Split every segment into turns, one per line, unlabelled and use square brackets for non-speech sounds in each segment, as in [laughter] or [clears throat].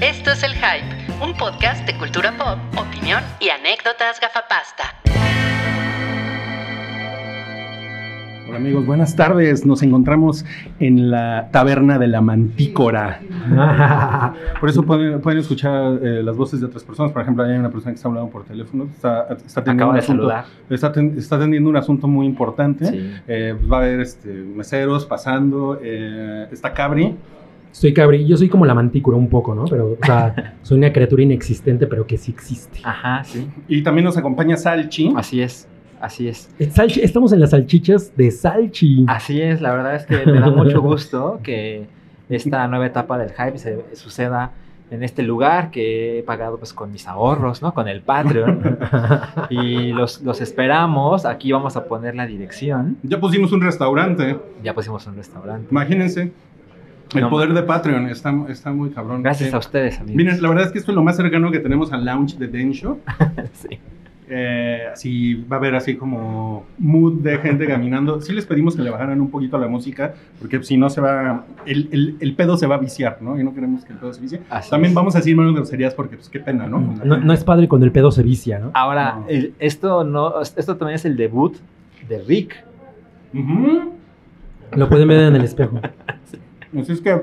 Esto es El Hype, un podcast de cultura pop, opinión y anécdotas gafapasta.
Hola amigos, buenas tardes. Nos encontramos en la taberna de la
[laughs]
Mantícora. Por eso pueden, pueden escuchar eh, las voces de otras personas. Por ejemplo, hay una persona que está hablando por teléfono. Está, está atendiendo
Acaba
un
de
asunto,
saludar.
Está, aten- está atendiendo un asunto muy importante.
Sí.
Eh, pues va a haber este, meseros pasando. eh, está Cabri.
Soy cabri, yo soy como la mantícora un poco, ¿no? Pero, o
[laughs]
sea, soy una criatura inexistente, pero que sí existe.
Ajá, sí.
Y también nos acompaña Salchi.
Así es, así es.
Es salchi- estamos en las salchichas de Salchi.
Así es, la verdad es que me
[laughs]
da mucho gusto que esta nueva etapa del hype se suceda en este lugar que he pagado pues con mis ahorros, ¿no? Con
[laughs]
el Patreon. Y los, los esperamos. Aquí vamos a poner la dirección.
Ya pusimos un restaurante.
Ya pusimos un restaurante.
Imagínense. El
No,
poder de Patreon está, está muy cabrón.
Gracias
Sí.
a ustedes, amigos.
Miren, la verdad es que esto es lo más cercano que tenemos al lounge de Den Shop.
[laughs] Sí.
Eh, así va a haber así como mood de gente caminando. Sí les pedimos que le bajaran un poquito la música, porque si no se va, el, el- el pedo se va a viciar, ¿no? Y no queremos que el pedo se vicie.
Así
También
es.
vamos a decir menos groserías porque pues qué pena, ¿no? Con la
No,
gente.
Mm, no es padre cuando el pedo se vicia, ¿no?
Ahora,
No.
el- esto no, esto también es el debut de Rick.
Ujú.
Lo pueden ver en el
[laughs]
espejo.
Así es que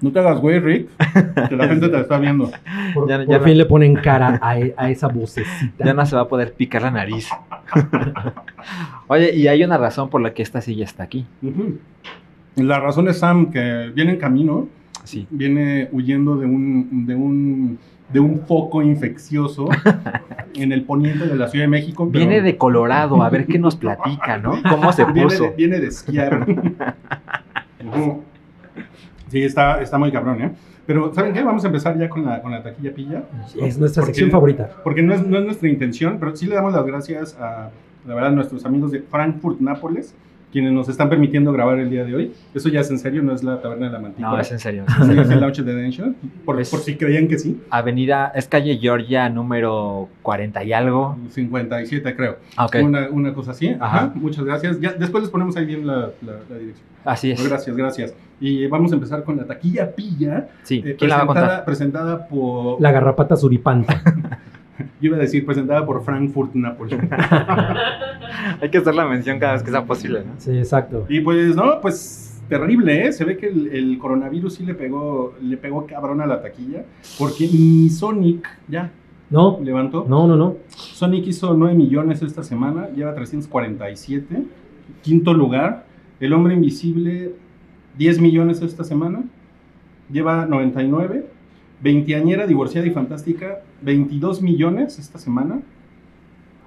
no te hagas güey, Rick, que la gente te está viendo.
Por,
Ya-
por
ya-
fin le ponen cara a, e- a esa vocecita.
ya no se va a poder picar la nariz. [laughs] Oye, y hay una razón por la que esta silla está aquí.
Ujú. La razón es Sam, que viene en camino,
Sí.
viene huyendo de un, de un, de un foco infeccioso en el poniente de la Ciudad de México. pero-
Viene de Colorado, a ver qué nos platica, ¿no? ¿Cómo se
Viene de,
puso?
viene de
[laughs]
esquiar. Ujú. sí, está, está muy cabrón, ¿eh? Pero, ¿saben qué? Vamos a empezar ya con la, con la taquilla pilla.
Es nuestra
Porque-
sección favorita.
Porque no es, no es nuestra intención, pero sí le damos las gracias a, la verdad, a nuestros amigos de Frankfurt, Nápoles, quienes nos están permitiendo grabar el día de hoy. Eso ya es en serio, no es la taberna de la mantícora.
No, es en serio.
Sí, es el Lounge de Dension, por,
Es-
por si creían que sí,
Avenida, es calle Georgia número 40 y algo.
57 creo,
Ah, Ok,
una, una cosa así, ajá,
Ajá.
muchas gracias, Ya, después les ponemos ahí bien la, la- la dirección,
así
Pero
es.
gracias, gracias, y vamos a empezar con la taquilla pilla,
Sí,
eh,
¿quién la va a
presentada,
contar?
presentada por,
La garrapata suripanta.
yo iba a decir, presentada por Frankfurt Nápoles,
Hay que hacer la mención cada vez que sea posible, ¿no?
Sí, exacto.
y pues no, pues terrible, ¿eh? se ve que el, el coronavirus sí le pegó, le pegó cabrón a la taquilla, porque ni Sonic ya
No,
levantó,
no, no, no.
Sonic hizo 9 millones esta semana, lleva 347, quinto lugar. El Hombre Invisible, 10 millones esta semana, lleva 99. Veinteañera, divorciada y fantástica, 22 millones esta semana.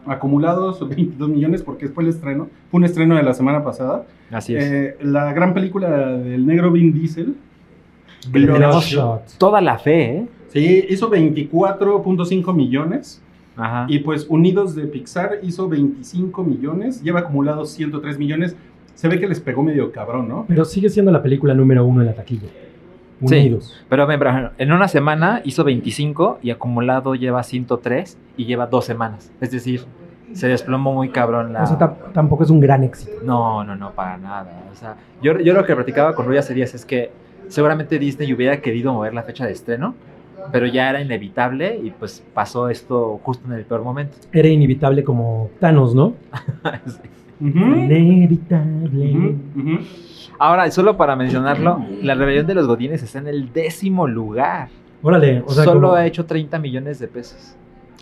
Acumulados [laughs] 22 millones porque fue el estreno, fue un estreno de la semana pasada.
Así es.
Eh, la gran película del negro Vin Diesel.
El
Blood
Blood
Shot.
Shot.
Toda la fe, ¿eh?
Sí, hizo 24.5 millones.
Ajá.
Y pues Unidos de Pixar hizo 25 millones, lleva acumulados 103 millones. Se ve que les pegó medio cabrón, ¿no?
Pero sigue siendo la película número uno en la taquilla.
Sí.
Unidos.
Pero ven, Braham, en una semana hizo 25 y acumulado lleva 103 y lleva dos semanas. Es decir, se desplomó muy cabrón la...
O sea, tam- tampoco es un gran éxito.
No, no, no, para nada. O sea, yo, yo lo que platicaba con Ruy hace días es que seguramente Disney hubiera querido mover la fecha de estreno, pero ya era inevitable y pues pasó esto justo en el peor momento. [laughs]
Era inevitable como Thanos, ¿no?
Ujú,
Inevitable.
ujú, ujú.
Ahora, solo para mencionarlo, La Rebelión de los Godines está en el décimo lugar.
Órale, o sea,
solo
como-
ha hecho 30 millones de pesos.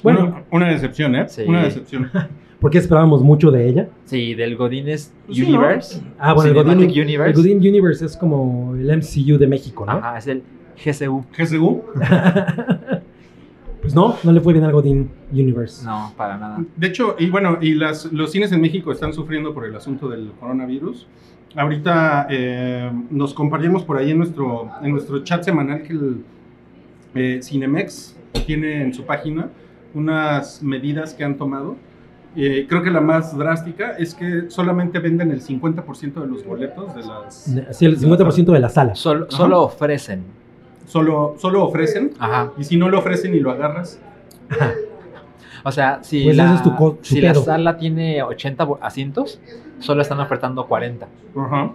Bueno.
Una- una decepción, ¿eh?
Sí.
Una decepción. [laughs]
¿por qué esperábamos mucho de ella?
Sí, del Godines
Pues Sí, ¿no?
Universe.
Ah, bueno, el
Cinematic
Godin,
Universe.
el Godin Universe es como el MCU de México, ¿no?
Ajá, es el GCU.
GSU,
[laughs] Pues no, no le fue bien al Godin Universe.
No, para nada.
Mm.
de hecho, y bueno, y las, los cines en México están sufriendo por el asunto del coronavirus. Ahorita eh, nos compartimos por ahí en nuestro, en nuestro chat semanal que el eh, Cinemex tiene en su página unas medidas que han tomado. Eh, creo que la más drástica es que solamente venden el 50% de los boletos de las...
Sí, el 50% de las salas.
Solo,
Ajá.
solo ofrecen.
Solo, solo ofrecen.
Ajá.
Y si no lo ofrecen y lo agarras,
O sea, si,
Pues
la,
ese es tu co- tu
si la
pedo.
sala tiene 80 bo- asientos, solo están ofertando 40
ajá,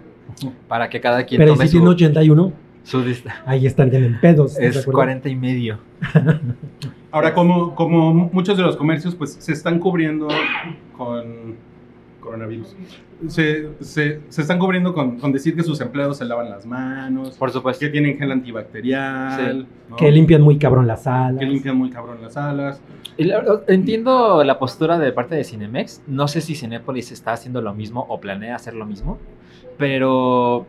para que cada quien
Pero ¿y
tome
si
su...
tiene 81,
Su dista-
Ahí estarían en pedos. ¿estás de
es
acuerdo?
40 y medio.
Ahora, como, como muchos de los comercios, pues se están cubriendo con coronavirus. Se, se- se están cubriendo con, con decir que sus empleados se lavan las manos,
Por supuesto.
que tienen gel antibacterial, ¿no?
Que limpian muy cabrón las salas.
que limpian muy cabrón las alas.
Y la verdad, Entiendo la postura de parte de Cinemex. No sé si Cinépolis está haciendo lo mismo o planea hacer lo mismo, pero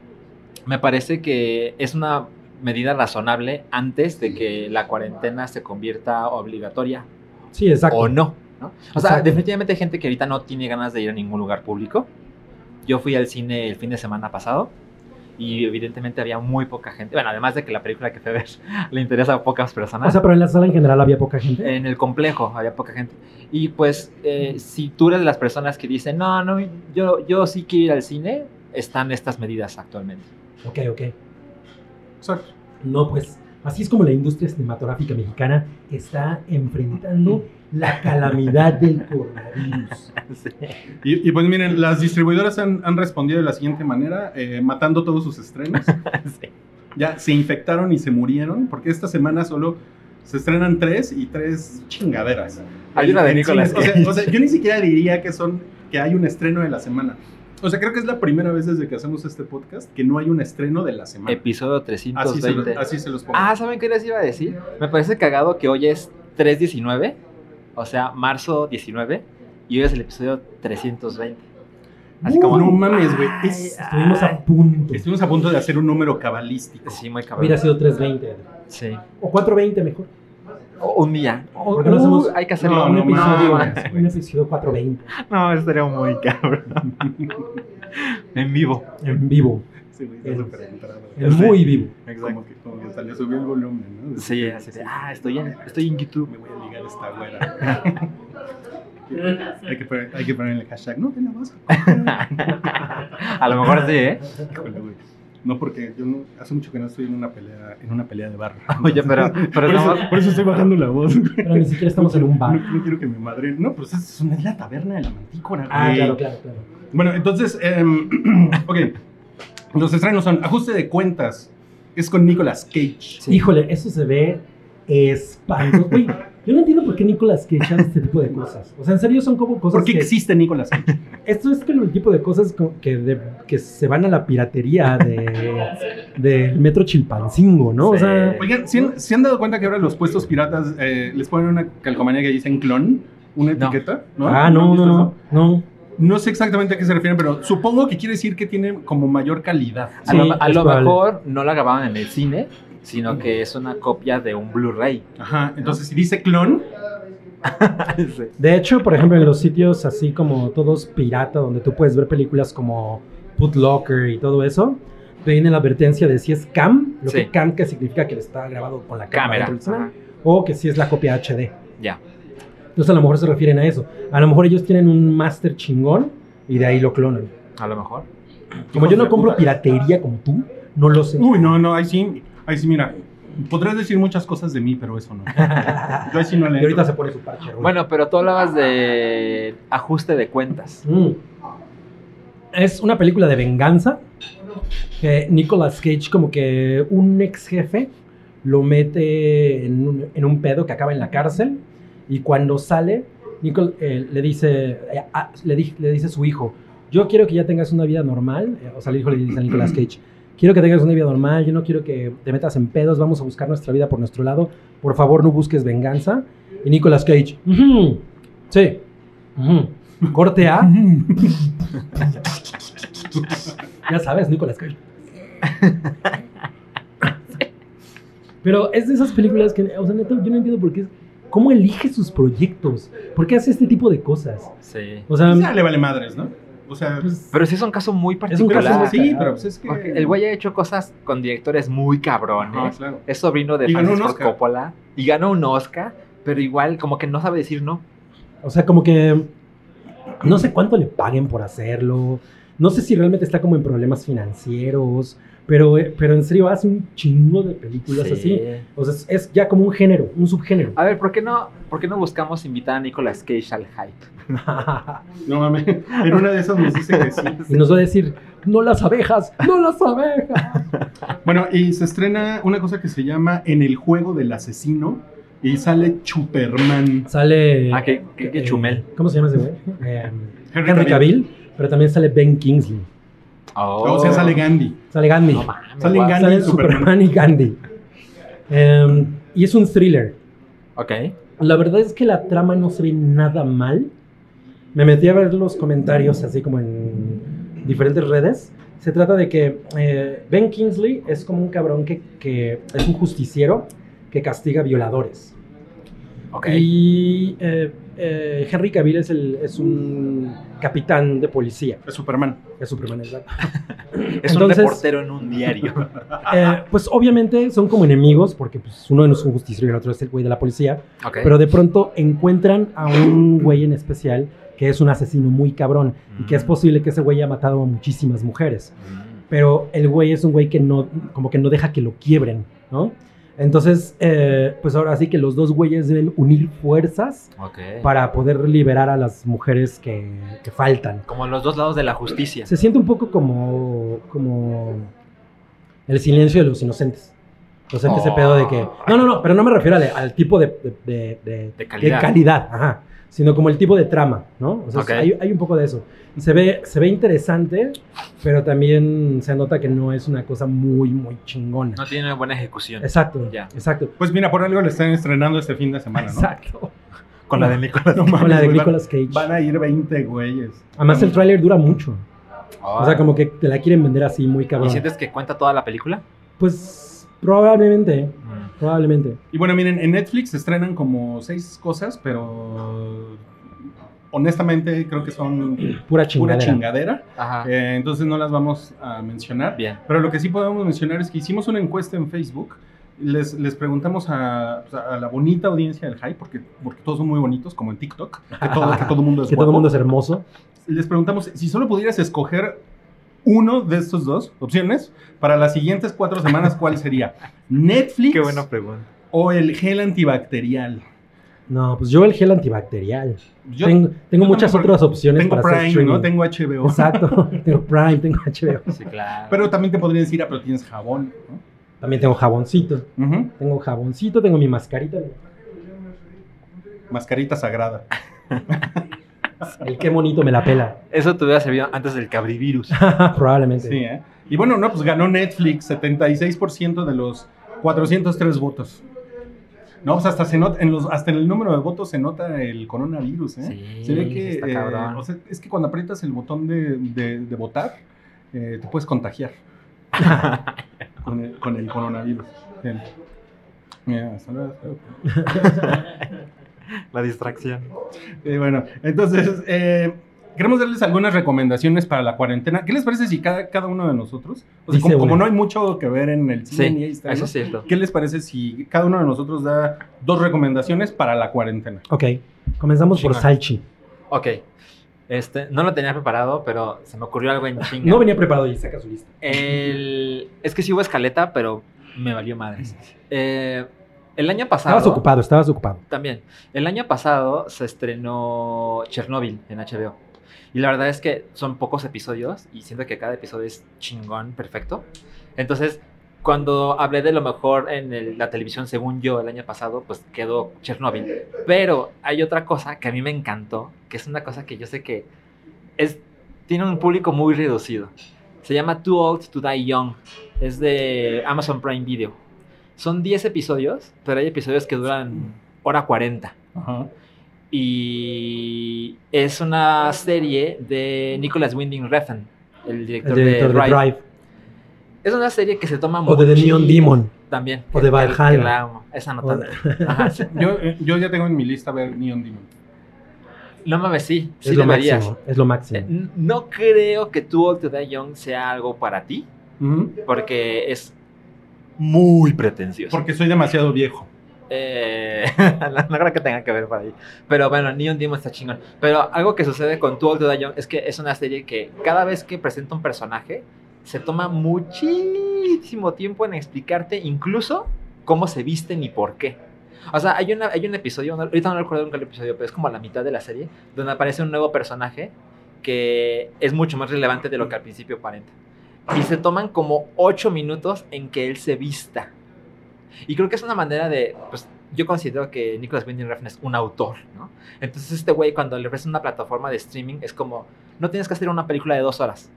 me parece que es una medida razonable antes de que la cuarentena se convierta obligatoria
Sí, exacto.
o no. ¿no? O sea,
Exacto.
definitivamente hay gente que ahorita no tiene ganas de ir a ningún lugar público. Yo fui al cine el fin de semana pasado y evidentemente había muy poca gente. Bueno, además de que la película que fue a ver [laughs] le interesa a pocas personas.
O sea, pero en la sala en general había poca gente.
En el complejo había poca gente. Y pues, eh, si tú eres de las personas que dicen, no, no, yo, yo sí quiero ir al cine, están estas medidas actualmente.
Ok, ok.
Exacto.
No, pues así es como la industria cinematográfica mexicana está enfrentando la calamidad del
[laughs]
coronavirus.
Y, y, pues miren, las distribuidoras han, han respondido de la siguiente manera, eh, matando todos sus estrenos.
[laughs] Sí.
Ya se infectaron y se murieron, porque esta semana solo se estrenan tres y tres chingaderas.
Hay una de
En
Nicolas
cines. O
Cage.
sea, o sea, yo ni siquiera diría que son que hay un estreno de la semana. O sea, creo que es la primera vez desde que hacemos este podcast que no hay un estreno de la semana.
Episodio
Así se, los,
320.
así se los pongo.
Ah, ¿saben qué les iba a decir? Me parece cagado que hoy es 319, o sea, marzo 19, y hoy es el episodio 320. Así
Uh,
como...
no mames, güey.
Ay,
Es-
Estuvimos
ay.
a punto.
Estuvimos a punto de hacer un número cabalístico.
Sí, muy cabrón.
Hubiera sido 3.20.
Sí.
O 4.20 mejor.
O- un día.
qué no
Uh,
hacemos-
Hay que hacerlo.
No,
un
no
episodio,
mames, güey.
un episodio 4.20
no, estaría muy cabrón. [laughs] en vivo.
en vivo.
Sí, güey, está
Sí.
súper entrado.
en muy vivo.
Como que, como que hasta le subió el volumen, ¿no? De-
Sí, así de, ah, estoy en, estoy en
[laughs]
YouTube. [laughs]
Me voy a ligar a esta güera. [laughs] hay, que poner, hay que poner el hashtag, no, te la vas a
[laughs]
coger.
a lo mejor sí, ¿eh?
Híjole, güey. No, porque yo no, hace mucho que no estoy en una pelea, en una pelea de barra.
[laughs] Oye, pero, pero
por,
no,
eso, por eso estoy bajando la voz. güey.
Pero ni siquiera estamos en un
No,
bar.
no quiero que me madre. No, pues es, una- es la taberna de la mantícora.
Ah,
güey.
claro, claro, claro.
Bueno, entonces, eh, [clears throat] ok. Los estrenos son ajuste de cuentas. Es con Nicolas Cage.
Sí.
Híjole, eso se ve espantoso. Güey, yo no entiendo por qué Nicolas Cage hace este tipo de cosas. O sea, en serio son como cosas
¿Por qué
que...
existe Nicolas Cage?
Esto es como el tipo de cosas co- que, de- que se van a la piratería
[laughs]
de, del metro Chilpancingo, ¿no? O
Sí.
sea,
Oigan, ¿se han, se han dado cuenta que ahora los puestos piratas eh, les ponen una calcomanía que dicen clon? ¿Una
No.
etiqueta?
ah, no,
¿Han
no,
visto
no,
eso?
no.
No sé exactamente a qué se refieren, pero supongo que quiere decir que tiene como mayor calidad.
a lo,
Sí,
a
es
lo
probable.
mejor no la grababan en el cine, sino que es una copia de un Blu-ray. [laughs]
Ajá, entonces si dice clon,
Sí.
De hecho, por ejemplo, en los sitios así como todos pirata, donde tú puedes ver películas como Put Locker y todo eso, viene la advertencia de si es cam, lo
Sí.
que cam que significa que está grabado con la cámara,
Cámara.
dentro del cine,
Ajá.
o que si es la copia HD.
Ya.
Entonces a lo mejor se refieren a eso. A lo mejor ellos tienen un máster chingón y de ahí lo clonan.
A lo mejor.
Como
Hijos
yo no
de
compro
puta.
piratería como tú, no lo sé.
Uy, no, no, ahí sí, ahí sí, mira. Podrás decir muchas cosas de mí, pero eso no.
[laughs]
Yo ahí sí no
y
le
ahorita
entro. [laughs]
se pone su parche. rojo.
Bueno, pero tú hablabas de ajuste de cuentas.
Mm. Es una película de venganza. Que Nicolas Cage, como que un ex jefe, lo mete en un, en un pedo que acaba en la cárcel. Y cuando sale, Nicol, eh, le, dice, eh, a- le, di- le dice a su hijo: Yo quiero que ya tengas una vida normal. eh, O sea, el hijo le dice a Nicolas Cage: Quiero que tengas una vida normal. Yo no quiero que te metas en pedos. Vamos a buscar nuestra vida por nuestro lado. Por favor, no busques venganza. Y Nicolas Cage: "Ujú, Sí. ujú". Corte A. Ya sabes, Nicolas Cage. Pero es de esas películas que, o sea, neta, yo no entiendo por qué. es- ¿Cómo elige sus proyectos? ¿Por qué hace este tipo de cosas?
Sí.
O sea,
Ya le vale madres, ¿no? O sea,
Um, pues,
Pero sí es un caso muy
Es un
particular.
caso muy-
sí, pero pues es que...
Porque el güey ha hecho cosas con directores muy cabrones.
Ajá, claro.
Es sobrino de
Y ganó un
Francis Ford
Oscar.
Coppola. Y ganó un Oscar, pero igual como que no sabe decir no.
o sea, como que no sé cuánto le paguen por hacerlo. No sé si realmente está como en problemas financieros. Pero, eh, pero en serio, hace un chingo de películas
Sí.
así. O sea, es, es ya como un género, un subgénero.
A ver, ¿por qué no, por qué no buscamos invitar a Nicolas Cage al hype? Ah.
No mames. [laughs] En una de esas nos dice que sí.
[laughs] Y nos va a decir, no las abejas, no las abejas.
Bueno, y se estrena una cosa que se llama En el juego del asesino y sale Superman.
Sale...
[laughs] Ah, que, que- que
eh,
chumel.
¿Cómo se llama ese
[laughs]
güey? Eh, Henry Cavill, pero también sale Ben Kingsley.
Oh. O
Oh.
sea, sale Gandhi.
Sale Gandhi.
Oh, No mames,
Sale
guau.
Gandhi.
sale
y Superman.
Superman. y Gandhi. Eh, y es un thriller.
Ok.
La verdad es que la trama no se ve nada mal. Me metí a ver los comentarios, así como en diferentes redes. Se trata de que eh, Ben Kingsley es como un cabrón que, que es un justiciero que castiga violadores.
Ok.
Y eh, eh, Henry Cavill es, el- es un capitán de policía.
Es Superman.
Es Superman, es la-
es un
entonces-
reportero en un diario.
Eh, pues obviamente son como enemigos, porque pues, uno no es un justiciero y el otro es el güey de la policía.
Ok.
Pero de pronto encuentran a un güey en especial que es un asesino muy cabrón y que es
Mm.
posible que ese güey haya matado a muchísimas mujeres.
Mm.
Pero el güey es un güey que no, como que no deja que lo quiebren, ¿no? Entonces, eh, pues ahora sí que los dos güeyes deben unir fuerzas
Ok.
para poder liberar a las mujeres que, que faltan.
Como los dos lados de la justicia.
Se siente un poco como, como el silencio de los inocentes. O sea, que ese
Oh.
pedo de que... No, no, no, pero no me refiero al, al tipo de, de- de- de-
De calidad.
de calidad, ajá, sino como el tipo de trama, ¿no? O sea,
Ok.
hay, hay un poco de eso. Se ve, se ve interesante, pero también se nota que no es una cosa muy, muy chingona.
No tiene una buena ejecución.
Exacto,
Ya.
exacto,
Pues mira, por algo le están estrenando este fin de semana, ¿no?
exacto.
Con la de
[laughs]
Nicolas.
No
Con la de
güey, van-
Nicolas Cage.
Van a ir 20 güeyes.
Además, el tráiler dura mucho. O sea, como que te la quieren vender así muy
¿Y
cabrón.
Ah. sientes que cuenta toda la película?
Pues probablemente,
Mm.
probablemente.
Y bueno, miren, en Netflix se estrenan como seis cosas, pero honestamente creo que son
Pura
pura
chingadera.
chingadera.
Ajá.
Eh, entonces no las vamos a mencionar.
Bien.
Pero lo que sí podemos mencionar es que hicimos una encuesta en Facebook. Les, les preguntamos a, a la bonita audiencia del Hype, porque, porque todos son muy bonitos, como en TikTok, que todo, que todo mundo es
que todo el
guapo.
mundo es hermoso.
Les preguntamos si solo pudieras escoger uno de estos dos opciones para las siguientes cuatro semanas, ¿cuál
[laughs]
sería? ¿Netflix
pregunta.
o el gel antibacterial?
No, pues yo el gel antibacterial.
Yo
tengo tengo
yo
muchas
también, porque
otras opciones
tengo
para hacer
Prime,
streaming.
¿no? Tengo HBO.
[laughs]
Exacto, tengo Prime, tengo HBO.
Sí, claro.
Pero también te podrían decir, ah, pero tienes jabón. ¿no?
También tengo jaboncito.
Ujú.
Tengo jaboncito, tengo mi mascarita.
Mascarita sagrada.
El qué bonito me la pela. Ah,
Eso te hubiera servido antes del cabrivirus.
Probablemente.
Sí, ¿eh? Y bueno, no, pues ganó Netflix 76% de los 403 votos. No, pues hasta se nota, en los, hasta en el número de votos se nota el coronavirus, ¿eh?
Sí,
se ve que,
está
eh,
cabrón.
o sea, es que cuando aprietas el botón de, de- de votar, eh, te puedes
[laughs]
contagiar con, el, con el coronavirus. Bien. Mira, hasta luego, hasta luego.
La distracción.
Eh, bueno, entonces, eh, queremos darles algunas recomendaciones para la cuarentena. ¿Qué les parece si cada, cada uno de nosotros, o sea,
Dice
como, como no
una.
hay mucho que ver en el cine, ni ahí
Sí,
está,
eso
¿no?
es cierto.
¿qué les parece si cada uno de nosotros da dos recomendaciones para la cuarentena?
Ok, comenzamos por
Chinga.
Salchi.
Ok. Este, no lo tenía preparado, pero se me ocurrió [laughs] algo en chinga.
No venía preparado y saca su lista.
El- Es que sí hubo escaleta, pero me valió madres. Eh, el año pasado...
Estabas ocupado, estabas ocupado.
También. El año pasado se estrenó Chernobyl en HBO. Y la verdad es que son pocos episodios y siento que cada episodio es chingón, perfecto. Entonces, cuando hablé de lo mejor en el- la televisión, según yo, el año pasado, pues quedó Chernobyl. Pero hay otra cosa que a mí me encantó, que es una cosa que yo sé que es, tiene un público muy reducido. Se llama Too Old to Die Young. Es de Amazon Prime Video. Son 10 episodios, pero hay episodios que duran hora 40.
Ajá.
Y es una serie de Nicholas Winding Refn, el director,
El director
de,
de
Drive.
Drive.
Es una serie que se toma
O de The Neon
muchísimo-
Demon.
También.
O
que-
de
que-
Valhalla.
que la amo. Esa no
O
tanto.
de-
Ajá, sí.
Yo, eh, yo ya tengo en mi lista ver Neon Demon.
No mames,
[laughs]
sí. sí
es lo
deberías.
máximo. Es lo
Eh,
máximo.
n- No creo que tu Old to Die Young sea algo para ti, porque es muy pretencioso.
Porque soy demasiado viejo.
Eh, [laughs] no, no creo que tenga que ver por ahí. Pero bueno, Neon Demon está chingón. Pero algo que sucede con Too Old to Die Young es que es una serie que cada vez que presenta un personaje, se toma muchísimo tiempo en explicarte incluso cómo se visten y por qué. O sea, hay, una, hay un episodio, no- ahorita no recuerdo nunca el episodio, pero es como a la mitad de la serie, donde aparece un nuevo personaje que es mucho más relevante de lo que al principio aparenta. Y se toman como ocho minutos en que él se vista. Y creo que es una manera de, pues yo considero que Nicholas Winding Refn es un autor, ¿no? Entonces este güey cuando le ofrecen una plataforma de streaming es como, no tienes que hacer una película de dos horas.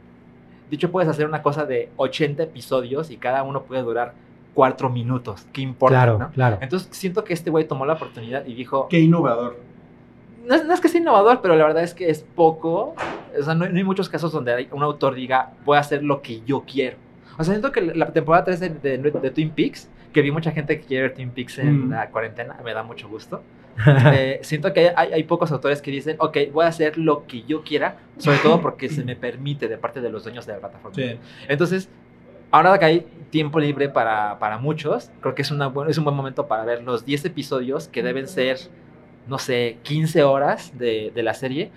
Dicho, puedes hacer una cosa de 80 episodios y cada uno puede durar cuatro minutos. ¿Qué importa?
claro,
¿no?
claro.
Entonces siento que este güey tomó la oportunidad y dijo,
Qué innovador.
no es, no es que sea innovador, pero la verdad es que es poco, o sea, no, hay- no hay muchos casos donde hay- un autor diga, voy a hacer lo que yo quiero. O sea, siento que la temporada 3 de, de- de Twin Peaks, que vi mucha gente que quiere ver Twin Peaks en
Mm.
la cuarentena, me da mucho gusto. [laughs] Eh, siento que hay, hay- hay pocos autores que dicen, ok, voy a hacer lo que yo quiera, sobre todo porque se me permite de parte de los dueños de la plataforma. Entonces, ahora que hay tiempo libre para, para muchos, creo que es, una buen- es un buen momento para ver los 10 episodios que deben ser, no sé, 15 horas de, de la serie.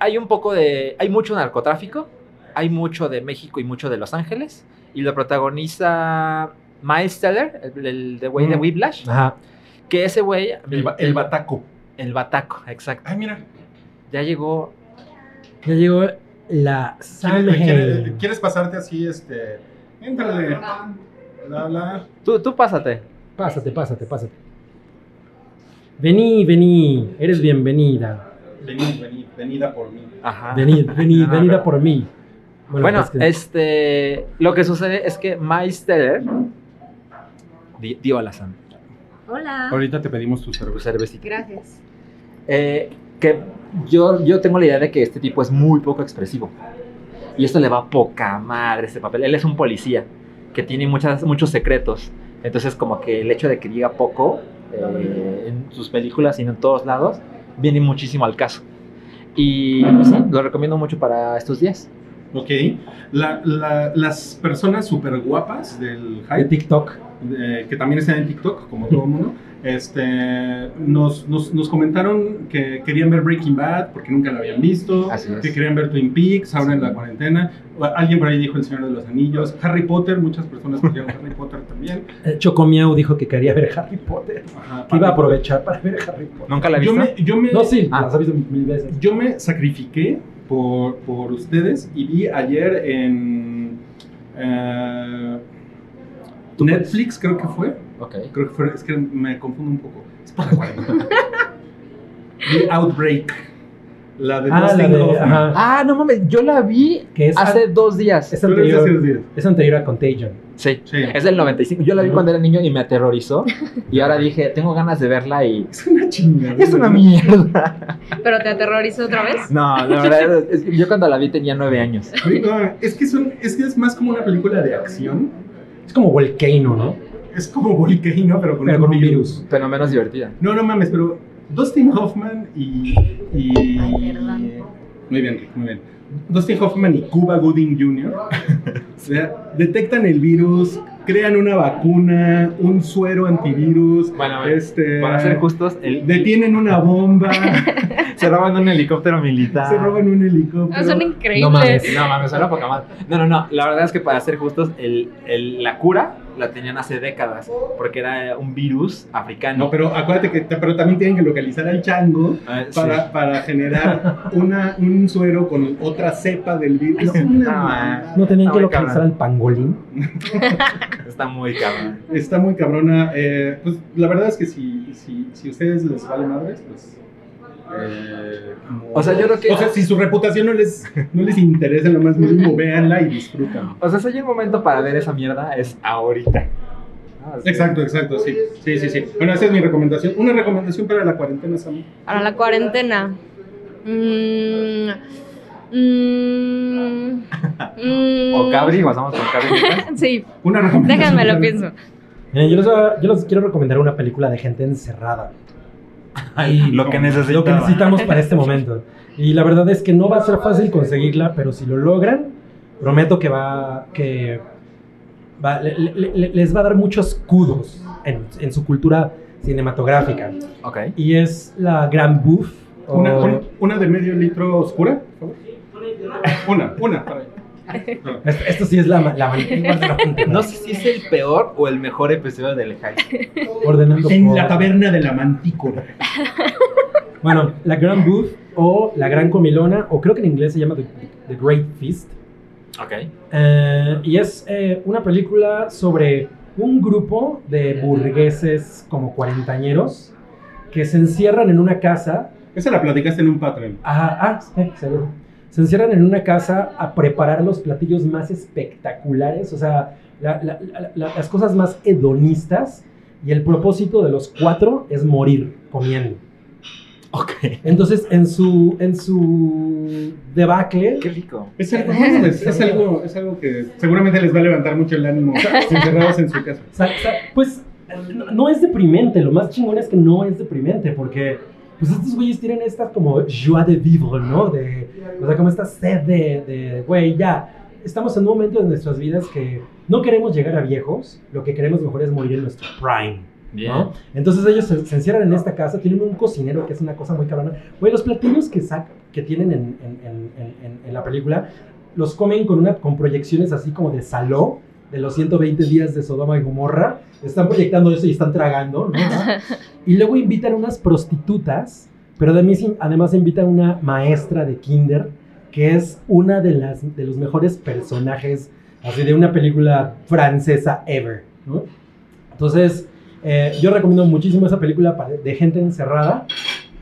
Hay un poco de. Hay mucho narcotráfico, hay mucho de México y mucho de Los Ángeles, y lo protagoniza Miles Teller, el, el de güey de
Mm.
Whiplash,
Ajá.
que ese güey.
El, ba- el bataco.
el bataco, exacto.
Ay, mira.
Ya llegó.
Ya llegó la
¿Quieres,
Samhain.
quieres- quieres pasarte así, este. Éntrale. La, la.
Tú, tú pásate.
Pásate, pásate, pásate. Vení, vení, eres bienvenida.
Venid, venid, venida por mí.
Ajá.
Venid, venid,
No, no,
venida
pero-
por mí.
Bueno,
pues que-
este, lo que sucede es que Meister di, di hola Sam,
Hola.
Ahorita te pedimos tu
tu
cerveza.
cervecita.
Gracias.
Eh, que yo, yo tengo la idea de que este tipo es muy poco expresivo y esto le va poca madre este papel. Él es un policía que tiene muchas, muchos secretos, entonces como que el hecho de que diga poco eh, en sus películas y no en todos lados viene muchísimo al caso. Y pues, sí, lo recomiendo mucho para estos días.
Ok. La- la- las personas súper guapas del
de
hype,
TikTok.
eh, que también están en TikTok, como todo el mundo, este, nos, nos- nos comentaron que querían ver Breaking Bad porque nunca lo habían visto,
Así es.
que querían ver Twin Peaks ahora en la cuarentena. O- Alguien por ahí dijo El Señor de los Anillos, Harry Potter, muchas personas querían Harry Potter también.
Eh, Chocomiao dijo que quería ver Harry Potter.
Ajá,
Que iba a aprovechar para ver Harry Potter.
¿Nunca la
Yo
viste?
me, yo me-
No, sí,
Ah.
las has visto mil veces.
yo me sacrifiqué por, por ustedes y vi ayer en eh, Netflix, creo que fue.
Ok.
Creo que fue, es que me confundo un poco. Es por
[laughs]
la cuarentena. vi Outbreak. La de
Ah, la
Dustin
de,
Hoffman.
ajá,
Ah, no mames, yo la vi
que es,
hace dos días.
es
Tú lo viste hace unos
anterior,
días.
es anterior a Contagion.
Sí.
Sí.
Es del 95. Yo la vi cuando era niño y me [laughs] aterrorizó. Y ahora dije, tengo ganas de verla y.
Es una chingada.
[laughs] Es una mierda.
¿Pero te aterrorizó otra vez?
No, [laughs] la verdad, es- es- yo cuando la vi tenía nueve años.
No, es que, son, es que es más como una película de acción.
Es como Volcano, ¿no?
Es como Volcano, pero con
Pero
un
con un
virus.
virus.
Pero menos divertida.
No, no mames, pero Dustin Hoffman y. y-
perdón.
muy bien, Rick, muy bien. Dustin Hoffman y Cuba Gooding Jr. [laughs] o sea, detectan el virus, crean una vacuna, un suero antivirus.
Bueno,
este,
Para ser justos,
[laughs]
el-
Detienen una bomba,
[laughs] se roban un helicóptero militar.
se roban un helicóptero.
Ah, son
No
increíbles.
mames, no mames, suena poca madre. No, no, no. La verdad es que para ser justos, el, el- la cura la tenían hace décadas. Porque era un virus africano.
No, pero acuérdate que te- pero también tienen que localizar al chango
Ah, sí.
para, para generar una, un suero con otra cepa del virus. Es una
Ah,
mamada.
No tenían
Ah,
que
muy
localizar
cabrón.
al pangolín.
Está muy cabrón.
Está muy cabrona. eh, pues la verdad es que si, si, si a ustedes les vale madres, pues. eh, como-
O sea, yo creo que-
O sea, si su reputación no les, no les interesa en lo más mínimo, véanla y disfrutan.
O sea, si hay un momento para ver esa mierda, es ahorita. Ah, sí.
Exacto, exacto, sí. Sí, sí, sí. Bueno, esa es mi recomendación. Una recomendación para la cuarentena, Sam.
Ahora la cuarentena. Mm, mm, mm.
O Cabri, pasamos con Cabri. Nicolás.
Sí,
Una recomendación.
déjenme lo
para-
pienso.
Miren, Eh, yo les, voy a- yo les quiero recomendar una película de gente encerrada.
lo que necesitaba.
Lo que necesitamos para este momento. Y la verdad es que no va a ser fácil conseguirla, pero si lo logran, prometo que va, que va- le- le- le- les va a dar muchos kudos en, en su cultura cinematográfica.
Ok.
Y es la Gran Buff. o-
Una, un- una de medio litro oscura, por favor. Una, una. para-
Esto, esto sí es la, ma- la manigua de la manigua.
No sé si es el peor o el mejor episodio del Hype.
Ordenando
En
por-
la taberna de la mantícora.
Bueno, la Grand Booth o la Gran Comilona, o creo que en inglés se llama The, The Great Feast.
Ok.
Eh, y es eh, una película sobre un grupo de burgueses como cuarentañeros que se encierran en una casa
Esa la platicaste en un Patreon.
Ah, ah, sí, seguro. Se encierran en una casa a preparar los platillos más espectaculares, o sea, la- la- la- la- las cosas más hedonistas. Y el propósito de los cuatro es morir comiendo.
Ok.
Entonces, en su, en su debacle,
Qué rico.
Es
[laughs]
algo, es, es algo, es algo que seguramente les va a levantar mucho el ánimo encerrados en su casa.
sa- sa- pues no, no es deprimente. Lo más chingón es que no es deprimente, porque pues estos güeyes tienen esta como joie de vivre, ¿no? De, o sea, como esta sed de, de, güey, ya, estamos en un momento de nuestras vidas que no queremos llegar a viejos, lo que queremos mejor es morir en nuestro prime.
Bien.
¿no? Entonces ellos se, se encierran en esta casa, tienen un cocinero que es una cosa muy cabrona. Güey, los platillos que, sac- que tienen en, en- en- en- en- en la película los comen con, una, con proyecciones así como de saló, de los 120 días de Sodoma y Gomorra. Están proyectando eso y están tragando, ¿no? Y luego invitan unas prostitutas, pero de mí sí- además invitan una maestra de kinder, que es una de, las, de los mejores personajes así de una película francesa ever, ¿no? Entonces, eh, yo recomiendo muchísimo esa película para- de gente encerrada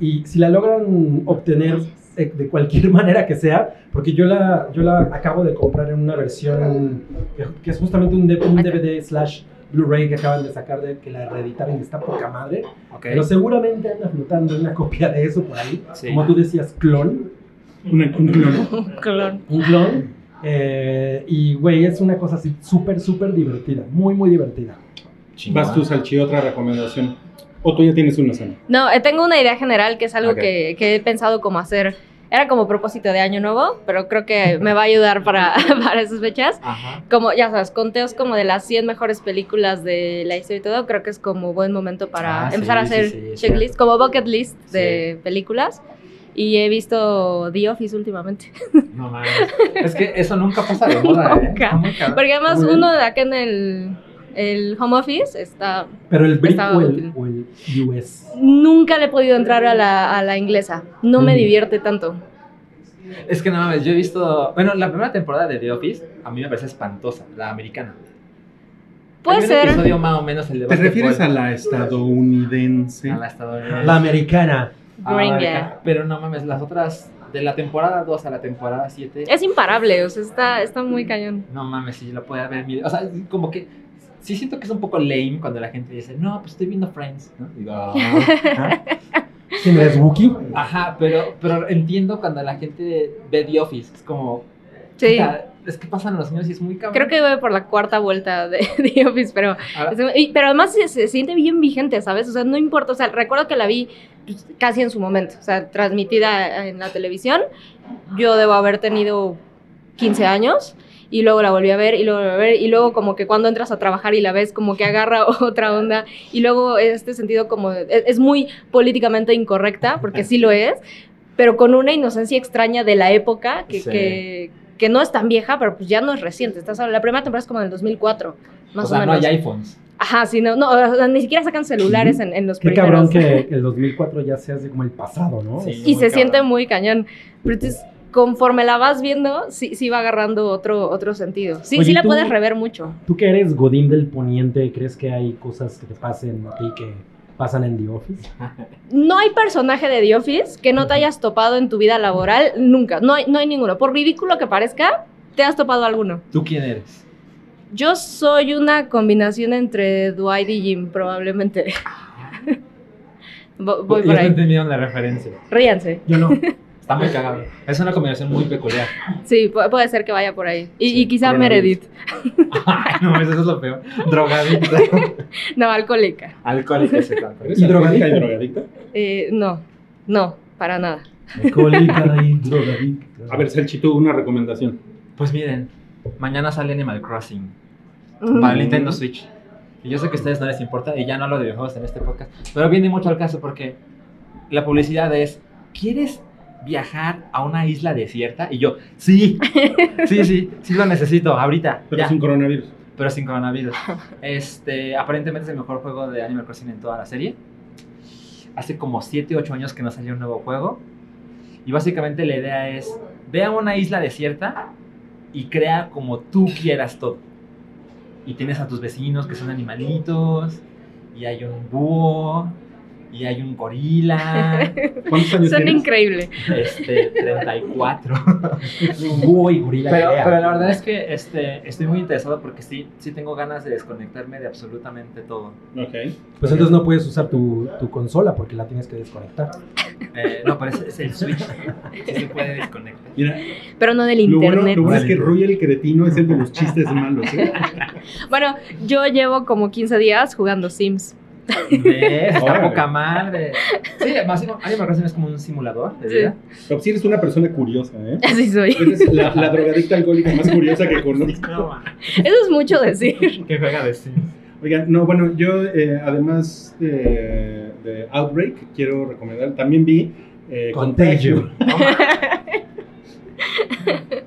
y si la logran obtener eh, de cualquier [laughs] manera que sea, porque yo la, yo la acabo de comprar en una versión que, que es justamente un, D- un DVD slash Blu-ray que acaban de sacar, de, que la reeditaron y está poca madre,
Ok.
pero seguramente anda flotando una [laughs] copia de eso por ahí,
Sí.
como tú decías, clon
Un, un clon.
Un clon.
un clon. eh, y, güey, es una cosa así súper, súper divertida. Muy, muy divertida.
Chingón.
Vas tú, Salchi, otra recomendación. O tú ya tienes una, Sam.
No, eh, tengo una idea general que es algo
Ok.
que, que he pensado como hacer. Era como propósito de año nuevo, pero creo que me va a ayudar para, [laughs] para esas fechas.
Ajá.
Como, ya sabes, conteos como de las 100 mejores películas de la historia y todo, creo que es como buen momento para
Ah, sí,
empezar a
sí,
hacer
sí, es
checklist, como bucket list de películas. Y he visto The Office últimamente.
Ah, No mames. Es que eso nunca pasa de moda, ¿eh?
Nunca.
Está muy cabrón.
Porque además
Muy bien.
uno de acá en el, el home office está...
Pero el Brit
Estaba
o el,
útil.
o el US.
Nunca le he podido entrar a la, a la inglesa. No me
Mm.
divierte tanto.
Es que no mames, yo he visto. Bueno, la primera temporada de The Office a mí me parece espantosa, la americana.
Puede
Hay un
ser...
episodio más o menos el de
¿Te refieres a
básquetbol,
la estadounidense?
a la estadounidense.
La americana.
Ah,
Gringa.
Pero no mames, las otras de la temporada 2 a la temporada 7.
Es imparable, o sea, está, está muy cañón.
No mames, si yo la puedo ver. mil- O sea, como que. Sí siento que es un poco lame cuando la gente dice, no, pues estoy viendo Friends. ¿no? Digo,
[laughs]
"Ah".
¿Quién es Wookiee?
Ajá, pero, pero entiendo cuando la gente ve The Office. Es como. [laughs]
Sí.
"Puta, Es que pasan los niños y es muy cabrón. Ah,
Creo que voy por la cuarta vuelta de [laughs] The Office, pero,
Ahora-
y- pero además se, se siente bien vigente, ¿sabes? O sea, no importa, o sea, recuerdo que la vi pues, casi en su momento, o sea, transmitida en la televisión. Yo debo haber tenido 15 años y luego la volví a ver y luego la volví a ver y luego como que cuando entras a trabajar y la ves como que agarra [laughs] otra onda y luego este sentido como es, es muy políticamente incorrecta porque sí lo es pero con una inocencia extraña de la época que,
Sí.
que, que no es tan vieja pero pues ya no es reciente estás hablando- la primera temporada es como del 2004 más
o sea,
o
no
menos
hay iPhones.
ajá sí no, no o sea, ni siquiera sacan celulares en, en los
Qué
primeros
cabrón
[laughs]
que el 2004 ya sea así como el pasado, ¿no?
Sí. muy
y se siente
cabrón.
muy cañón pero entonces conforme la vas viendo sí, sí va agarrando otro otro sentido sí
Oye,
sí
¿y
la
tú?
puedes rever mucho
Tú que eres Godín del Poniente, ¿crees que hay cosas que te pasen a ti que pasan en The Office?
No hay personaje de The Office que no te hayas topado en tu vida laboral nunca. No hay, no hay ninguno. Por ridículo que parezca, te has topado alguno.
¿Tú quién eres?
Yo soy una combinación entre Dwight y Jim, probablemente. Vo- Voy por
Ellos no
ahí.
entendieron la referencia.
Ríanse.
Yo no.
Está muy cagado. Es una combinación muy peculiar. [laughs]
Sí, pu- puede ser que vaya por ahí. Y,
Sí,
y quizá
coronavirus.
Meredith.
Ay, no mames, eso es lo peor. Drogadicta.
No, alcohólica.
Alcohólica ese [laughs]
¿Eres
Y
alcohólica
drogadicta.
y drogadicta?
Eh, no, no, para nada.
Alcohólica [laughs] y drogadicta.
A ver, Salchi, tú una recomendación.
Pues miren, mañana sale Animal Crossing para el Nintendo Switch. Y yo sé que a ustedes no les importa y ya no hablo de videojuegos en este podcast, pero viene mucho al caso porque la publicidad es, ¿quieres viajar a una isla desierta? Y yo, sí, sí, sí, sí lo necesito ahorita.
Pero
ya,
sin coronavirus.
pero sin coronavirus. Este, aparentemente es el mejor juego de Animal Crossing en toda la serie. Hace como 7, 8 años que no salió un nuevo juego. Y básicamente la idea es, ve a una isla desierta y crea como tú quieras todo. Y tienes a tus vecinos que son animalitos, y hay un búho, y hay un [laughs] gorila,
¿Cuántos años
Son
tienes?
increíbles.
este, 34. un búho y gorila. [laughs] Pero,
pelea.
pero la verdad es que este, estoy muy interesado porque sí, sí tengo ganas de desconectarme de absolutamente todo.
Ok.
Pues entonces no puedes usar tu, tu consola porque la tienes que desconectar.
Eh, no, pero es, es el Switch. Sí se puede desconectar.
Mira,
Pero no del
lo bueno,
internet.
lo bueno es
Vale.
que Rui el cretino es el de
[laughs]
los chistes malos, ¿eh?
Bueno, yo llevo como 15 días jugando Sims. [laughs]
¿Ves? Está
Órale.
poca madre. Sí, más Animal Crossing es como un simulador de
Sí.
vida.
Pero sí eres una persona curiosa, ¿eh?
[laughs]
Así soy.
Eres la, la drogadicta alcohólica más curiosa que conozco.
Eso es mucho decir.
[laughs] que juega de Sims.
Oigan, no, bueno, yo eh, además de, de Outbreak, quiero recomendar, también vi eh,
Contagion.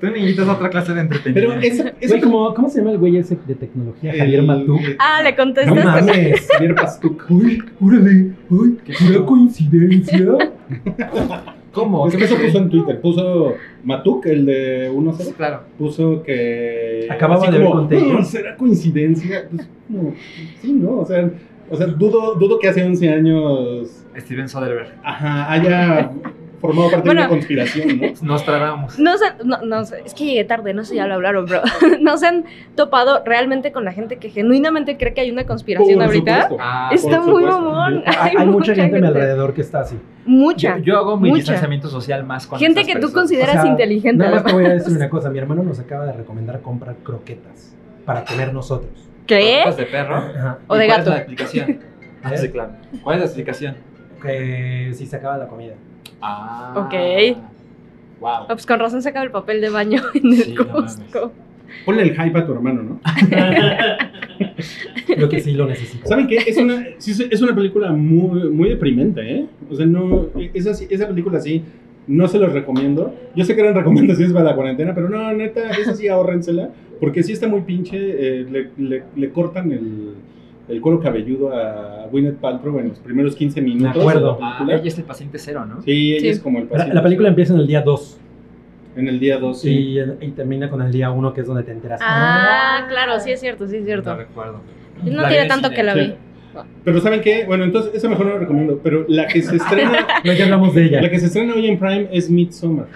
Tú, niñito, es otra clase de
Pero
[laughs]
entretenimiento.
es, es
Güey, como- ¿Cómo se llama el güey ese de tecnología?
el-
Javier Matú.
el-
Ah, le
No
contestas.
mames.
Javier Pastuc.
[laughs] Uy, órale, uy, pura coincidencia.
¿Cómo?
Es
¿Qué
que eso
pasó?
puso en Twitter, puso Matuk, el de 1-0,
Claro.
puso que...
Acababa
así
de ver
como,
Contagion.
"Mm, ¿Será coincidencia? Pues, no, sí, no, o sea, o sea dudo, dudo que hace 11 años
Steven Soderbergh.
ajá, haya formado parte de
Bueno.
una conspiración, ¿no?
Nos trabamos.
No sé, no, no sé, es que llegué tarde, no sé si ya lo hablaron, bro. [laughs] No se han topado realmente con la gente que genuinamente cree que hay una conspiración
Por
ahorita.
supuesto.
Ah,
Está
por
muy
supuesto.
mamón.
Hay, hay mucha gente a mi alrededor que está así.
Mucha.
yo, yo hago mi
mucha.
distanciamiento social más con
gente
estas
que tú
personas.
consideras
O sea,
inteligente.
Nada más
además.
te voy a decir una cosa. Mi hermano nos acaba de recomendar comprar croquetas para comer nosotros.
¿Qué?
¿Croquetas de perro?
Ajá.
O de
¿Y ¿Cuál
gato.
es la
[laughs]
explicación? Ah, sí, claro. ¿Cuál es la explicación?
Que si se acaba la comida.
Ah.
Ok.
Wow.
Ah, pues con razón se acaba el papel de baño [laughs] en el
Sí, no
Costco.
Ponle el hype a tu hermano, ¿no?
Creo que sí
[laughs]
lo necesito.
¿Saben qué? Es una, sí, es- es una película muy, muy deprimente, ¿eh? O sea, no, esa, sí- esa película sí, no se los recomiendo. Yo sé que eran recomendaciones para la cuarentena, pero no, neta, esa sí, ahórrensela. Porque sí está muy pinche, eh, le, le- le cortan el, el cuero cabelludo a Gwyneth Paltrow en los primeros 15 minutos.
De acuerdo.
la
Ah,
película.
ella es el paciente cero, ¿no?
Sí, ella
Sí.
es como el
La,
paciente.
la película empieza en el día 2
En el día 2, sí.
y, y termina con el día 1, que es donde te enteras.
Ah, claro, sí es cierto, sí es
No
cierto.
recuerdo. La vi
No
en
tiene
el
tanto
cine.
que la
Sí.
vi.
Pero ¿saben qué? Bueno, entonces, esa mejor no la recomiendo. Pero la que se estrena,
No, ya hablamos de ella.
la que se estrena hoy en Prime es Midsommar.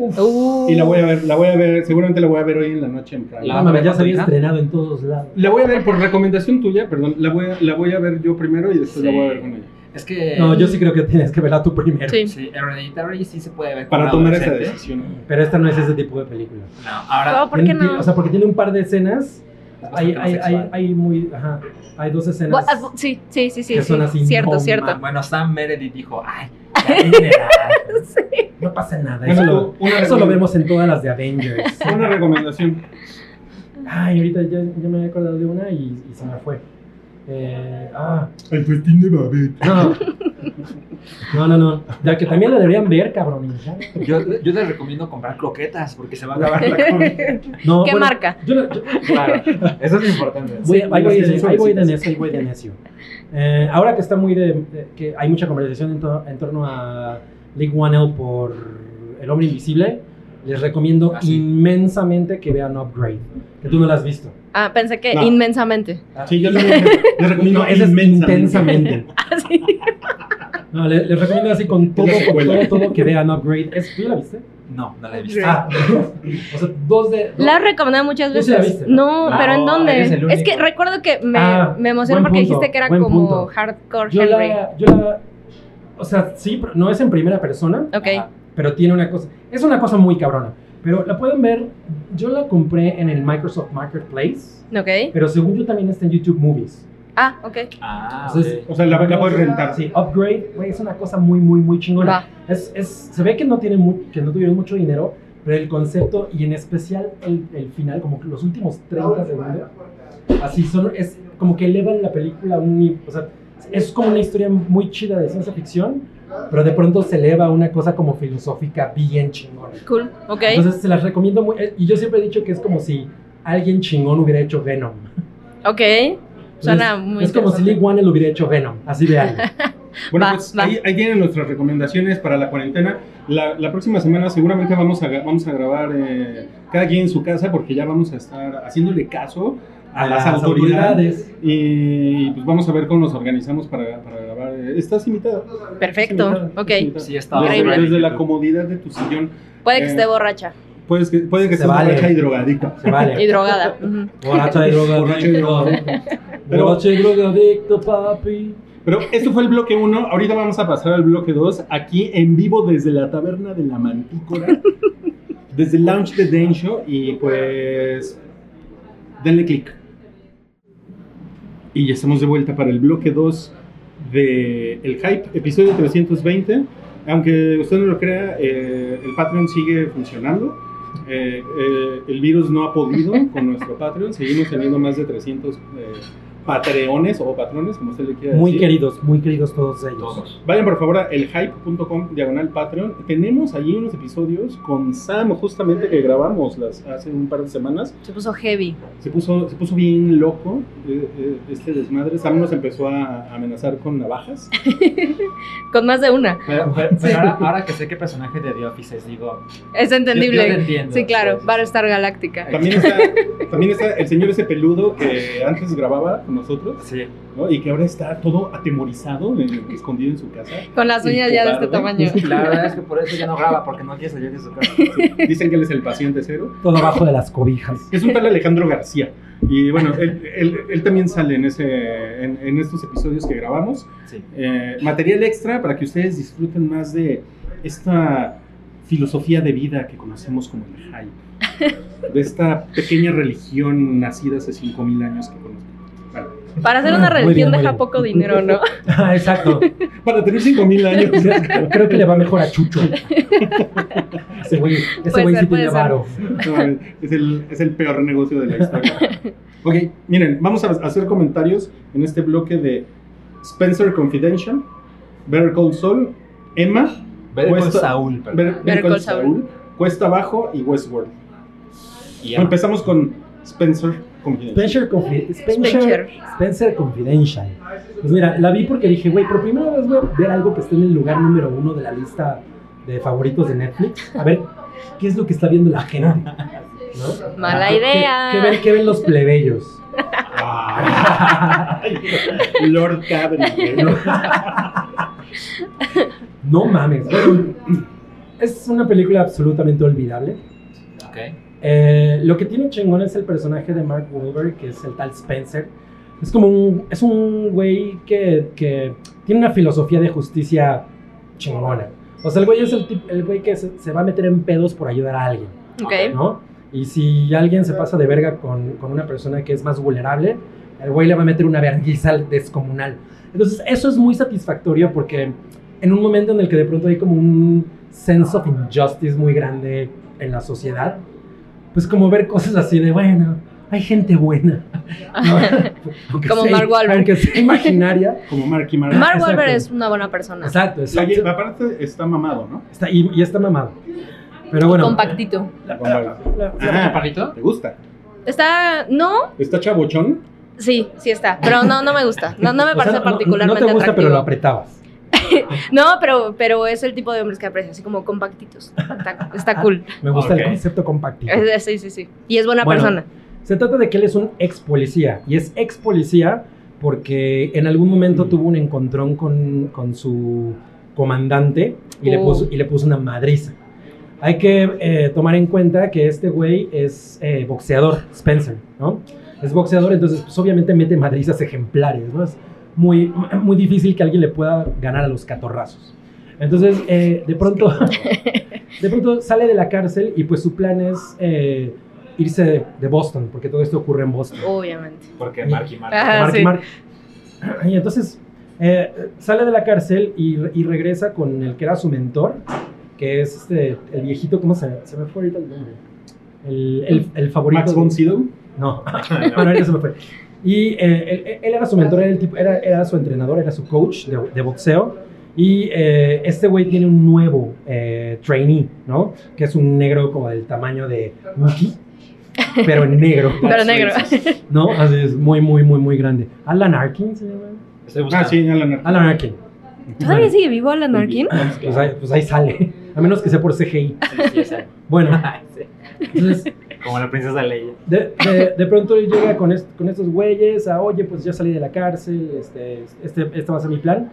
Uh,
Y la voy a ver, la voy a ver, seguramente la voy a ver hoy en la noche en Prime.
La-
No mames, ya se había estrenado en todos lados.
La voy a ver por recomendación tuya, perdón, la voy a, la voy a ver yo primero y después la
Sí.
voy a ver con ella.
Es que.
Eh.
No, yo sí creo que tienes que verla tú primero.
Sí.
Sí, Hereditary sí se puede ver.
Para
como
tomar esa
adolescente.
decisión.
Pero esta no es ese tipo de película.
No, ahora.
No, Ah, ¿por qué
Tiene-
no?
O sea, porque tiene un par de escenas. Hay,
bastante
hay, hay,
homosexual.
hay muy. Ajá. Hay dos
Bu-
escenas.
ah, bu- Sí, sí, sí, sí.
que
sí.
son así,
cierto,
no
cierto.
Ah, bueno, Sam Meredith dijo, ay, ya tiene edad.
[laughs]
No pasa nada.
Bueno,
Eso, lo,
tú, una
eso lo
recomendación.
vemos en todas las de
[laughs]
Avengers.
Una recomendación.
Ay, ahorita yo, yo me había acordado de una y, y se me fue. Eh, ah,
El festín de Babette.
no. No, no, no. Ya que también la deberían ver, cabrón. y ya.
Yo, yo les recomiendo comprar croquetas porque se va a
[laughs]
acabar la comida.
No,
¿Qué
bueno,
marca?
yo la- yo-
Claro, eso es importante.
voy- ahí, voy
las que
de,
son
ahí voy de
suavecitas.
necio, ahí voy de necio. Eh, ahora que está muy de, de- que hay mucha conversación en, to- en torno a League One L por El Hombre Invisible, les recomiendo
Ah, sí.
inmensamente que vean Upgrade, que tú no la has visto.
Ah, pensé que
No.
[laughs]
inmensamente.
Sí, yo les les recomiendo
No, esa es
inmensamente.
intensamente.
Ah, sí.
No, le- les, recomiendo
[laughs]
así con todo,
la
con
secuela.
todo, todo que vean Upgrade. ¿Es, ¿Tú ya la viste?
No, no la he visto.
Ah, [laughs] o sea, dos de... dos-
La has recomendado muchas
Tú sí la
veces.
viste, Ah, oh,
No,
¿no?
pero ¿en
No,
eres
dónde?
el
Es que
único.
recuerdo que me,
Ah,
me emocioné
buen
porque
punto,
dijiste que era
buen
como
punto.
hardcore
yo
Henry.
la, yo la... O sea, sí, pero no es en primera persona,
Ok.
Ajá.
pero tiene una cosa... Es una cosa muy cabrona. Pero la pueden ver, yo la compré en el Microsoft Marketplace,
Ok.
pero según yo también está en YouTube Movies.
Ah, ok.
Ah,
Entonces-
ok.
O sea, la, la puedes rentar.
Sí, Upgrade, güey, es una cosa muy, muy, muy chingona.
Va.
Es, es- se ve que no, tienen mu- que no tuvieron mucho dinero, pero el concepto y en especial el, el final, como que los últimos 30 segundos, así son, es como que elevan la película a un... ni- O sea, es como una historia muy chida de ciencia ficción, pero de pronto se eleva a una cosa como filosófica bien chingona.
Cool, ok.
Entonces se las recomiendo muy, eh, y yo siempre he dicho que es como si alguien chingón hubiera hecho Venom.
ok.
Entonces,
Suena muy
pues Es como si Lee
interesante.
Whannell hubiera hecho Venom, así de
[laughs]
algo.
Bueno,
Va,
pues
va.
Ahí, ahí tienen nuestras recomendaciones para la cuarentena. La, la próxima semana seguramente vamos a, ga- vamos a grabar eh, cada quien en su casa porque ya vamos a estar haciéndole caso a, las, autoridades. Y pues vamos a ver cómo nos organizamos para, para grabar. eh, Estás invitada.
Perfecto,
Estás invitada,
ok.
estás invitada.
Sí, estaba
Desde-
Increíble.
Desde la comodidad de tu sillón.
Puede que
eh,
esté borracha
Puedes que, puede que
Se
estés
vale.
borracha y drogadicta.
Se
[laughs] y
vale.
drogada.
[laughs]
ujú.
Borracho de droga.
Borracho y drogadicto.
[laughs]
Pero-
Borracho y drogadicto, papi.
Pero esto fue el bloque 1. Ahorita vamos a pasar al bloque 2. Aquí en vivo desde la taberna de la mantícora. desde el lounge de Densho. Y pues. Denle clic. Y ya estamos de vuelta para el bloque 2 de El Hype, episodio 320. Aunque usted no lo crea, eh, el Patreon sigue funcionando. Eh, eh, el virus no ha podido con nuestro Patreon. Seguimos teniendo más de 300 eh, patreones o patrones, como usted le quiera
Muy
decir.
queridos, muy queridos todos ellos.
Vayan por favor a elhype.com diagonal Patreon. Tenemos allí unos episodios con Sam, justamente que grabamos las, hace un par de semanas.
Se puso heavy.
Se puso, se puso bien loco eh, eh, este desmadre. Sam nos empezó a amenazar con navajas.
[laughs] Con más de una.
Pero, pero- pero ahora, ahora que sé qué personaje de The Office es, digo. yo-
Es
yo te
entendible.
entiendo. pues.
Sí, claro.
Sí, sí, sí.
Battlestar Galáctica.
También está, también está el señor ese peludo que antes grababa con nosotros
Sí.
¿no? y que ahora está todo atemorizado, eh, escondido en su casa.
Con las uñas ya de este
Cobarde.
tamaño.
La verdad es que por eso ya no graba, porque no quiere salir de su casa.
Dicen que él es el paciente cero.
Todo abajo de las cobijas.
Es un tal Alejandro García. Y bueno, él, él- él también sale en, ese, en, en estos episodios que grabamos.
Sí.
Eh, material extra para que ustedes disfruten más de esta filosofía de vida que conocemos como el hype. De esta pequeña religión nacida hace 5.000 años que conozco. Vale.
[laughs]
Para hacer
Muy
una
bien,
religión
muy
deja
bien.
poco
[laughs]
dinero, ¿no?
[laughs] Ah, Exacto.
Para tener 5.000 años.
[laughs] Creo que le va mejor a [laughs] Chucho. Ese güey, ese
Puede
güey
ser,
sí
puede
tiene
ser.
varo.
No, es, el, es el peor negocio de la
[laughs]
historia. Ok, miren, vamos a hacer comentarios en este bloque de Spencer Confidential, Better Call Saul, Emma,
Pues Ve con
Cuesta- Ber-
Saúl, perdón.
Better,
Better
Call
Call Saul.
Saul, Cuesta Abajo y Westworld.
Y ya.
Empezamos con Spencer Confidential.
Spencer, Confi-
Spencer.
Spencer, Spencer Confidential. Pues mira, la vi porque dije, güey, por primera vez voy a ver algo que esté en el lugar número uno de la lista de favoritos de Netflix. A ver, ¿qué es lo que está viendo la
[laughs]
gente? ¿No? Ah,
Mala
¿Qué- qué-
idea.
¿Qué, ven, qué ven los plebeyos?
Lord Cabri. ¿no?
[laughs] No mames. bueno, es una película absolutamente olvidable.
Ok.
Eh, lo que tiene chingón es el personaje de Mark Wahlberg, que es el tal Spencer. Es como un, es un güey que, que tiene una filosofía de justicia chingona. O sea, el güey es el, tip- el güey que se, se va a meter en pedos por ayudar a alguien,
Ok.
¿no? Y si alguien se pasa de verga con, con una persona que es más vulnerable, el güey le va a meter una vergüenza descomunal. Entonces, eso es muy satisfactorio porque en un momento en el que de pronto hay como un sense of injustice muy grande en la sociedad, pues como ver cosas así de, bueno, hay gente
[laughs]
buena. Aunque
Como Mark Wahlberg.
Aunque sea
[laughs]
imaginaria.
Como Marky Mark.
Mark Wahlberg
Exacto.
es una buena persona.
Exacto,
Oye,
exacto.
aparte está mamado, ¿no?
Está, y, y está mamado. Pero bueno.
Compactito.
la-
Ah,
¿Chaparrito?
¿Te gusta?
Está. No,
¿Está chabochón?
sí, sí está. Pero no, no me gusta. No, no
[laughs]
me
o
parece
sea, no-
particularmente
No te gusta, pero lo
atractivo.
apretabas.
no, pero, pero es el tipo de hombres que aprecio, así como compactitos. Está, está cool.
Me gusta
Ok.
el concepto compactito.
Eh, Sí, sí, sí. Y es buena
Bueno.
persona.
Se trata de que él es un ex policía y es ex policía porque en algún momento tuvo un encontrón con, con su comandante y, le
Oh.
puso, y le puso una madriza. Hay que eh, tomar en cuenta que este güey es eh, boxeador, Spencer, ¿no? Es boxeador, entonces pues, obviamente mete madrizas ejemplares, ¿no? Es muy, [clears throat] muy difícil que alguien le pueda ganar a los catorrazos. Entonces, eh, de pronto... [laughs] De pronto sale de la cárcel y pues su plan es eh, irse de, de Boston, porque todo esto ocurre en Boston.
Obviamente.
Porque Marky Mark.
Ajá.
Mark y
Ah, sí.
Mark. [clears throat] Y entonces eh, sale de la cárcel y, re- y regresa con el que era su mentor, que es este, el viejito, ¿cómo se, se me fue ahorita el nombre? El, el- el favorito.
Max
de-
von Sydow.
No, [laughs] bueno, él se me fue. Y eh, él, él- él era su mentor, era, el tipo, era, era su entrenador, era su coach de, de boxeo. Y eh, este güey tiene un nuevo eh, trainee, ¿no? Que es un negro como del tamaño de Wookiee, pero en negro.
[laughs] Pero negro.
¿No? Así es muy, muy, muy, muy grande. Alan Arkin se llama.
Estoy
Ah,
buscando.
sí, Alan
Alan Arkin.
¿Todavía
Bueno,
sigue vivo Alan Arkin?
Pues ahí, pues ahí sale. A menos que sea por CGI.
Sí, sí, exacto. [laughs]
[laughs]
Bueno,
Sí.
entonces
Como la princesa Leia.
De, de- de pronto él llega con, est- con estos güeyes, a, oye, pues ya salí de la cárcel, este, este, este va a ser mi plan.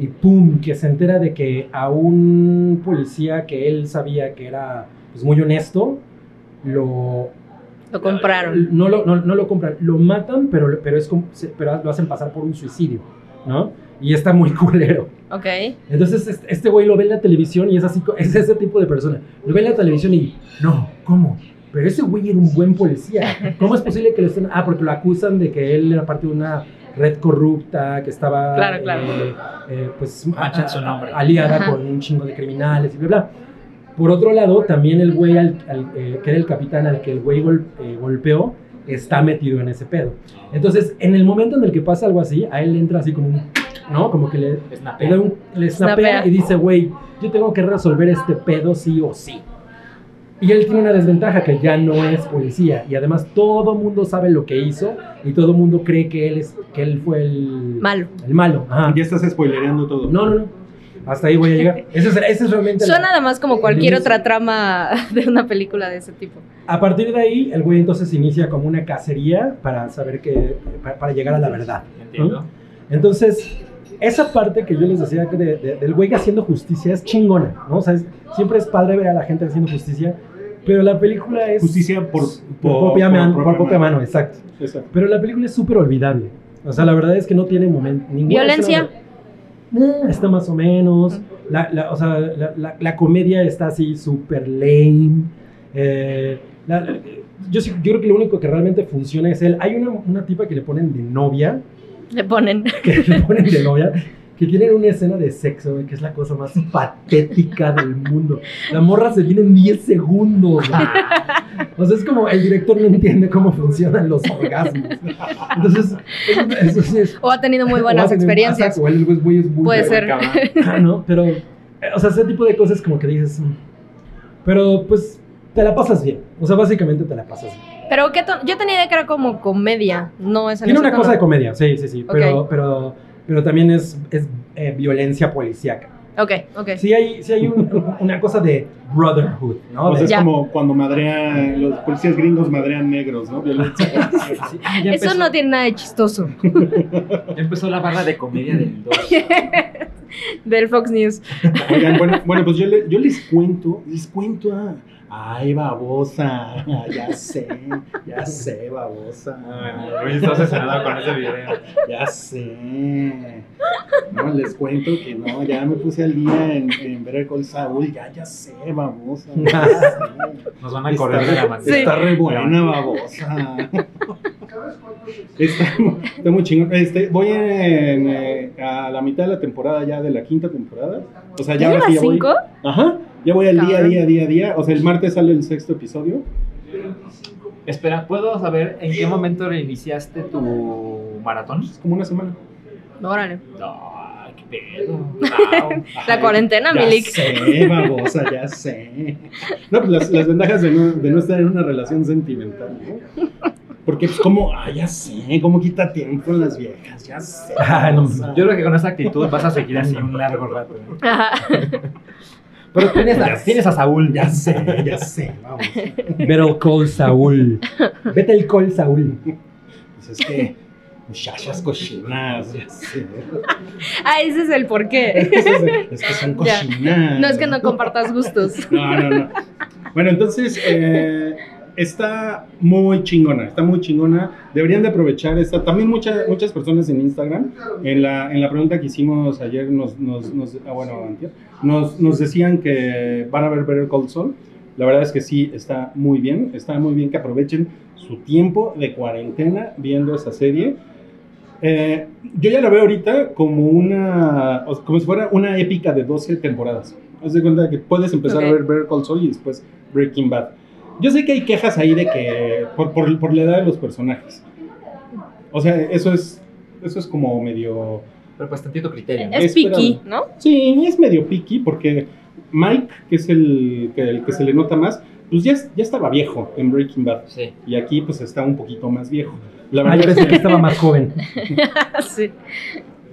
Y pum, que se entera de que a un policía que él sabía que era pues, muy honesto, lo,
Lo compraron.
no, lo, no, no lo compran, lo matan, pero, pero, es como- se- pero lo hacen pasar por un suicidio, ¿no? Y está muy [laughs] culero.
Ok.
Entonces este- este güey lo ve en la televisión y es así, co- es ese tipo de persona. Lo ve en la televisión y, no, ¿cómo? Pero ese güey era un buen policía. ¿Cómo es posible que lo estén...? Ah, porque lo acusan de que él era parte de una red corrupta, que estaba...
Claro, claro.
eh, eh, pues
Manchan
a-
su nombre.
aliada
Ajá.
con un chingo de criminales y bla, bla. Por otro lado, también el güey al- al, eh, que era el capitán al que el güey gol- eh, golpeó está metido en ese pedo. Entonces, en el momento en el que pasa algo así, a él le entra así como un... ¿No? Como que le, le,
Es
da
Napea.
un- le snapea
Snapea.
y dice, güey, yo tengo que resolver este pedo sí o sí. Y él tiene una desventaja que ya no es policía y además todo mundo sabe lo que hizo y todo mundo cree que él es que él fue el
Malo.
El malo. Ajá.
Ya estás spoilereando todo.
No, no, no. Hasta ahí voy a llegar. Ese es, ese es realmente la-
Suena además como cualquier otra trama [laughs] de una película de ese tipo.
A partir de ahí el güey entonces inicia como una cacería para saber que para- para llegar a la verdad.
Entiendo.
Entonces, esa parte que yo les decía que de- de- del güey haciendo justicia es chingona, ¿no? O sea, es- siempre es padre ver a la gente haciendo justicia, pero la película es...
Justicia por,
por propia, man- por propia mano, exacto.
Exacto.
Pero la película es súper olvidable. O sea, la verdad es que no tiene momento... ninguna
¿Violencia?
escena de- Eh, Está más o menos. La, la- o sea, la, la- la comedia está así súper lame. Eh, la- la- yo, sí- yo creo que lo único que realmente funciona es él. Hay una, una tipa que le ponen de novia,
Le ponen. [laughs]
que le ponen de novia, que tienen una escena de sexo, güey, que es la cosa más patética del mundo. La morra se viene en 10 segundos. güey. O sea, es como el director no entiende cómo funcionan los orgasmos. Entonces, eso, eso sí es.
O ha tenido muy
o
buenas
hacen un
experiencias.
masaje, o el güey es muy
Puede
bueno.
ser.
Ah, ¿no? Pero, eh, o sea, ese tipo de cosas como que dices. mm. Pero, pues, te la pasas bien. O sea, básicamente te la pasas bien.
Pero ¿qué ton- yo tenía idea que era como comedia. No es en
Tiene
ese
una
tono.
cosa de comedia, sí, sí, sí. Pero, pero, pero también es, es eh, violencia policíaca.
Ok, ok.
Sí hay, sí hay un- una cosa de brotherhood,
O
¿no?
sea,
De-
es
Ya.
como cuando madrean, los policías gringos madrean negros, ¿no? Violencia.
sí, ah, ya
Eso
empezó.
no tiene nada de chistoso [laughs]
Ya empezó la barra de comedia del [laughs] 2.
del Fox News.
Ah, Oigan, bueno, bueno, pues yo, le- yo les cuento, les cuento a... Ay, babosa, [laughs] ya sé, ya sé, babosa.
Luis está obsesionado con ese video.
Ya sé. No, les cuento que no, ya me puse al día en, en ver el Saúl. Ya, ya sé, babosa. ya
[laughs]
sé.
Nos van a correr de la
Sí.
mansión.
Está re buena, babosa.
[laughs]
Está, está muy chingón. Este, voy en, eh, a la mitad de la temporada ya, de la quinta temporada. O sea, ya,
¿Ya
ahora
lleva
sí ya voy-
cinco?
Ajá. Ya voy al día,
Cabrón.
día, día, día. O sea, el martes sale el sexto episodio.
Espera, ¿puedo saber en qué momento reiniciaste tu maratón?
Es como una semana.
Órale.
No, qué pedo.
[laughs]
Wow.
La cuarentena,
ya
Milik.
sé, babosa, ya sé. No, pues las, las ventajas de no, de no estar en una relación sentimental, ¿no? Porque pues como, ah, ya sé, cómo quita tiempo en las viejas, ya sé.
Ah, no,
babosa.
Yo creo que con esa actitud vas a seguir así un largo rato. ¿eh?
[laughs] Ajá.
Pero tienes a, tienes a Saúl.
Ya sé, ya sé, vamos.
Better Call Saúl. Vete el Call Saúl.
Pues es que muchachas cochinas, ya sé.
[laughs] Ah, ese es el porqué.
[laughs] Es que- es que son
Ya.
cochinas.
No es que no
[laughs]
compartas gustos.
No, no, no. Bueno, entonces eh, está muy chingona, está muy chingona. Deberían de aprovechar esta. También muchas muchas personas en Instagram, en la, en la pregunta que hicimos ayer, nos, nos, nos- ah, bueno, antier, nos, nos decían que van a ver Better Cold Soul. La verdad es que sí, está muy bien. Está muy bien que aprovechen su tiempo de cuarentena viendo esa serie. Eh, yo ya la veo ahorita como una, o sea, como si fuera una épica de 12 temporadas. Haz de cuenta que puedes empezar a
Ok.
ver Better Call Saul y después Breaking Bad. Yo sé que hay quejas ahí de que por, por- por la edad de los personajes. O sea, eso es, eso es como medio
Pero pues tantito criterio, ¿no?
Es piqui,
Espérame.
¿no? [laughs]
Sí, es medio picky porque Mike, que es el que, el que se le nota más, pues ya, es- ya estaba viejo en Breaking Bad.
Sí.
Y aquí pues está un poquito más viejo. La
Ah, yo
verdad es
pensé que
que
estaba más joven.
sí.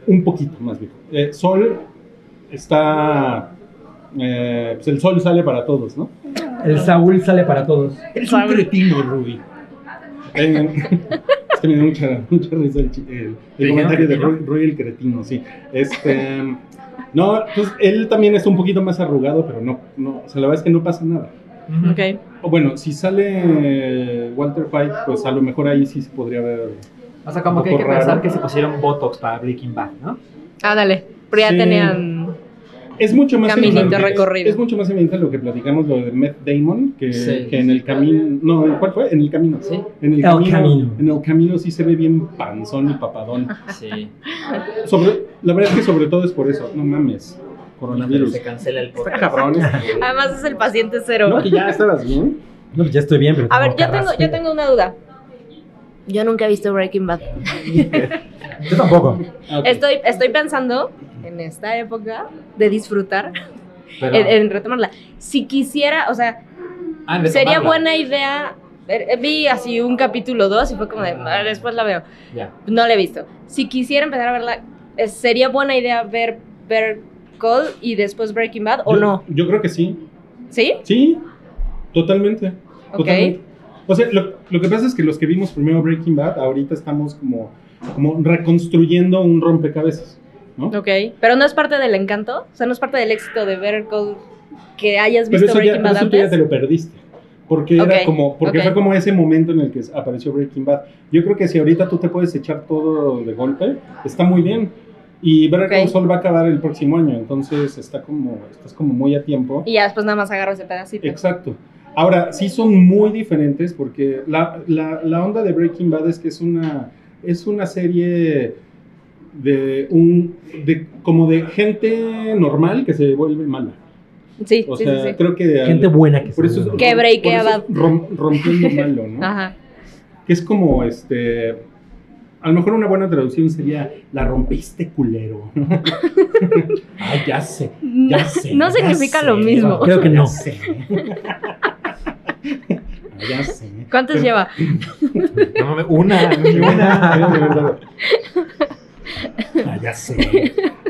un poquito más viejo. Eh, sol está... eh, pues el sol sale para todos, ¿no?
El Saúl sale para todos.
Eres un cretino, Ruby. [laughs] es que me dio mucha, mucha risa el, chi- el- el
¿Te
comentario de
dijeron cretino?
Ruy, Ruy el cretino, sí. Este, no, pues él también es un poquito más arrugado, pero no, no, o sea, la verdad es que no pasa nada.
Ujú.
Ok.
O bueno, si sale Walter White, pues a lo mejor ahí sí se podría ver.
O sea, como
Un
que hay que
poco raro.
pensar que se pusieron Botox para Breaking Bad, ¿no?
Ah, dale. Pero ya
Sí.
tenían.
Es mucho más
Caminito
evidente-
recorrido.
Es mucho más evidente lo que platicamos lo de Matt Damon que,
Sí.
que en el camino. No, ¿cuál fue? En el camino.
Sí.
En el,
El
camino,
Camino.
En el camino sí se ve bien panzón y papadón.
Sí.
Sobre, la verdad es que sobre todo es por eso. No mames. Coronavirus.
Se cancela el
Está [laughs]
podcast.
cabrón. este.
Además es el paciente cero.
No, que ya estabas
[laughs]
bien.
No, pues ya estoy bien, pero.
A ver, yo
ya
tengo, yo tengo una duda. Yo nunca he visto Breaking Bad.
Yo tampoco.
Ah, ok.
Estoy, estoy pensando en esta época de disfrutar,
Pero,
en, en retomarla. Si quisiera, o sea,
ah, de
sería
tomarla.
buena idea. ver- eh, Vi así un capítulo 2 y fue como de, "Ah, después la veo.
Ya.
No la he visto. Si quisiera empezar a verla, eh, ¿sería buena idea ver Better Call y después Breaking Bad o
Yo-
no?
Yo creo que sí.
¿Sí?
Sí, totalmente.
Ok.
Totalmente. O sea, lo, lo que pasa es que los que vimos primero Breaking Bad, ahorita estamos como, como reconstruyendo un rompecabezas, ¿no?
Ok. Pero no es parte del encanto, o sea, no es parte del éxito de Better Call que hayas
Pero
visto
Pues eso, ya,
Breaking
pero
Bad
eso tú ya
antes.
te lo perdiste. Porque, era
Ok,
como, porque
ok.
fue como ese momento en el que apareció Breaking Bad. Yo creo que si ahorita tú te puedes echar todo de golpe, está muy bien. Y Better Call
Ok.
Saul va a acabar el próximo año, entonces está como, estás como muy a tiempo.
Y ya después nada más agarras el pedacito.
Exacto. Ahora, sí son muy diferentes porque la, la- la onda de Breaking Bad es que es una, es una serie de un de, como de gente normal que se vuelve mala.
Sí,
O
sí,
sea,
sí, sí.
creo que
Gente buena que
por
se
eso es-
vio.
Que breakea
por eso es
Bad.
rom-
[laughs]
rompiendo malo, ¿no?
Ajá.
Que es como este a lo mejor una buena traducción sería la rompiste culero. [laughs] Ay, ya sé.
No,
Ya sé,
no
ya
significa
sé,
lo mismo.
Creo que
ya
no.
sé. Ya sé.
[laughs] ¿Cuántos
Pero-
lleva?
No mames, una, ni
Ah, de
una.
verdad. Ah, ya sé.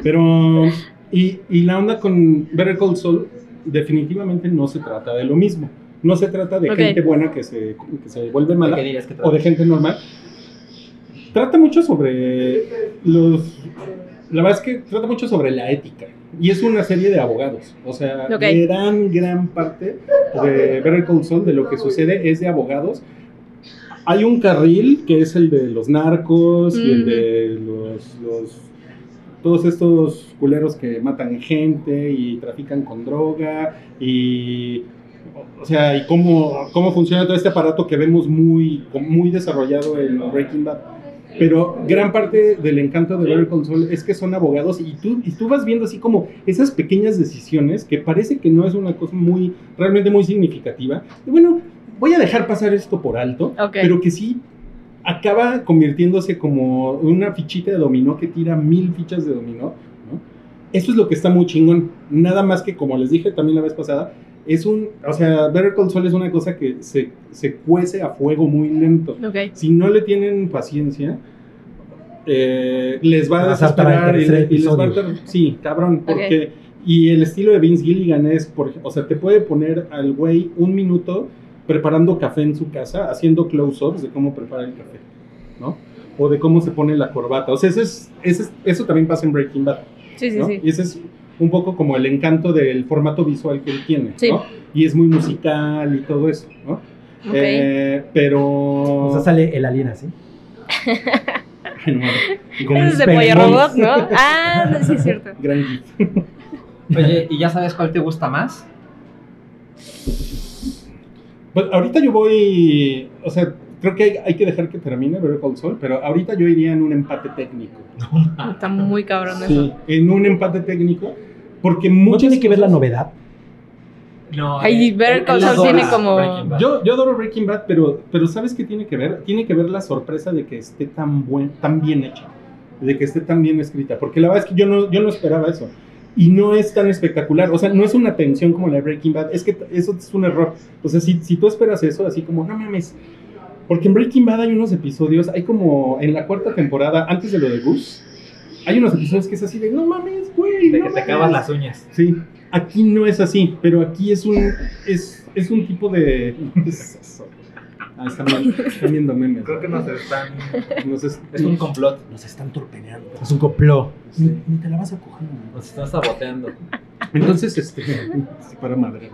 Pero, y, y la onda con Better Call Saul definitivamente no se trata de lo mismo. No se trata de
Ok.
gente buena que se, que se vuelve
¿De
mala
qué dirías que
o de
traduce?
gente normal. Trata mucho sobre los... La verdad es que trata mucho sobre la ética. Y es una serie de abogados. O sea,
Ok.
gran, gran parte de Better Call Saul, de lo que sucede, es de abogados. Hay un carril que es el de los narcos y el
Ujú.
de los, los- Todos estos culeros que matan gente y trafican con droga y... O sea, y cómo, cómo funciona todo este aparato que vemos muy, muy desarrollado en Breaking Bad. Pero gran parte del encanto de Better Console es que son abogados y tú, y tú vas viendo así como esas pequeñas decisiones que parece que no es una cosa muy, realmente muy significativa. Y bueno, voy a dejar pasar esto por alto,
Ok.
pero que sí acaba convirtiéndose como una fichita de dominó que tira mil fichas de dominó. ¿no? Eso es lo que está muy chingón. Nada más que, como les dije también la vez pasada, es un, o sea, Better Console es una cosa que se, se cuece a fuego muy lento
Ok.
si no le tienen paciencia, eh, les va a
Vas a estar
desesperar
al
y,
tercer
y les va a
episodio.
estar- Sí, cabrón, porque... Y el estilo de Vince Gilligan es, por, o sea, te puede poner al güey un minuto preparando café en su casa, haciendo close-ups de cómo prepara el café, ¿no? O de cómo se pone la corbata. O sea, eso, es, eso, es- eso también pasa en Breaking Bad.
Sí, sí,
¿no?
sí.
Y ese es un poco como el encanto del formato visual que él tiene,
Sí.
¿no? Y es muy musical y todo eso, ¿no?
Ok.
Eh, pero...
O sea, sale el alien así.
[laughs] Ay, no mames. Como
Ese
un
es de pollo
pelmón.
robot, ¿no? Ah, no, sí, es
[laughs]
cierto.
gran gif.
Oye, ¿y ya sabes cuál te gusta más?
Pues ahorita yo voy, o sea, creo que hay, hay que dejar que termine Better Call Saul, pero ahorita yo iría en un empate técnico.
Está muy cabrón eso.
Ah. Sí, en un empate técnico, porque
¿No
muchas
tiene que ver la
cosas-
novedad?
No. eh,
Ay, Better Call
las
Saul
horas,
tiene como-
Breaking Bad.
Yo, yo adoro Breaking Bad, pero, pero ¿sabes qué tiene que ver? Tiene que ver la sorpresa de que esté tan, buen, tan bien hecha. de que esté tan bien escrita, porque la verdad es que yo no, yo no esperaba eso. Y no es tan espectacular, o sea, no es una tensión como la de Breaking Bad, es que t- eso es un error. O sea, si, si tú esperas eso, así como, no mames, porque en Breaking Bad hay unos episodios, hay como en la cuarta temporada, antes de lo de Gus, hay unos episodios que es así de, no mames, güey.
De
no
que te
mames".
acabas las uñas.
Sí, aquí no es así, pero aquí es un es, es un tipo de es eso. Ah, están, mal- están viendo memes.
Creo que nos están.
Nos es-
Es un complot.
nos están torpedeando.
Es un complot.
Ni, ni te la vas a coger. ¿no?
Nos están saboteando.
Entonces, este [laughs] sí, para madre.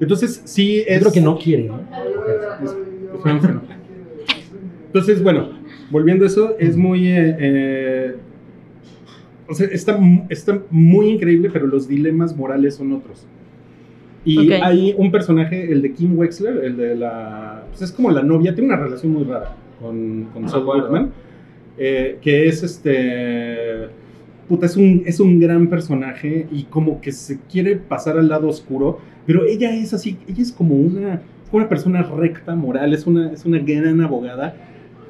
Entonces, sí
Yo
es
creo que no quiere. ¿no?
es- esperemos que no. Entonces, bueno, volviendo a eso, es muy. eh, eh, o sea, está, mu- está muy increíble, pero los dilemas morales son otros. Y
Ok.
hay un personaje, el de Kim Wexler, el de la. Pues es como la novia, tiene una relación muy rara con, con Saul
acuerdo.
Goodman, eh, que es este. Puta, es un, es un gran personaje y como que se quiere pasar al lado oscuro, pero ella es así, ella es como una, una persona recta, moral, es una, es una gran abogada.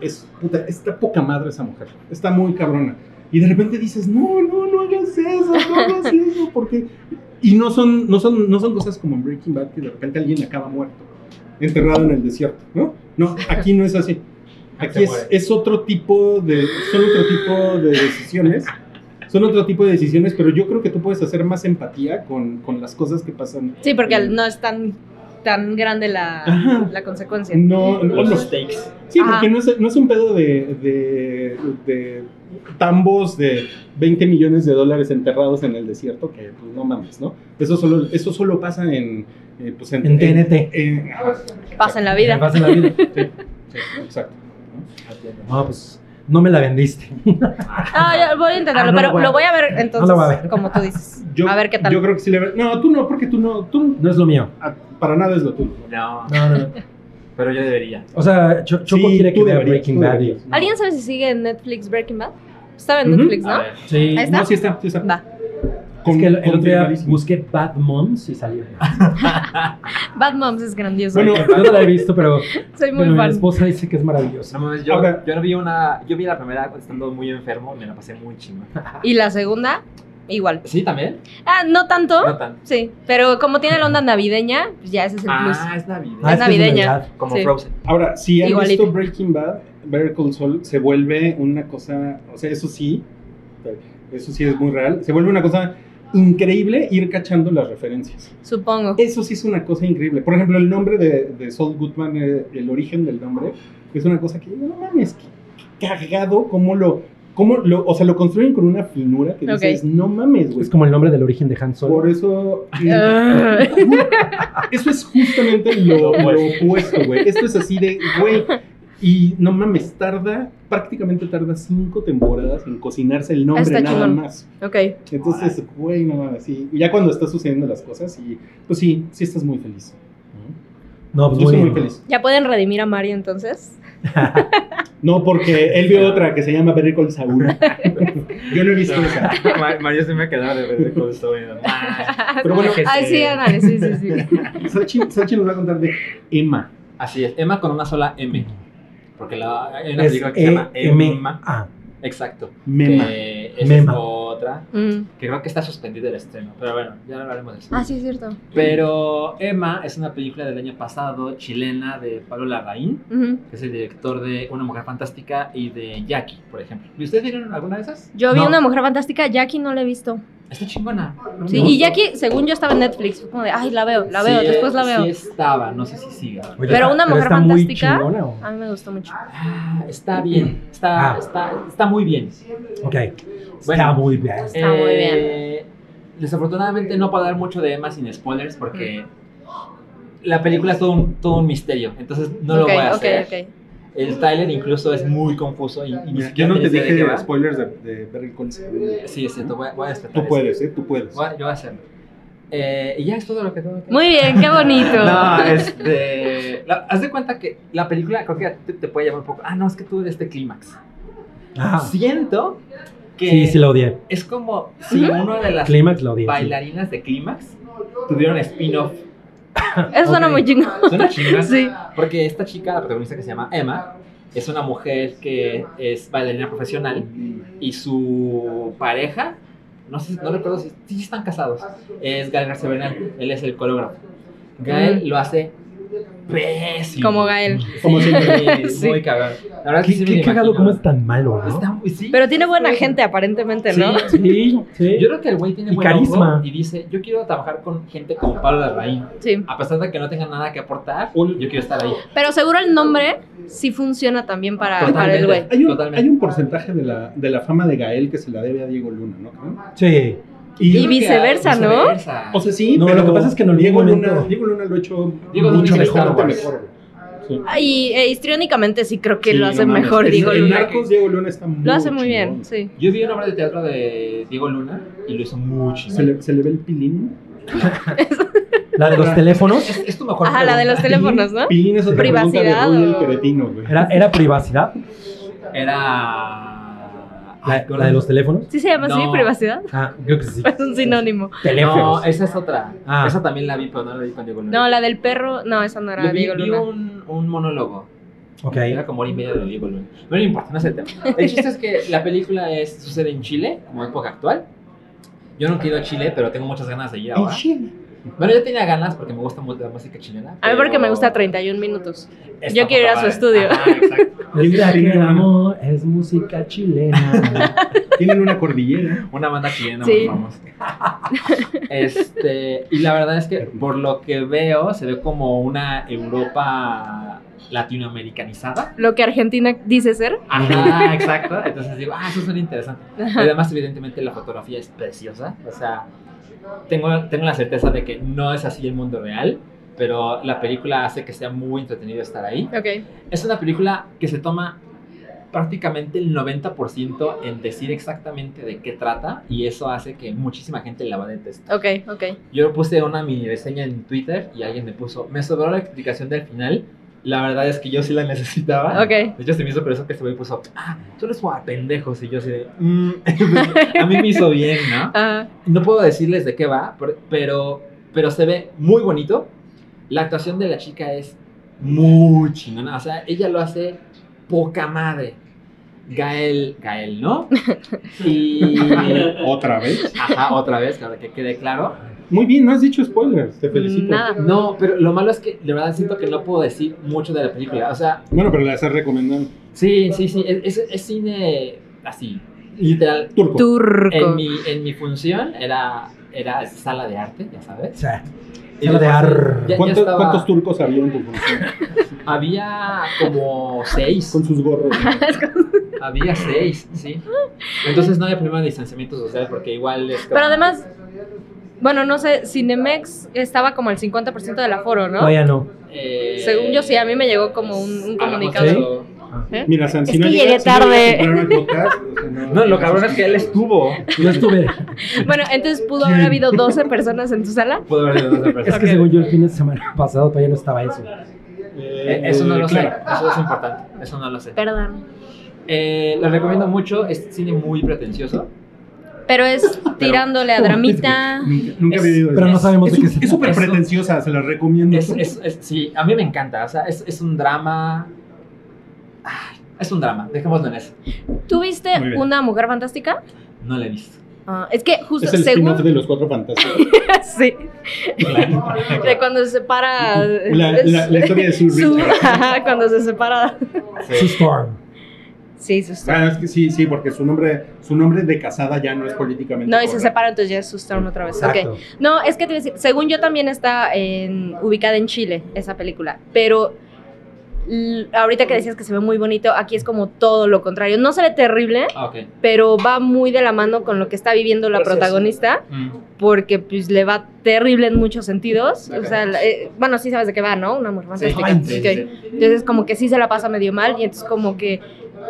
Es, puta, está poca madre esa mujer, está muy cabrona. Y de repente dices, no, no, no hagas eso, no hagas eso, porque... Y no son, no, son, no son cosas como en Breaking Bad, que de repente alguien acaba muerto, enterrado en el desierto, ¿no? No, aquí no es así. Aquí
Se
es,
muere.
es otro tipo de... Son otro tipo de decisiones. Son otro tipo de decisiones, pero yo creo que tú puedes hacer más empatía con, con las cosas que pasan
Sí, porque no es tan, tan grande la,
Ajá.
la consecuencia.
No, no,
Los
no.
mistakes.
sí,
Ajá.
porque no es, no es un pedo de, de, de tambos de 20 millones de dólares enterrados en el desierto, que pues no mames, ¿no? Eso solo, eso solo pasa en, eh, pues,
En TNT.
en- ajá,
Pasa en la
Me
Ah,
vida.
pasa en la vida. [laughs]
sí, exacto.
No, pues no me la vendiste.
Ah, ya, voy a intentarlo,
Ah, no,
pero
lo voy a-
lo voy a ver entonces,
no lo voy a ver.
como tú dices.
Yo,
a ver qué tal.
Yo creo que sí le... No, tú no, porque tú no... Tú,
No es lo mío.
ah, para nada es lo tuyo.
No,
No, no, no.
pero yo debería.
O sea, Cho- Choco
Sí,
quiere que
tú
vea
deberías,
Breaking
tú
Bad.
deberías.
y-
¿Alguien sabe si sigue en Netflix Breaking Bad? Estaba en
Ujú.
Netflix,
A
¿no?
ver.
Sí.
Ahí
Es
está.
No, sí está, sí está.
Va.
Con-
que el, el otro día
confirmadísimo.
busqué Bad Ah, Moms y [laughs] salió.
Bad Moms es grandioso.
Bueno,
Yo no la he visto, pero,
Soy muy
pero mi
fan.
esposa dice que es maravillosa.
No mames, yo,
Ahora-
yo no vi una. Yo vi la primera estando muy enfermo, me la pasé muy chingón.
Y la segunda, igual.
¿Sí también?
Ah, no tanto.
No tan.
Sí, pero como tiene la onda navideña, pues ya ese es el plus.
Ah, es
Ah,
navideña.
es
que de
navideña.
Navidad.
Como
sí.
Frozen.
Ahora, si han
Igualito.
visto Breaking Bad, Better Call Saul se vuelve una cosa, o sea, eso sí, eso sí es muy real, se vuelve una cosa increíble ir cachando las referencias.
Supongo.
Eso sí es una cosa increíble. Por ejemplo, el nombre de, de Saul Goodman, eh, el origen del nombre, es una cosa que, no mames, que cagado, cómo lo, cómo lo, o sea, lo construyen con una finura que
Ok.
dices, no mames, güey.
Es como el nombre del origen de Han Solo.
Por eso...
Ah. [laughs]
Eso es justamente lo,
Lo
lo opuesto, güey. Esto es así de, güey. Y no mames, tarda, prácticamente tarda cinco temporadas en cocinarse el nombre
Está
nada
chingón.
más.
ok.
Entonces, güey, no mames, sí. Ya cuando está sucediendo las cosas, y pues sí, sí estás muy feliz.
No, pues
Yo estoy
muy
muy
bien.
feliz.
¿Ya pueden redimir a Mario entonces?
No, porque él vio otra que se llama Better Call Saul. Yo no he visto esa.
Ma- Mario se me ha quedado de verde con esto. mira.
[laughs]
Pero bueno,
Ay, sí,
este,
ándale, sí, sí,
[laughs]
sí.
Sachi, Sachi nos va a contar de Emma.
Así es, Emma con una sola M. Porque la, hay una
Es
película que se llama
E
Emma.
E-M-A.
Exacto.
Mema.
Que esa
Mema.
es otra.
Mm.
Que creo que está suspendida el estreno. Pero bueno, ya hablaremos de eso.
Ah, sí, es cierto.
Pero Emma es una película del año pasado, chilena, de Pablo Larraín,
Ujú.
que es el director de Una Mujer Fantástica y de Jackie, por ejemplo. ¿Y ustedes vieron alguna de esas?
Yo vi
No.
una mujer fantástica, Jackie no la he visto.
Está chingona. No
Sí,
me
y
gustó.
Jackie, según yo estaba en Netflix, fue como de, ay, la veo, la veo,
Sí,
después la veo.
Sí estaba, no sé si siga.
Oye,
Pero una mujer
está
fantástica.
Muy chingona, ¿o?
A mí me gustó mucho.
Ah, Está bien, está,
Ah.
está, está muy bien.
Ok. Está
Bueno.
muy bien.
Está muy
bien. Eh, Desafortunadamente no puedo hablar mucho de Emma sin spoilers porque la película es todo un, todo un misterio, entonces no
Mm. ok,
lo voy a
ok,
hacer.
ok.
El Tyler incluso es muy confuso y, y ni
Mira, Yo
siquiera
no te
tienes idea de qué
dije
va.
spoilers de, de Better Call Saul.
Sí, sí, te voy, a- voy a respetar
Tú
eso.
puedes, ¿eh? Tú puedes.
Voy a- yo voy a hacerlo. Eh, y ya es todo lo que tengo que
Muy bien, qué
[laughs]
bonito.
No, este. [laughs] la- haz de cuenta que la película creo que te, te puede llamar un poco. Ah, no, es que tú de este clímax.
Ah, sí,
Siento que
sí, la odié.
es como si una de las
Clímax la odié. sí.
bailarinas de clímax tuvieron spin-off.
Eso suena
ok.
muy chingón. [laughs]
Suena chingada.
Sí.
Porque esta chica, la protagonista que se llama Emma, es una mujer que es bailarina profesional y su pareja, no, sé, no recuerdo si sí están casados, es Gael García Bernal, él es el coreógrafo. Gael lo hace pésimo.
Como Gael.
Como
[laughs]
Sí,
siempre.
Sí.
Muy cagón. La verdad es que
Qué,
sí me
qué
lo
cagado,
imagino.
cómo es tan malo, ¿no?
Está muy- sí.
Pero tiene buena gente aparentemente, ¿no?
Sí.
[laughs] Sí, sí.
Yo creo que el güey tiene
Y
buen ojo
carisma.
y dice, yo quiero trabajar con gente como Pablo Larraín.
Sí.
A pesar de que no tenga nada que aportar,
Un-
yo quiero estar ahí.
Pero seguro el nombre sí funciona también para, para el güey.
Hay un,
Totalmente.
hay un porcentaje de la, de la fama de Gael que se la debe a Diego Luna, ¿no? creen?
Sí.
Yo
Y
creo que
viceversa,
hay-
¿no?
viceversa.
O sea, sí,
No,
pero
lo que pasa es que en algún
Diego Luna,
momento-
Diego Luna lo ha hecho
Diego Luna
mucho
hizo
mejor,
Star
bastante
Wars.
mejor. Sí.
Y eh, histriónicamente sí creo que
Sí,
lo hace
no mames.
mejor,
En-
digo.
En
Luna.
Narcos Diego Luna está muy
Lo hace muy
chingón.
bien, sí.
Yo vi una obra de teatro de Diego Luna y lo hizo mucho.
Se le, se le ve el pilín.
La de los teléfonos.
Es, es tu mejor
Ajá, la de los
pregunta.
teléfonos, ¿no?
Pilín es otra pregunta de
Privacidad
Rudy el
o-
Queretino, güey.
Era, era privacidad,
Era...
la, la de los teléfonos.
¿Sí se llama así,
No.
privacidad? [laughs]
Ah, creo que sí.
Es un sinónimo.
Pues No, eh,
Teléfonos.
esa es otra.
Ah.
Esa también la vi, pero no la vi con Diego Luna.
No, la del perro, no, esa
Yo
no era
vi,
Diego
vi
Luna.
un, un monólogo.
Ok.
Era como hora y media de Diego Luna. No le importa, no es el tema. El chiste es que la película es, sucede en Chile, como época actual. Yo nunca he ido a Chile, pero tengo muchas ganas de ir ahora. Bueno, yo tenía ganas porque me gusta mucho la música chilena.
A mí porque me
pero
gusta 31 minutos.
está
yo quiero ir a
poca
su
madre.
estudio.
Ajá, exacto.
Mira que el amor es música chilena.
Tienen una
[laughs]
cordillera.
Una banda chilena
Sí.
muy famosa. Este, y la verdad es que por lo que veo, se ve como una Europa latinoamericanizada.
Lo que Argentina dice ser.
Ajá, exacto. Entonces digo, ah, eso suena interesante. Además, evidentemente, la fotografía es preciosa. O sea, tengo, tengo la certeza de que no es así el mundo real, pero la película hace que sea muy entretenido estar ahí.
[laughs] Ok.
Es una película que se toma prácticamente el 90% en decir exactamente de qué trata y eso hace que muchísima gente la va a detestar.
Ok, ok.
Yo puse una mini reseña en Twitter y alguien me puso, me sobró la explicación del final. La verdad es que yo sí la necesitaba.
Ok.
De hecho, se me hizo por eso que este güey puso, ah, tú eres guapa, pendejos. Y yo así de, "Mm". a mí me hizo bien, ¿no?
Ajá.
No puedo decirles de qué va, por- pero, pero se ve muy bonito. La actuación de la chica es muy chingona. O sea, ella lo hace poca madre. Gael, Gael, ¿no? Y.
Otra vez.
Ajá, otra vez, para que quede claro.
Muy bien, no has dicho spoilers. Te felicito.
Nada.
No, pero lo malo es que de verdad siento que no puedo decir mucho de la película. O sea,
Bueno, pero la estás recomendando.
sí, sí, sí. Es, es- es cine así, literal.
Turco.
Turco.
En mi, en mi función era, era sala de arte, ya sabes.
O sea,
Y
Sala de
yo pasé-
ar-
ya- ya
¿Cuántos,
estaba-
cuántos turcos había en tu función?
Había como seis.
Con sus
[laughs]
gorros.
había seis, sí. Entonces no había problema de distanciamiento social porque igual. es como-
Pero además, bueno, no sé, Cinemex estaba como al 50% del aforo, ¿no?
todavía no.
eh,
Según yo, sí, a mí me llegó como un- un
a lo mejor
comunicado.
eso-
Mira, San, si
Es
no
que
llega-
llegué
si no llega
tarde.
a
[laughs]
comprar el podcast, Eh, o sea, no-
No, lo cabrón es que él estuvo.
Yo estuve.
Bueno, entonces pudo haber habido 12 personas en tu sala.
Pudo haber sido otra
Es
persona.
que según yo el fin de semana [laughs] pasado todavía no estaba eso.
Eh,
Eh, Eso no lo sé.
claro.
Eso es importante. Eso no lo sé.
Perdón.
Eh, lo recomiendo mucho. Es cine muy pretencioso.
Pero es tirándole a
Pero-
dramita.
Nunca, nunca
Es-
había vivido
Pero no sabemos de qué
Es
se
súper
Es un-
pretenciosa, se la recomiendo.
Es, es- es- sí, a mí me encanta. O sea, es, es un drama. Ay, es un drama. Dejémoslo en eso.
¿Tú viste
Muy bien.
una mujer fantástica?
No la he visto.
Ah, es que justo
Es el spin-off
según
de los cuatro fantásticos.
[laughs] sí, de cuando se separa
La, la- la historia de su
Ah, su- ajá, [laughs] cuando se separa.
Su storm.
Sí, su
[laughs]
Storm.
Ah, es que sí, sí, porque su nombre, su nombre de casada ya no es políticamente.
No, y se
correcto.
separa entonces ya es su Storm otra vez. Ok.
Exacto.
No, es que te iba a decir, según yo también está en- ubicada en Chile esa película, pero l- ahorita que decías que se ve muy bonito, aquí es como todo lo contrario. No se ve terrible,
Ah, ok.
pero va muy de la mano con lo que está viviendo la
Precioso.
protagonista,
Mm.
porque pues le va terrible en muchos sentidos. O
Ok.
sea, la- eh, bueno, sí sabes de qué va, ¿no? Una mujer
Sí,
fantástica.
sí,
Ok.
sí, sí.
Entonces como que sí se la pasa medio mal y entonces como que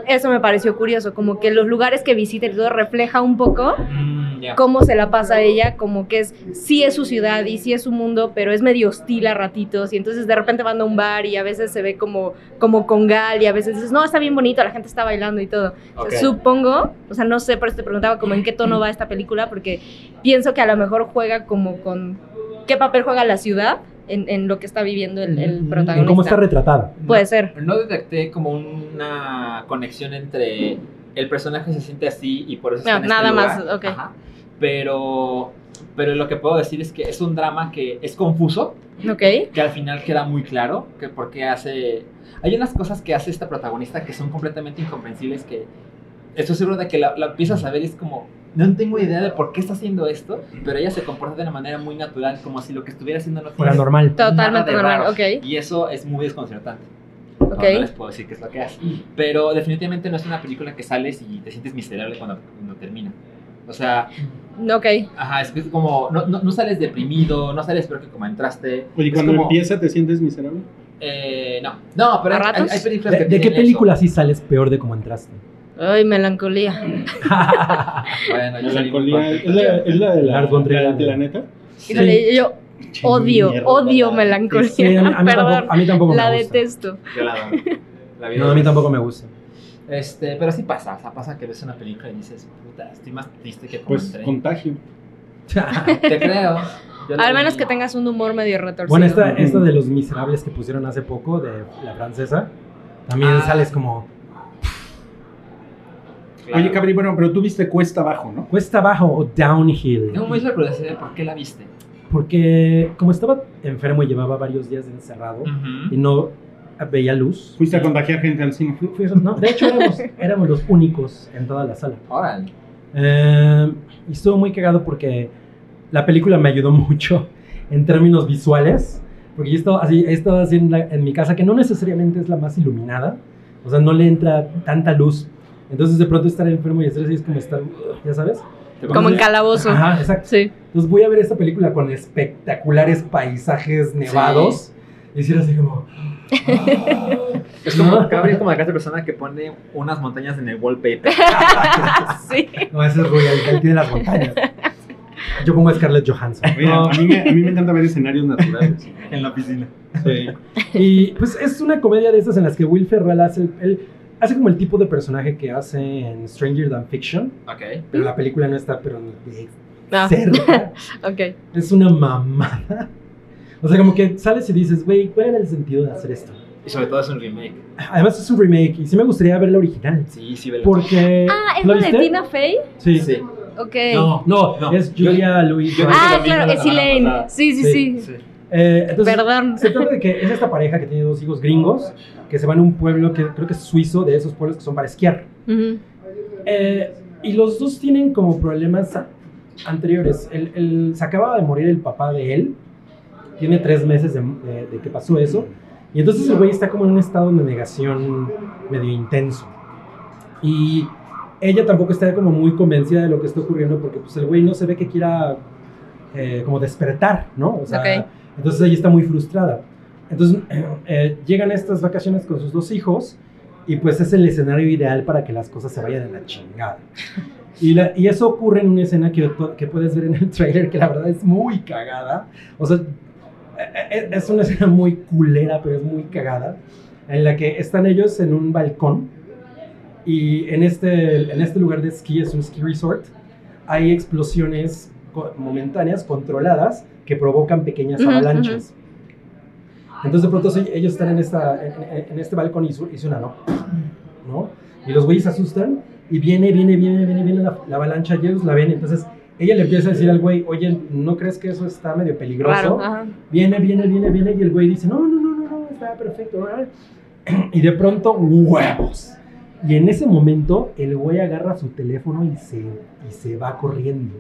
eso me pareció curioso, como que los lugares que visita y todo refleja un poco
Mm, ya.
cómo se la pasa a ella, como que es, sí es su ciudad y sí es su mundo, pero es medio hostil a ratitos y entonces de repente van a un bar y a veces se ve como, como congal y a veces dices, no, está bien bonito, la gente está bailando y todo. O sea,
Ok.
Supongo, o sea, no sé, por eso te preguntaba como en qué tono va esta película, porque pienso que a lo mejor juega como con qué papel juega la ciudad en, en lo que está viviendo el, el
En
protagonista.
Mm, ¿Cómo está retratada?
Puede
No-
ser.
No detecté como una conexión entre el personaje se siente así y por eso está
No,
en este
nada
lugar.
más, ok.
Ajá. Pero, pero lo que puedo decir es que es un drama que es confuso,
Ok.
que al final queda muy claro, que porque hace... Hay unas cosas que hace esta protagonista que son completamente incomprensibles, que estoy seguro de que la, la empiezas a ver y es como, no tengo idea de por qué está haciendo esto, pero ella se comporta de una manera muy natural, como si lo que estuviera haciendo no
Fuera
fuera
normal.
Totalmente
de
normal,
raro.
ok.
Y eso es muy desconcertante.
Ok.
No, no les puedo decir qué es lo que hace.
Mm.
Pero definitivamente no es una película que sales y te sientes miserable cuando, cuando termina. O sea,
Ok.
ajá, es que es como, no, no, no sales deprimido, no sales peor que como entraste.
Oye,
Es
cuando
como,
empieza, ¿te sientes miserable?
eh, no, no, pero
¿A
hay, hay-
ratos?
hay películas
¿De,
que
de qué
tienen
película sí sales peor de como entraste? [laughs]
Ay, melancolía.
eso. Bueno, yo
La
salí muy
alcoholía- ¿Es, la,
contento.
es la de la,
Lars von Trier.
la de la neta?
Híjole, yo odio,
Mierda,
odio
la-
melancolía.
Sí, a mí, a mí
[laughs] Perdón.
tampoco, a mí tampoco
La
me gusta.
detesto.
Yo la adoro. La vi
No, a mí tampoco me gusta.
Este, pero sí pasa, o sea, pasa que ves una película y dices, puta, estoy más triste que como
Pues
entré.
contagio.
Te creo. Yo la
Al menos
vi-
que tengas un humor medio
[laughs]
retorcido.
Bueno, esta,
Ujú.
esta de los miserables que pusieron hace poco, de la francesa, también
Ah.
sales como
Claro.
Oye, Cabri, bueno, pero tú viste Cuesta Abajo, ¿no?
cuesta abajo o downhill.
Tengo
pues,
muy sorprendida de por qué la viste.
Porque como estaba enfermo y llevaba varios días encerrado y no veía luz.
Fuiste a contagiar gente al cine.
fui- fui- no, de hecho, éramos, éramos los únicos en toda la sala.
Órale.
Eh, y estuvo muy cagado porque la película me ayudó [laughs] mucho en términos visuales. Porque yo he estado así, he estado así en, la- en mi casa, que no necesariamente es la más iluminada. O sea, no le entra tanta luz. Entonces, de pronto estar enfermo y estar así es como estar, uh, ya sabes.
Como en calabozo.
Ajá, exacto.
Sí. [laughs]
Entonces, voy a ver esta película con espectaculares paisajes nevados. Y si era así como.
Es como Cabri es como la clase de persona que pone unas montañas en el wallpaper.
[laughs] Sí.
No, ese es Royal, él tiene las montañas. Yo pongo a Scarlett Johansson.
Oye,
No.
a, mí me, a mí me encanta ver escenarios naturales.
en la piscina.
Sí.
Y pues es una comedia de esas en las que Will Ferrell hace, el- él hace como el tipo de personaje que hace en Stranger Than Fiction,
Ok.
pero la película no está, pero ni de
No.
cerca.
Ok.
Es una mamada. O sea, como que sales y dices, güey, ¿cuál era el sentido de hacer esto?
Y sobre todo es un remake.
Además es un remake y sí me gustaría ver la original.
Sí, sí, velo.
Porque...
Ah, ¿es
¿la
la de
viste?
Tina Fey?
Sí.
Sí.
Ok.
No, no,
No.
es Julia Louis.
yo-
Ah,
lo mismo
claro,
la
es
semana
Elaine.
pasada.
Sí, sí,
Sí.
sí.
Sí.
Eh, entonces,
Perdón.
Se trata de que es esta pareja que tiene dos hijos gringos que se van a un pueblo que creo que es suizo, de esos pueblos que son para esquiar.
Ujú.
Eh, y los dos tienen como problemas a- anteriores. El, el- se acaba de morir el papá de él. Tiene tres meses de, eh, de- de que pasó eso. Y entonces el güey está como en un estado de negación medio intenso. Y ella tampoco está como muy convencida de lo que está ocurriendo porque pues el güey no se ve que quiera eh, como despertar, ¿no? O sea,
Ok.
entonces ella está muy frustrada. Entonces eh, llegan a estas vacaciones con sus dos hijos y pues es el escenario ideal para que las cosas se vayan a la chingada. Y, la- y eso ocurre en una escena que, que puedes ver en el trailer, que la verdad es muy cagada. O sea, e- e- es una escena muy culera, pero es muy cagada, en la que están ellos en un balcón y en este, en este lugar de esquí, es un ski resort, hay explosiones co- momentáneas controladas que provocan pequeñas
Ujú,
avalanchas. Entonces de pronto sí, ellos están en, esta, en, en- en este balcón y, su- y suena, ¿no? ¿no? Y los güeyes se asustan y viene, viene, viene, viene, viene la, la avalancha, y ellos la ven, entonces ella le empieza a decir al güey, oye, ¿no crees que eso está medio peligroso?
Raro. Ajá.
Viene, viene, viene, viene y el güey dice, no, no, no, no, no, [clears throat] está perfecto. ¿verdad?". Y de pronto, huevos. Y en ese momento, el güey agarra su teléfono y se, y se va corriendo.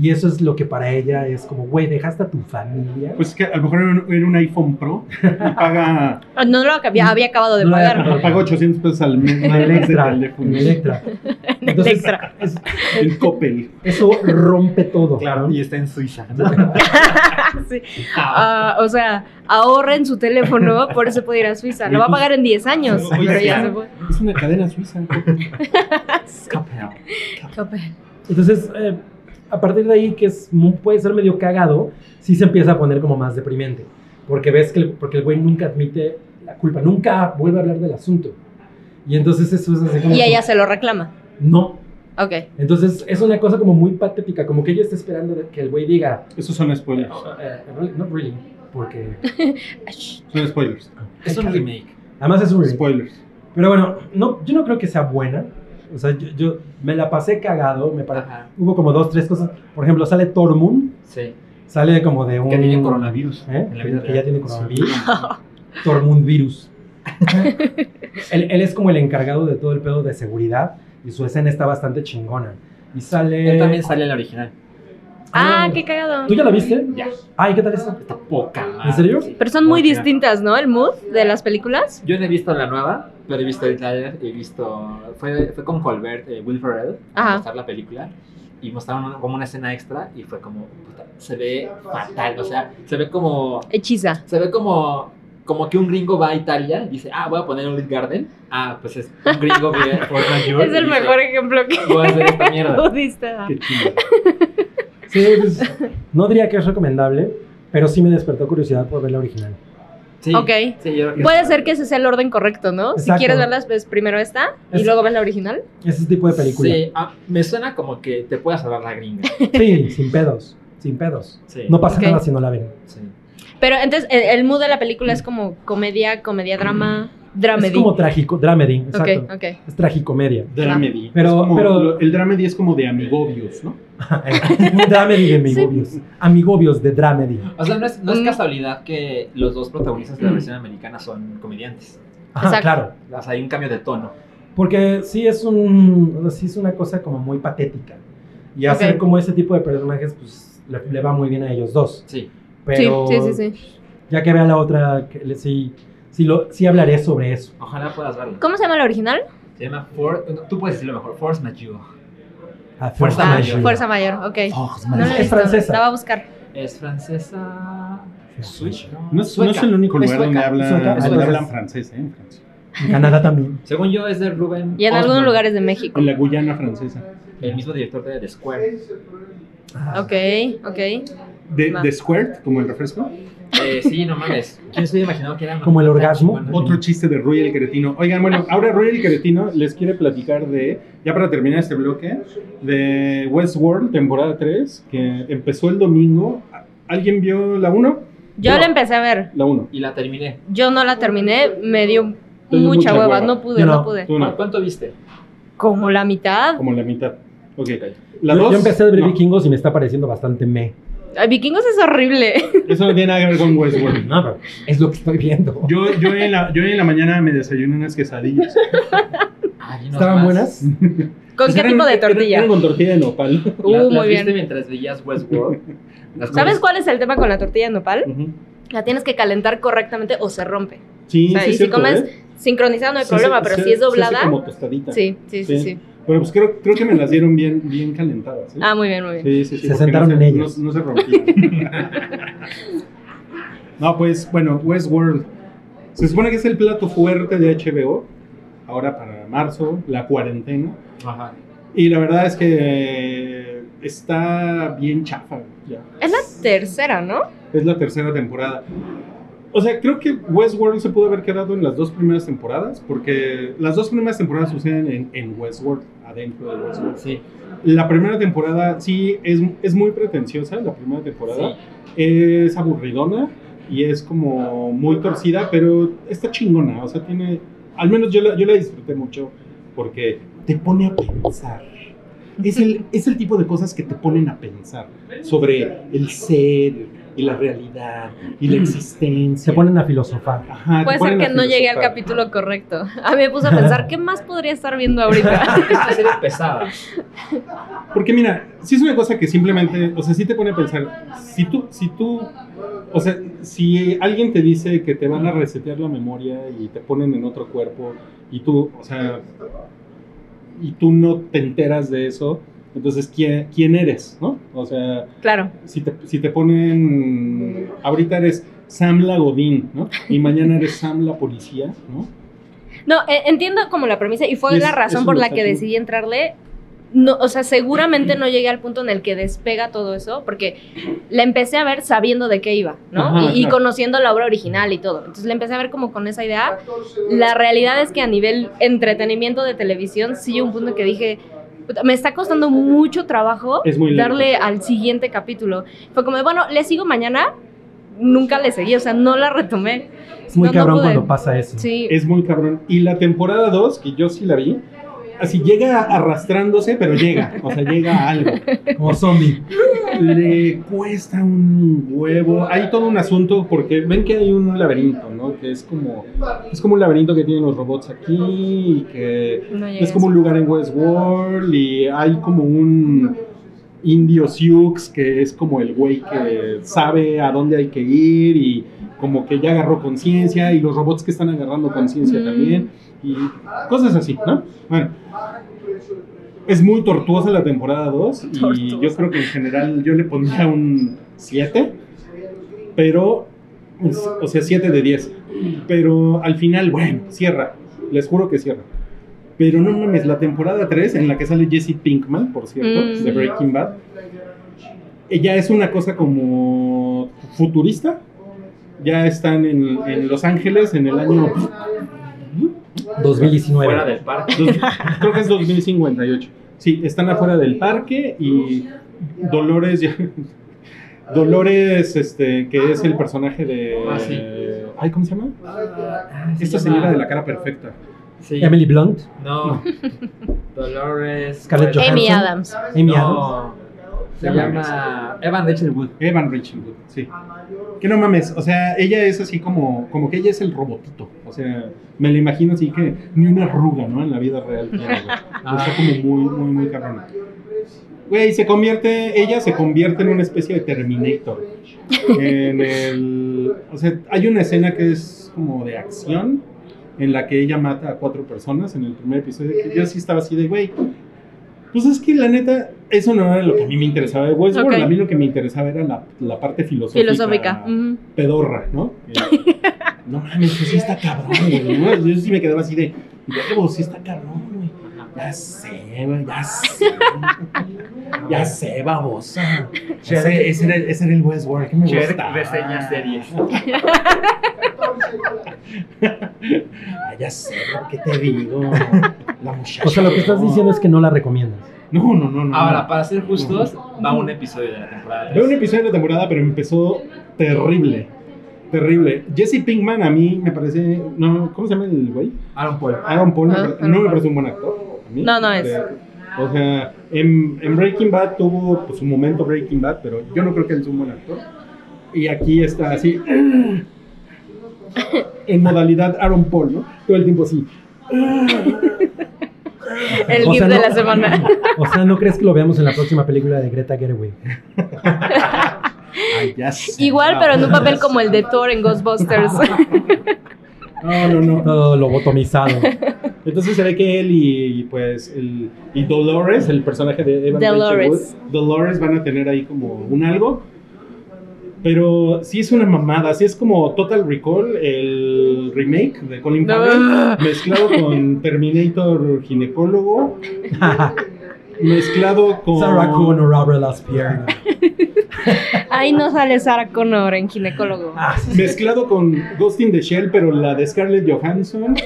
Y eso es lo que para ella es como, güey, dejaste a tu familia.
Pues es que a lo mejor era un, era un iPhone Pro y paga,
Ah, No lo había, había acabado de
No lo había
pagar.
acabado.
paga 800 pesos al mes
en
nada más de
Electra,
teléfono.
en
[laughs]
Electra. Entonces,
Electra.
[laughs] es-
El Coppel.
eso rompe todo. [laughs] ¿no?
y está en Suiza.
[laughs] Sí. Ah, o sea, ahorren su teléfono, por eso puede ir a Suiza. Lo va a pagar en 10 años.
Oye,
Pero ya
sí.
se fue.
Es una cadena suiza.
Coppel.
Entonces, eh, a partir de ahí, que es, mu- puede ser medio cagado, sí se empieza a poner como más deprimente. Porque ves que el- porque el güey nunca admite la culpa, nunca vuelve a hablar del asunto. Y entonces eso es así como...
Y
que,
ella se lo reclama.
No.
Ok.
Entonces es una cosa como muy patética, como que ella está esperando de que el güey diga...
Esos son spoilers.
eh, really- not really. porque
Son spoilers.
Es un remake.
además es un remake.
Spoilers.
Pero bueno, no, yo no creo que sea buena. O sea, yo, yo me la pasé cagado. Me pare-
Ajá,
Hubo como dos, tres cosas. Por ejemplo, sale Tormund.
sí.
Sale como de un...
Que tiene coronavirus.
¿Eh?
En la vida
Que ya
real.
tiene
Sí.
coronavirus. Tormund
[laughs]
Virus. él, él es como el encargado de todo el pedo de seguridad. Y su escena está bastante chingona. Y sale...
Él también sale en la original.
Ah, qué cagado.
¿Tú ya la viste?
Ya.
Ay, ¿qué tal está?
Está poca madre.
¿En serio?
Sí.
Pero son muy
Original.
distintas, ¿no? El mood de las películas.
Yo no he visto la nueva, pero he visto el trailer, he visto... Fue, fue con Colbert, eh, Will Ferrell,
Ajá.
a mostrar la película. Y mostraron una- como una escena extra y fue como... puta, se ve fatal, o sea, se ve como...
Hechiza.
Se ve como... Como que un gringo va a Italia y dice, ah, voy a poner un Lead Garden. Ah, pues es un gringo que
[laughs]
por mayor.
Es el
y dice,
mejor ejemplo que
Voy a hacer esta mierda.
[laughs] pudiste dar.
Qué chido.
Sí, pues, no diría que es recomendable, pero sí me despertó curiosidad por ver la original.
Sí,
Ok. Pues,
sí, yo creo que
Puede
sí.
ser que ese sea el orden correcto, ¿no?
Exacto.
Si quieres verlas, pues primero esta y
Es-
luego ves la original.
Ese tipo de película.
Sí, ah, me suena como que te puede salvar la gringa.
Sí, sin pedos, sin pedos.
Sí.
No pasa
Ok.
nada si no la ven.
Sí.
Pero entonces, el, el mood de la película es como comedia, comedia, drama,
Es
dramedy.
como trágico, dramedy, exacto.
ok, ok.
Es
[laughs]
tragicomedia.
Dramedy.
Pero-
Es como-
pero-
lo- el dramedy es como de amigobios, ¿no?
dramedy de amigobios. Amigobios de dramedy.
O sea, no es, no es
Mm.
casualidad que los dos protagonistas de la versión americana son comediantes.
Ajá,
Exacto.
claro.
O sea, hay un cambio de tono.
Porque sí es un, o sea, sí es una cosa como muy patética. Y hacer
Ok.
como ese tipo de personajes, pues le, le va muy bien a ellos dos.
Sí.
Pero
Sí, sí, sí, sí.
ya que vea la otra, que le- sí, sí, lo, sí hablaré sobre eso.
Ojalá puedas verlo.
¿Cómo se llama la original?
Se llama For... Tú puedes decirlo mejor. Force Majeure.
A
Fuerza
Ah,
Mayor.
Fuerza Mayor, ok.
Force
No la he
Es
visto,
francesa.
La va a buscar.
Es francesa... Switch.
pues, No, es- no es el único lugar donde hablan,
Sueca,
donde
sueca.
hablan francés, ¿eh? En Francia.
En Canadá también.
Según yo, es de Ruben
Y en algunos
Osman,
lugares de México.
En la Guyana francesa.
El mismo director de The Square.
Ok, ok.
De,
Va.
de Squirt, como el refresco.
Eh, sí, no mames. ¿Quién se hubiera imaginado que era...
Como el orgasmo.
Otro chiste de Rui el Queretino. Oigan, bueno, ahora Rui el Queretino les quiere platicar de, ya para terminar este bloque, de Westworld, temporada 3, que empezó el domingo. ¿Alguien vio la 1?
Yo
No.
la empecé a ver.
La 1.
Y la terminé.
Yo no la terminé. Me dio
dio
mucha
mucha
hueva.
hueva.
No pude,
Yo
no
no.
pude.
Tú no,
Ah, ¿Cuánto viste?
Como la mitad.
como la mitad. Ok.
Ok.
La
yo,
2.
yo empecé a ver
no,
vikingos y me está pareciendo bastante me.
Ay, Vikingos es horrible. [laughs]
Eso no tiene nada que ver con Westworld.
No, pero es lo que estoy viendo.
Yo, yo, en la, yo en la mañana me desayuné unas quesadillas.
Ay, unos
¿Estaban
más.
buenas?
¿Con qué
Eran-
tipo de
eran-
tortilla?
Eran con tortilla de nopal.
La-
Uh,
las
muy
viste
bien.
mientras veías Westworld. Las
¿Sabes
cuales-
cuál es el tema con la tortilla de nopal?
Ujú.
La tienes que calentar correctamente o se rompe.
Sí,
O sea,
sí,
y
es
si
cierto,
comes-
¿eh?
Sincronizada no hay
Sí,
problema,
sí,
pero
sí,
si es
sí hace
doblada.
como tostadita.
Sí, sí, sí,
Sí.
sí.
Bueno, pues creo, creo que me las dieron bien, bien calentadas. ¿eh?
Ah, muy bien, muy bien.
Sí, sí, sí,
Se
porque
sentaron
no
en
se-
ellas.
No, no se
[laughs]
rompieron. no, pues bueno, Westworld. Se supone que es el plato fuerte de HBO, ahora para marzo, la cuarentena.
Ajá.
Y la verdad es que está bien chafa. Ya.
Es la tercera, ¿no?
Es la tercera temporada. O sea, creo que Westworld se pudo haber quedado en las dos primeras temporadas, porque las dos primeras temporadas suceden en, en Westworld, adentro de Westworld.
Sí.
La primera temporada sí es, es muy pretenciosa, la primera temporada. Es aburridona y es como muy torcida, pero está chingona. O sea, tiene. Al menos yo la, yo la disfruté mucho porque te pone a pensar. Es el, es el tipo de cosas que te ponen a pensar sobre el ser y la realidad y la existencia.
Se ponen a filosofar.
Ajá, te
Puede ser
ponen a
que no llegué al
filosofar.
capítulo correcto. [laughs] A mí me puse a pensar, ¿qué más podría estar viendo
[laughs]
ahorita?
[laughs]
Es una serie pesada.
Porque mira, si es una cosa que simplemente, o sea, sí te pone a pensar, si tú, si tú, o sea, si alguien te dice que te van a resetear la memoria y te ponen en otro cuerpo y tú, o sea, y tú no te enteras de eso, entonces, ¿quién, quién eres? ¿No? O sea,
Claro.
si te, si te ponen, ahorita eres Sam la Godín, ¿no? Y mañana eres Sam la policía, ¿no?
No, eh, entiendo como la premisa y fue
Y es-
la razón
eso
por
lo
la
está
que
haciendo.
decidí entrarle. No, o sea, seguramente no llegué al punto en el que despega todo eso, porque la empecé a ver sabiendo de qué iba, ¿no?
Ajá,
y, y
claro.
conociendo la obra original y todo. Entonces la empecé a ver como con esa idea. La realidad es que a nivel entretenimiento de televisión, sí llegó un punto en que dije, "Puta, me está costando mucho trabajo
Es muy lento.
darle al siguiente capítulo. Fue como, de, bueno, le sigo mañana, nunca le seguí, o sea, no la retomé.
Es muy
No, no
cabrón
pude.
cuando pasa eso.
Sí.
Es muy cabrón. Y la temporada 2, que yo sí la vi, así llega arrastrándose, pero llega. O sea, llega a algo.
Como zombie.
Le cuesta un huevo. Hay todo un asunto, porque ven que hay un laberinto, ¿no? Que es como, es como un laberinto que tienen los robots aquí y que
No llegué
Es como un lugar en Westworld y hay como un indio Sioux que es como el güey que sabe a dónde hay que ir y como que ya agarró conciencia y los robots que están agarrando conciencia
Mm.
también y cosas así, ¿no? Bueno. Es muy tortuosa la temporada 2 y yo creo que en general yo le pondría un 7, pero, o sea, 7 de 10. Pero al final, bueno, cierra, les juro que cierra. Pero no mames, la temporada 3, en la que sale Jesse Pinkman, por cierto,
Mm.
de Breaking Bad, ella es una cosa como futurista. Ya están en, en Los Ángeles en el año.
2019.
Fuera del parque.
dos- creo que es 2058. Sí, están afuera del parque y Dolores. ya- Dolores, este, que es el personaje de.
Ah, sí.
Ay, ¿cómo se llama?
Ah, se
Esta
llama-
señora de la cara perfecta.
Sí.
Emily Blunt,
No. Dolores.
Scarlett
Bueno,
Amy
Johansson.
Adams.
Amy Adams.
No. Se llama Evan Rachel Wood.
Evan Rachel Wood, sí. Que no mames, o sea, ella es así como, como que ella es el robotito. O sea, me la imagino así que ni una arruga, ¿no? En la vida
[laughs]
real. tiene, güey. O sea, como muy, muy, muy cabrona. Güey, se convierte, ella se convierte en una especie de Terminator. En el, o sea, hay una escena que es como de acción en la que ella mata a cuatro personas en el primer episodio. que yo sí estaba así de, güey, pues es que la neta, eso no era lo que a mí me interesaba de Westworld.
Ok.
A mí lo que me interesaba era la, la parte filosófica.
Filosófica. Mm. ujú.
Pedorra, ¿no? Que, [laughs] no mames, pues sí está cabrón, güey. ¿no? Yo sí me quedaba así de, huevo, sí está cabrón, güey. Ya sé, güey, ya sé. Ya sé, babosa. Ese, ese era, ese era el Westworld que me
Cher
gustaba.
reseña series.
Ah, ya sé, ¿qué te digo? La muchacha.
O sea, lo que estás diciendo es que no la recomiendas.
No, no, no, no.
Ahora, para ser justos, va un episodio de la temporada.
Veo un
tres.
episodio de la temporada, pero empezó terrible. Terrible. Jesse Pinkman a mí me parece. No, ¿Cómo se llama el güey?
Aaron Paul.
Aaron Paul me
Ah,
pare-
Aaron
no me
Paul.
parece un buen actor. a mí.
No, no
Este,
es.
O sea, en, en Breaking Bad tuvo pues, su momento Breaking Bad, pero yo no creo que él sea un buen actor. Y aquí está así. [clears throat] En modalidad Aaron Paul, ¿no? Todo el tiempo así.
El
O
GIF
sea,
de
no- [laughs]
la semana.
O sea, ¿no crees que lo veamos en la próxima película de Greta Gerwig?
Ay, ya sé.
Igual, pero en un papel como el de Thor en Ghostbusters.
No, no, no.
Todo
[laughs]
lobotomizado.
Entonces se ve que él y, y, pues el, y Dolores, el personaje de Evan Rachel
Dolores.
Wood, Dolores van a tener ahí como un algo. Pero sí es una mamada, sí es como Total Recall, el remake de Colin
No.
Farrell, mezclado
[laughs]
con Terminator ginecólogo, mezclado con...
Sarah Connor abre las piernas.
Ahí no sale Sarah Connor en ginecólogo.
Ah, sí.
Mezclado con Ghost in the Shell, pero la de Scarlett Johansson.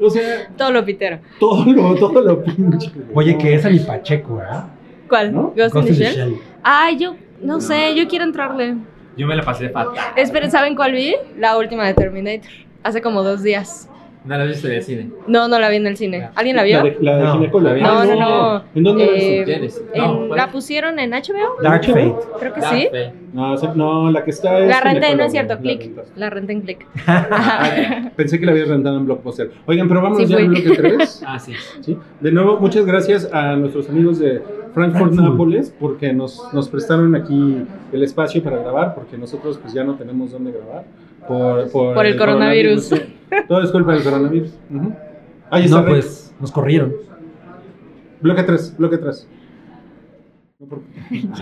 O sea,
Todo lo pitero.
todo lo, todo lo pinche. güey.
Oye, que esa ni Pacheco, ¿verdad?
¿Cuál?
¿No?
¿Ghost in the Shell?
Shell.
Ay, yo no sé, yo quiero entrarle.
Yo me la pasé fatal.
Esperen, ¿saben cuál vi? La última de Terminator. Hace como dos días.
No la viste del cine.
No, no la vi en el cine. ¿Alguien la vio?
La de, la de
No.
ginecólogo.
No,
Ah,
no, no.
¿En dónde la viste?
Eh,
¿Tienes?
En-
¿cuál?
¿La pusieron en HBO?
Dark Fate.
Creo que
Dark
sí.
Fate.
No, se- Ah, no, la que está es.
La renté,
ginecólogo,
no es cierto,
la
click.
rentaste.
La renté en click.
Ah,
Pensé que la habías rentado en Blockbuster. Oigan, pero vámonos
Sí,
ya al
fue. [laughs]
bloque 3.
Ah, sí.
De nuevo, muchas gracias a nuestros amigos de Frankfurt Nápoles porque nos, nos prestaron aquí el espacio para grabar, porque nosotros pues ya no tenemos dónde grabar. Por, por,
Por el coronavirus.
sí. Todo es culpa del coronavirus. Ujú. Ahí está.
No,
Rick.
pues nos corrieron. [laughs]
Bloque 3, bloque 3.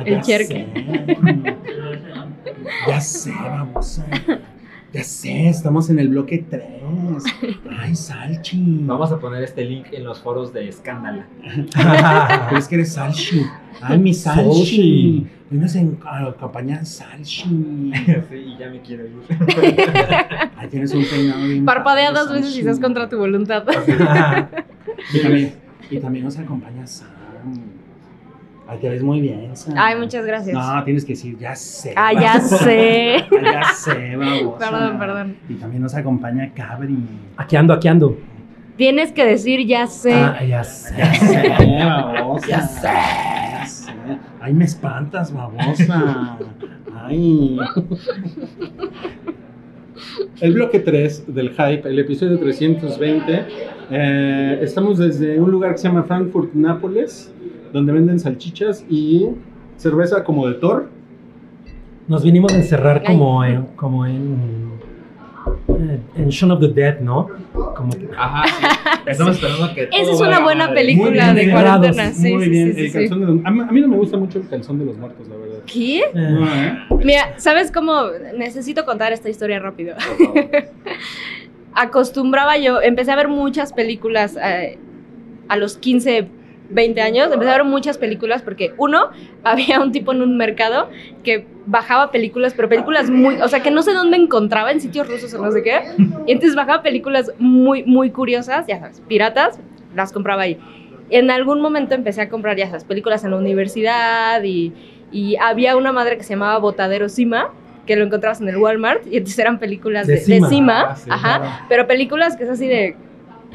El cherque.
Ya sé, vamos. Ya sé, estamos en el bloque 3. Ay, Salchi.
Vamos a poner este link en los foros de Escándala.
Pero es que eres Salchi. Ay, mi Salchi.
Salchi.
Hoy nos en- acompaña Salchi.
Sí, y ya me quiero ir.
Ay, tienes un peinado bien
Parpadea
padre,
dos veces
Salchi.
y estás contra tu voluntad.
Y también, y también nos acompaña Sam.
Ay, te ves muy bien. Sam.
Ay, muchas gracias.
No, tienes que decir, ya sé.
Ah,
[laughs]
ya sé.
ya sé, babosa.
Perdón, perdón.
Y también nos acompaña Cabri.
Aquí ando, aquí ando.
Tienes que decir ya sé.
Ah, ya sé.
Ya sé, babosa. Ya sé. Ay, me espantas, [laughs] babosa. Ay.
El bloque 3 del Hype, el episodio 320. Eh, estamos desde un lugar que se llama Frankfurt, Nápoles, donde venden salchichas y cerveza como de Thor.
Nos vinimos a encerrar como en, como en, eh, en Shaun of the Dead, ¿no? Como que-
Ajá, [laughs] sí. Estamos esperando que.
Esa
todo
es una
vaya
buena
mal.
película
bien
de
integrados,
cuarentena. Sí,
Muy
sí,
bien.
sí, sí,
el
sí.
calzón de los- a, mí, a mí no me gusta mucho el calzón de los muertos, la verdad.
¿Qué?
eh,
No, ¿eh?
Mira, ¿sabes cómo? Necesito contar esta historia rápido. Acostumbraba yo, empecé a ver muchas películas eh, a los 15, 20 años. Empecé a ver muchas películas porque, uno, [laughs] había un tipo en un mercado que bajaba películas, pero películas muy. O sea, que no sé dónde encontraba, en sitios rusos o no sé qué. Y entonces bajaba películas muy, muy curiosas, ya sabes, piratas, las compraba ahí. En algún momento empecé a comprar, ya sabes, películas en la universidad y, y había una madre que se llamaba Botadero Sima que lo encontrabas en el Walmart y entonces eran películas
De
de,
Sima.
de Sima,
Ah, sí,
ajá,
claro.
pero películas que es así de,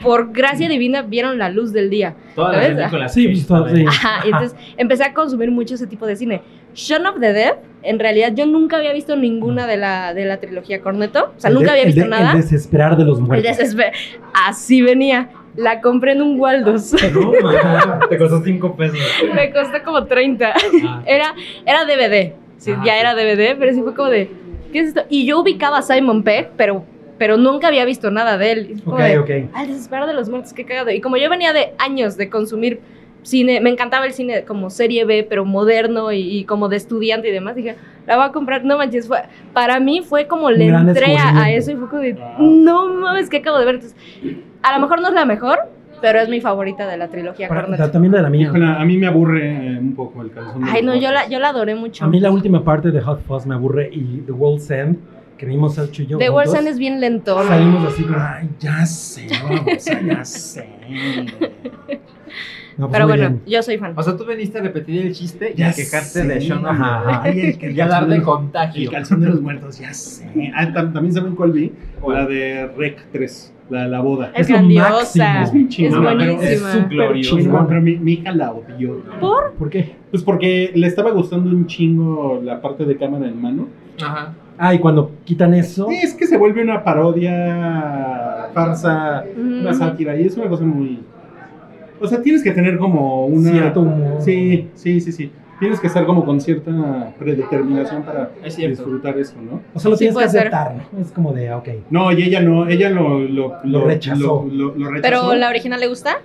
por gracia divina, vieron la luz del día.
Todas las
¿Sabes?
películas.
Sí,
que
pues,
están
sí.
ahí.
Ajá, y entonces empecé a consumir mucho ese tipo de cine. Shaun of the Dead, en realidad yo nunca había visto ninguna de la, de la trilogía Corneto, o sea,
Mm. el de-
nunca había
el
visto
de-
nada.
El desesperar de los
El
muertos.
desesper- Así venía. La compré en
[laughs]
un Waldos.
No, [laughs] ma, te costó 5
[laughs]
pesos.
Me costó como 30.
Ah,
Era, era DVD. Sí,
Ah,
ya
sí.
era DVD, pero sí fue como de. ¿Qué es esto? Y yo ubicaba a Simon Peck, pero, pero nunca había visto nada de él. Y fue
Ok,
como de,
ok.
Ah, el desespero de los muertos, qué cagado. Y como yo venía de años de consumir cine, me encantaba el cine como serie B, pero moderno y, y como de estudiante y demás, dije, la voy a comprar, no manches, fue- para mí fue como le
Un gran
entré a- a,
descubrimiento.
eso y fue como de,
Ah.
no mames, que acabo de ver. Entonces, a lo mejor no es la mejor, pero es mi favorita de la trilogía
Para-
Cornetto.
también de la mía.
Híjole, a mí me aburre eh, un poco el calzón. de
Ay,
los
no, yo la,
muertos.
yo la adoré mucho.
A mí la última parte de Hot Fuzz me aburre y The World's End, que vimos Selcho y yo.
The
juntos,
World's End es bien lento.
Salimos así como.
Ay, ya sé, babosa, ya
[laughs]
sé.
No, pues
Pero
muy
bueno,
bien.
yo soy fan.
O sea, tú viniste a repetir el chiste y
Ya
a quejarte
sé.
de Sean of
Ajá, ajá.
Ay, el, el
Y a
calzón de
darle
los-
contagio.
el calzón de los muertos, ya sé.
Ah, tam- también saben cuál vi, la de Rec 3, la de la boda.
es,
es lo
grandiosa.
máximo.
Es bien
Es
chingona, pero
buenísima.
es súper
gloriosa.
chingona, pero mi, mi hija la odió.
¿Por?
¿Por qué?
Pues porque le estaba gustando un chingo la parte de cámara en mano.
Ajá.
Ah, y cuando quitan eso.
Sí, es que se vuelve una parodia, farsa, una
Ujú.
sátira, y es una cosa muy... O sea, tienes que tener como una...
Cierto humor.
Sí, sí, sí, sí. Tienes que estar como con cierta predeterminación para
Es cierto.
disfrutar eso, ¿no?
O sea, lo
Sí,
tienes que
puede ser.
aceptar. ¿no? Es como de, ah,
[laughs]
ok.
No, y ella no, ella lo, lo,
Lo
lo-
rechazó.
lo- lo rechazó.
¿Pero la original le gusta?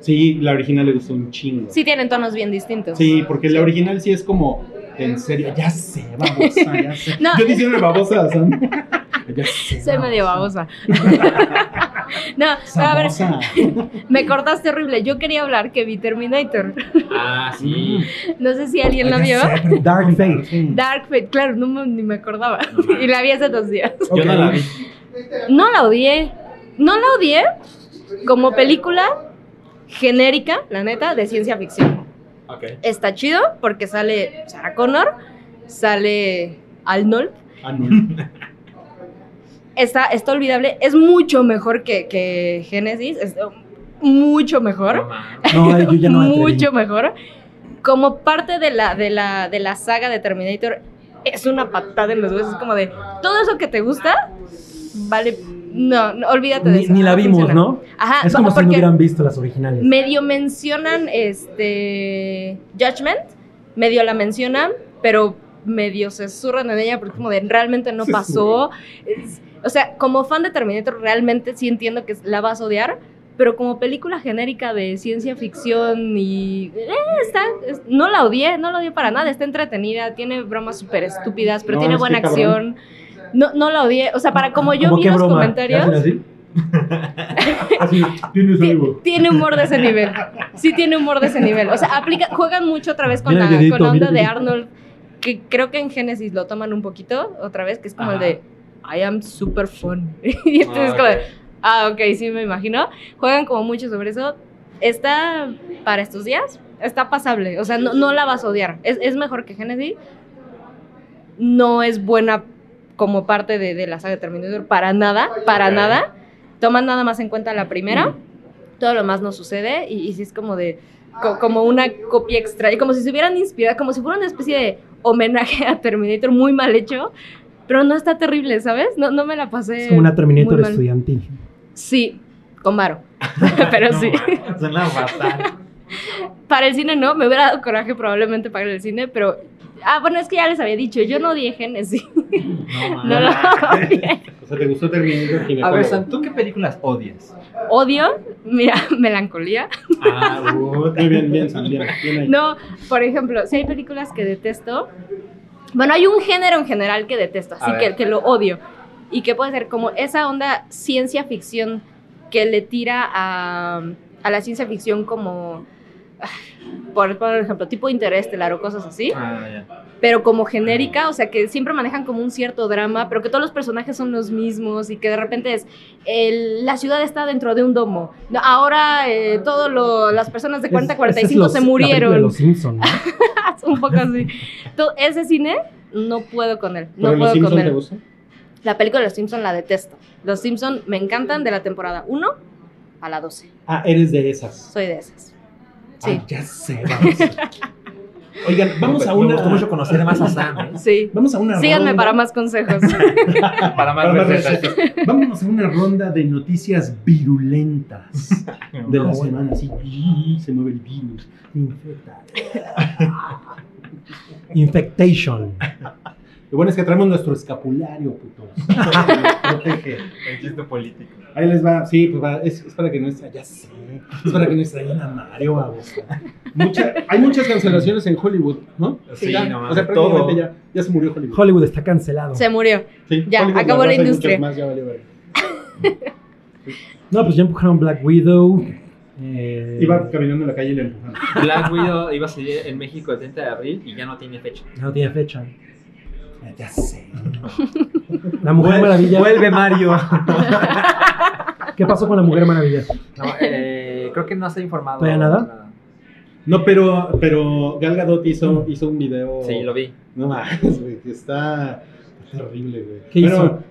Sí, la original le gustó un chingo.
Sí tienen tonos bien distintos.
Sí, porque la original sí es como, en serio, ya sé, babosa, ya sé.
No.
Yo diciéndole babosa a Sam. ya sé.
Soy medio babosa. no, pero [laughs] a ver,
Samosa.
me cortaste horrible. Yo quería hablar que vi Terminator.
Ah, sí.
No sé si alguien la
Ay,
vio.
ya sé, pero-
Dark Fate.
Dark Fate, claro, no, me- ni me acordaba. [laughs] y la vi hace dos días.
Yo no la vi.
No la odié. No la odié como película genérica, la neta, de ciencia ficción.
Ok.
Está chido porque sale Sarah Connor, sale Arnold.
Ah, no.
Está, está olvidable. Es mucho mejor que, que Genesis. Es mucho mejor.
No mames.
No, yo ya no me atreví.
mucho mejor. Como parte de la, de, la, de la saga de Terminator, es una patada en los huesos. Es como de todo eso que te gusta, vale. No, no, olvídate de
Ni,
eso.
ni la vimos,
funciona.
¿no?
Ajá,
Es como si no
porque
hubieran visto las originales.
medio mencionan este. Judgment, medio la mencionan, pero medio se zurran en ella porque es como de realmente no
Se
pasó. Es- o sea, como fan de Terminator, realmente sí entiendo que la vas a odiar. Pero como película genérica de ciencia ficción y... eh, está, es- no la odié, no la odié para nada. Está entretenida, tiene bromas súper estúpidas, pero
No,
tiene
es que
buena
cabrón.
acción. No, no la odié. O sea, para como yo
¿Cómo
vi
qué
los
broma?
comentarios...
¿Le hacen así? Así.
Tienes
Ti-
algo.
Tiene humor de ese nivel. Sí tiene humor de ese nivel. O sea, aplica, juegan mucho otra vez con
Mira
la,
el dedito,
con la
mira
onda
el
de
dedito.
Arnold, que creo que en Génesis lo toman un poquito otra vez, que es como el de I am super fun. [laughs] y entonces es como de, ah, ok, sí me imagino. Juegan como mucho sobre eso. Está para estos días, está pasable. O sea, no, no la vas a odiar. Es, es mejor que Genesis. No es buena como parte de, de la saga de Terminator para nada, para
Ok.
nada. Toman nada más en cuenta la primera. Todo lo más no sucede. Y, y sí es como de. co- como una copia extra. Y como si se hubieran inspirado. Como si fuera una especie de homenaje a Terminator muy mal hecho. Pero no está terrible, ¿sabes? No, no me la pasé.
Es como una Terminator
muy mal.
estudiantil.
Sí, con
[laughs]
varo. Pero sí.
Suena fatal.
Para el cine no, me hubiera dado coraje probablemente para el cine, pero... Ah, bueno, es que ya les había dicho, yo no odié Genesis.
No,
[laughs] [laughs] No lo
Ah.
odié.
O sea, ¿te gustó Terminator
A
Ginecólogo?
ver, Sam, ¿tú qué películas odias?
Odio, mira, [laughs] melancolía.
Ah,
Muy bien, bien, Sam, bien, bien ahí.
No, por ejemplo, si hay películas que detesto... Bueno, hay un género en general que detesto, así
A ver.
que, que lo odio. Y que puede ser como esa onda ciencia ficción que le tira a, a la ciencia ficción como... ah, Por, por ejemplo, tipo interestelar o cosas así.
[laughs] Ah, ya.
pero como genérica, o sea, que siempre manejan como un cierto drama, pero que todos los personajes son los mismos y que de repente es, el- la ciudad está dentro de un domo, No, ahora eh, todos lo- las personas de 40 a 45 se
De
murieron, [laughs]
los Simpsons,
un poco así. To- ese cine no puedo con él, no
¿Pero los
puedo
Simpsons
con
te
él.
gustó?
La película de los Simpsons la detesto. Los Simpsons me encantan de la temporada 1 a la 12,
Ah, eres de esas.
soy de esas. Sí,
Ah, ya sé, vamos. Oigan, vamos a
Me
una.
gustó mucho conocer más a Sam, ¿eh?
sí.
Vamos a una.
Síganme
ronda-
para más consejos.
Para más
Para más
recetas.
recetas. Vámonos a una ronda de noticias
[laughs]
virulentas de la
No,
semana. Así ¡bii! se mueve el virus.
[laughs]
Infecta.
Infectation.
Lo bueno es que traemos nuestro escapulario, putos. [laughs] Protege.
El chiste político.
Ahí les va. Sí, pues va. Es, es para que no extra- ya sé. Es para que no extrañen a Mario, babos.
Mucha- hay muchas cancelaciones en Hollywood, ¿no?
Sí,
Ya,
no mames,
O sea, prácticamente
todo.
ya, ya se murió Hollywood.
Hollywood está cancelado.
Se murió.
Sí,
Ya,
Hollywood,
acabó la
verdad, hay muchas
industria.
más, ya valió verga.
No, pues ya empujaron Black Widow. eh,
Iba caminando en la calle y le empujaron.
Black Widow iba a salir en México el 30 de abril y ya no tiene fecha.
No tiene fecha.
Ya sé.
La Mujer Maravilla.
Mario.
[laughs] ¿Qué pasó con la Mujer Maravilla?
No, eh, creo que no se ha informado.
¿Todavía nada?
No, pero, pero Gal Gadot hizo, hizo un video.
Sí, lo vi.
No mames, güey, que está terrible, güey.
¿Qué
Pero pues,
hizo?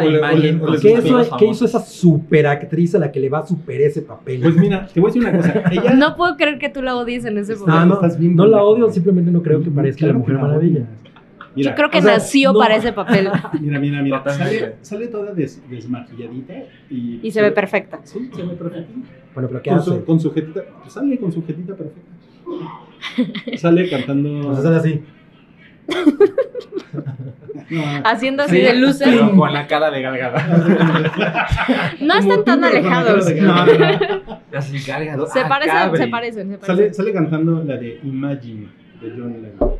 O- o le- o le-
Imagine.
o
con
le-
sus
¿Qué
Los
amigos
hizo, ¿Qué hizo esa
famosos.
superactriz a la que le va a superar ese papel?
Pues mira, te voy a decir una cosa.
[laughs]
Ella
No puedo creer que tú la odies en ese momento.
Ah, no,
estás bien
no la
pendejo.
odio, simplemente no creo que parezca
Claro
la Mujer
que la
Maravilla.
Mira,
Yo creo que
o sea,
nació
no.
para ese papel
Mira, mira, mira.
Totalmente.
Sale, sale toda des- desmaquilladita y.
y se ve perfecta.
Sí, se ve perfecta.
Bueno, pero ¿qué
Con su,
hace?
con su jetita. pues sale con su jetita perfecta. Sale cantando.
[laughs] O sea, sale así.
No, no, no.
Haciendo
este
así
Sí,
de luces.
Pero con la cara de galgada.
[laughs]
No están
Como tú,
tan
pero con la
alejados.
cara de
No,
Gal Gadot.
[laughs] Así cargado.
Se
Ah,
parecen,
cabre.
se parecen, se parecen.
Sale, sale cantando la de Imagine de John Lennon.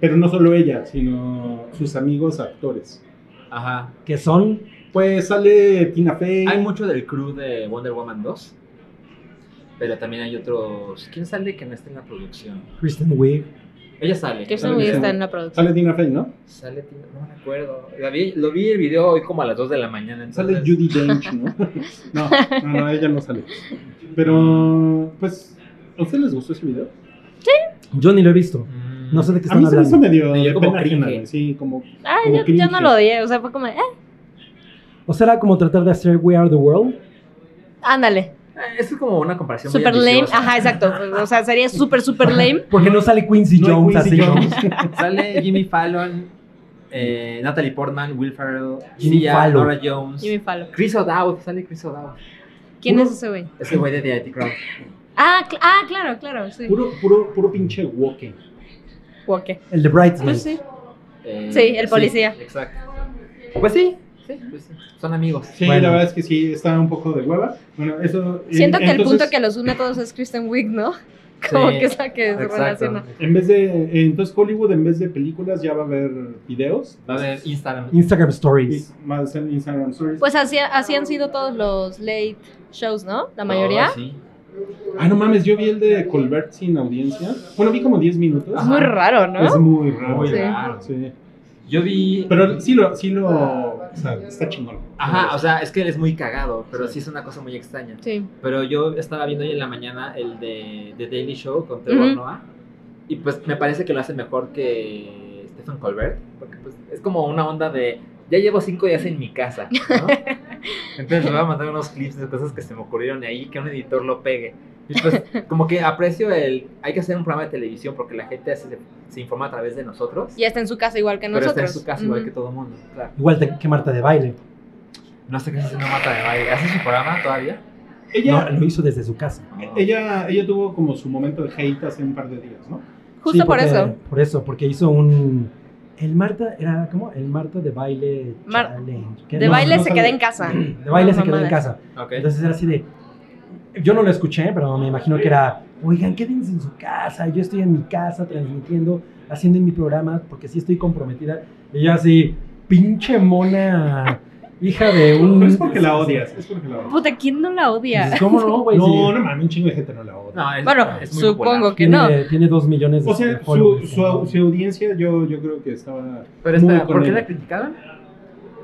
Pero no solo ella, sino sus amigos actores.
Ajá.
Que son.
Pues sale Tina Fey.
Hay mucho del crew de Wonder Woman 2. Pero también hay otros. ¿Quién sale que no está en la producción?
Kristen Wiig.
Ella sale.
Que
Sale
eso muy
que
está
se-
en la producción.
Sale Tina Fey, ¿no?
Sale, tío, no me acuerdo. La vi- lo vi el video hoy como a las 2 de la mañana.
Sale
Entonces,
Judy Dench, ¿no? [laughs] ¿no? No, no, ella no sale. Pero, pues, ¿a ustedes les gustó ese video?
Yo ni lo he visto.
Mm.
No sé de qué
A
están
mí se me hizo
hablando.
medio
Medio
de
como
pena ajena,
cringe.
güey, Sí, como...
Ah,
como
yo, yo no
cringe.
lo odié, o sea, fue como, eh,
O será como tratar de hacer We Are the World.
ándale.
Eh, Es como una comparación. muy
Super lame.
ambiciosa.
Ajá, exacto. O sea, sería super, super lame.
Porque no sale Quincy
No hay
Jones
Quincy
así. ¿no?
Jones.
Sale Jimmy Fallon, eh, Natalie Portman, Will Ferrell,
Jimmy
Sia,
Fallon.
Nora Jones,
Jimmy Fallon.
Chris O'Dowd. Sale Chris O'Dowd.
¿Quién
Uno-
es ese güey?
Ese güey de The IT Crowd.
Ah, cl- ah, claro, claro,
[laughs]
sí.
Puro, puro, puro pinche woke.
¿O qué?
El de Bridesmaid.
Pues sí.
Eh,
Sí, el policía.
exacto. Pues sí. sí, pues sí. Son amigos.
Sí,
Bueno.
la verdad es que sí, está un poco de hueva. Bueno, eso...
Siento
en-
que el
entonces-
punto que los une a todos es Kristen Wiig, ¿no? [laughs] Como
Sí,
que es la que se
Exacto.
relaciona.
En vez de... eh, Entonces Hollywood, en vez de películas, ya va a haber videos.
Va a ver Instagram.
Instagram
Y
Stories.
va a ser Instagram Stories.
Pues así, así han sido todos los late shows, ¿no? La mayoría.
Oh, sí.
Ah, no mames, yo vi el de Colbert sin audiencia. Bueno, vi como 10 minutos.
Es muy raro, ¿no?
Es muy raro.
Muy
Sí.
raro.
Sí.
Yo vi.
Pero sí lo, sí lo O sea, está chingón.
Ajá, o sea, es que él es muy cagado, pero sí, es una cosa muy extraña.
Sí.
Pero yo estaba viendo hoy en la mañana el de The Daily Show con Trevor
Ujú.
Noah. Y pues me parece que lo hace mejor que Stephen Colbert. Porque pues es como una onda de. Ya llevo cinco días en mi casa. ¿no?
[laughs]
Entonces le voy a mandar unos clips de cosas que se me ocurrieron ahí, que un editor lo pegue. Y pues como que aprecio el. Hay que hacer un programa de televisión porque la gente se, se informa a través de nosotros.
Y está en su casa igual que
pero
nosotros.
está en su casa igual que
Ujú.
todo el mundo. Claro.
Igual te- que Marta de baile.
No sé qué es una mata de baile. ¿Hace su programa todavía?
Ella,
No, lo hizo desde su casa.
ella, ella tuvo como su momento de hate hace un par de días, ¿no?
Justo
Sí,
por
porque-
eso.
Por eso, porque hizo un. El Marta era como el Marta de baile.
Mar-
challenge, que
De
no,
baile
no
se
sabía.
queda en [clears throat] casa.
De baile
No,
se quedó en
mamadas.
casa.
Ok.
Entonces era así de. Yo no lo escuché, pero me imagino que era. Oigan, quédense en su casa. Yo estoy en mi casa transmitiendo, haciendo mi programa, porque sí estoy comprometida. Y ella así, pinche mona, hija de un.
Pero es porque la odias, es porque la odias.
Puta, ¿quién no la odia?
Dices, ¿Cómo no, güey?
No,
Pues Sí,
no mames, un chingo de gente no la odia.
No, es-
Bueno,
es muy popular.
supongo que
tiene,
no.
tiene dos millones de
O sea,
de
su,
followers,
su,
¿no?
au- su audiencia yo, yo creo que estaba...
Pero
Muy
espera,
con
¿por qué
ella.
la criticaban?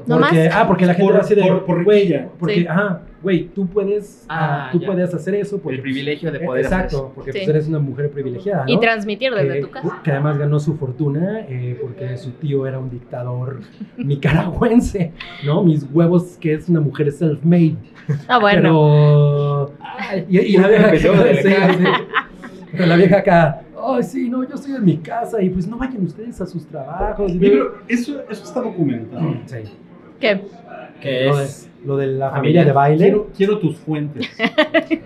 No
Porque-
más.
Ah, porque la gente
Por-
era así de.
por- por
güey,
riquilla.
Porque,
Sí.
ajá, güey, tú puedes, ah,
Ah,
tú
ya.
puedes hacer eso. Porque,
El privilegio de
eh,
poder hacer
Exacto,
eso.
porque
Sí.
pues, eres una mujer privilegiada.
Y
¿no?
transmitir desde
que, uh,
tu casa.
que además ganó su fortuna eh, porque su tío era un dictador [laughs] nicaragüense, ¿no? Mis huevos, que es una mujer self-made.
Ah, bueno.
Pero. Y, y la
[laughs]
vieja
Empezó
acá.
desde
sí,
acá.
sí. Pero la vieja acá. Ay, sí, no, yo estoy en mi casa y pues no vayan ustedes a sus trabajos. y
Oye,
no-
pero eso, eso está documentado.
Sí.
¿Qué?
Que
Lo de-
es.
Lo de la
familia.
familia de baile.
Quiero, quiero tus
[laughs]
fuentes.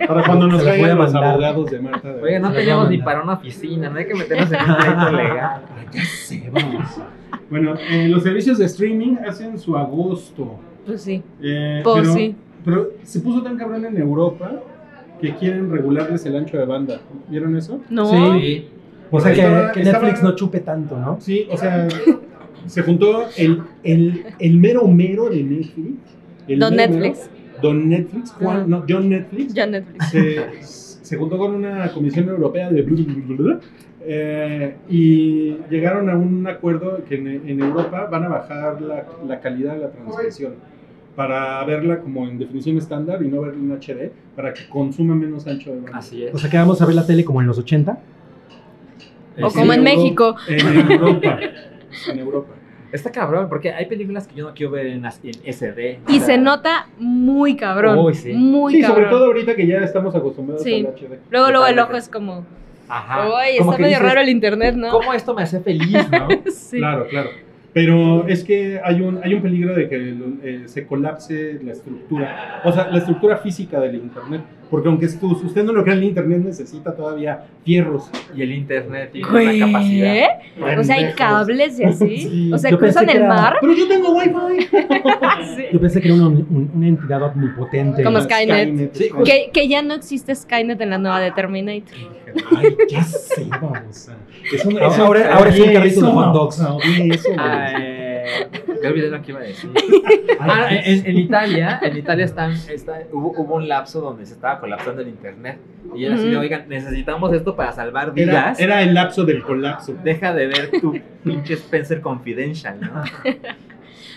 Para cuando nos
Se las voy
traigan
a
los
mandar.
abogados de Marta. De...
Oye, no
Se
tenemos
llaman,
ni
¿no?
para una oficina, no hay que meternos [laughs] en un proyecto legal.
Ah, ya sé, vamos. Bueno, eh, los servicios de streaming hacen su agosto.
Pues sí.
Eh,
Pues
pero,
sí.
pero se puso tan cabrón en Europa que quieren regularles el ancho de banda. ¿Vieron eso?
No.
Sí. O sea, que,
Estaba-
que Netflix
estaba-
no chupe tanto, ¿no?
Sí, o sea, [laughs] se juntó el, el, el mero mero de Netflix. el
Don
mero
Netflix.
mero, don Netflix,
Ah.
Juan, no, John Netflix.
Ya Netflix.
se, se juntó con una comisión europea de blu, blu, blu, blu, eh, y llegaron a un acuerdo que en, en Europa van a bajar la, la calidad de la transmisión para verla como en definición estándar y no verla en HD para que consuma menos ancho de banda.
Así es.
O sea, que vamos a ver la tele como en los 80.
O
Sí.
como en
Euro-
México.
En Europa. en Europa.
Está cabrón, porque hay películas que yo no quiero ver en, as- en SD.
Y
O sea,
se nota muy cabrón.
Uy, sí.
Muy
sí,
cabrón.
sobre todo ahorita que ya estamos acostumbrados
Sí.
al HD.
luego, luego el
Totalmente.
ojo es como.
Ajá.
Uy,
Como
está
que
medio
dices,
raro el internet, ¿no?
¿Cómo esto me hace feliz, no?
[laughs] Sí.
Claro, claro. Pero es que hay un, hay un peligro de que eh, se colapse la estructura, o sea, la estructura física del Internet. Porque aunque estu- usted no lo crea, el Internet necesita todavía fierros.
Y el internet tiene
Güey.
una capacidad.
O sea, hay
pendejos.
cables y así.
Sí,
o sea,
yo pensé
cruzan
que
el
era-
mar.
Pero yo tengo
[laughs]
Wi-Fi.
Sí.
Yo pensé que era una, un- una entidad omnipotente.
Como Skynet.
Sí,
Pues
Que, que ya no existe Skynet en la nueva de Terminator.
Ay, ya sé, vamos. Es un,
Ahora- ahora- ahora es un carrito de hot dogs.
Eso,
Ah,
güey.
eh, ya olvidé lo que iba a
[laughs]
decir. Ah,
Ay,
en, en Italia, en Italia están, está- hubo, hubo un lapso donde se estaba colapsando el internet. Y era así de,
Ujú.
oigan, necesitamos esto para salvar
era,
vidas.
era el lapso del colapso.
Deja de ver tu pinche Spencer Confidential, ¿no?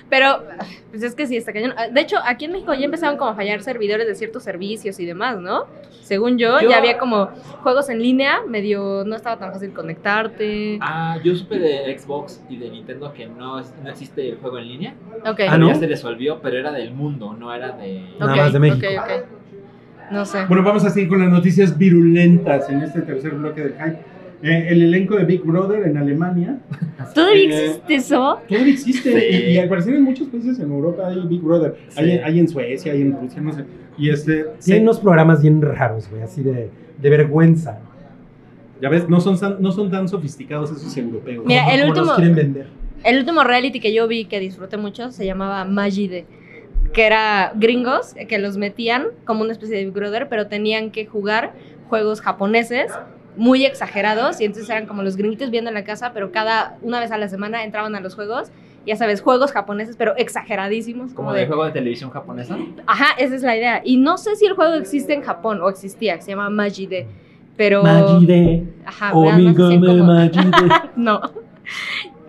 Pero, pues es que sí, está cañón. Ah, De hecho, aquí en México ya empezaron como a fallar servidores de ciertos servicios y demás, ¿no? Según yo,
Yo-
ya había como juegos en línea, medio no estaba tan fácil conectarte.
Ah, yo supe de Xbox y de Nintendo que no, es- no existe el juego en línea.
Ok.
Ah, ¿no?
Ya se resolvió, pero era del mundo, no era de...
Ok,
Nada más de México.
ok, ok. No sé.
Bueno, vamos a seguir con las noticias virulentas en este tercer bloque del hype. Eh, el elenco de Big Brother en Alemania
¿Todavía
eh,
existe eso?
todavía existe
Sí.
y, y al parecer en muchos países en Europa hay Big Brother.
Sí.
Hay, hay en Suecia, hay en Rusia, no sé. Y este,
Tienen
se-
unos programas bien raros, güey, así de, de vergüenza.
ya ves, no son, tan- no son tan sofisticados esos europeos.
Mira,
Como-
el
como los
último-
quieren vender.
El último reality que yo vi que disfruté mucho se llamaba Magide, que era gringos eh, que los metían como una especie de Big Brother, pero tenían que jugar juegos japoneses muy exagerados y entonces eran como los gringuitos viendo en la casa, pero cada una vez a la semana entraban a los juegos, ya sabes, juegos japoneses pero exageradísimos,
Como de juego de televisión japonesa.
Ajá, esa es la idea. Y no sé si el juego existe en Japón o existía, se llama Magide, pero
Magide,
ajá, nada más
amigo
hacían
de
como-
Magide.
no.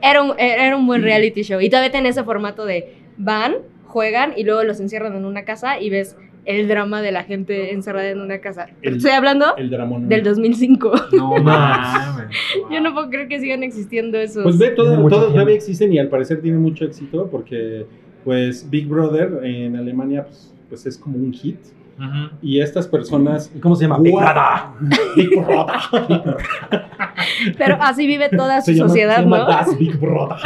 Era un, era un buen reality show. Y todavía tenía ese formato de van, juegan y luego los encierran en una casa y ves el drama de la gente encerrada en una casa.
El-
Estoy hablando
El dramón.
del 2005. [laughs]
No
mames.
Yo no puedo creer que sigan existiendo esos.
Pues ve, todo-
Tiene mucho
todos todavía
tiempo.
existen y al parecer tienen mucho éxito porque, pues, Big Brother en Alemania, pues, pues es como un hit.
Ujú.
Y estas personas.
[laughs]
¿Y ¿Cómo se llama?
Guau.
Big Brother.
Big Brother.
Pero así vive toda
[laughs]
su
Se llama-
sociedad,
se llama
¿no?
Das Big
[laughs]
Brother.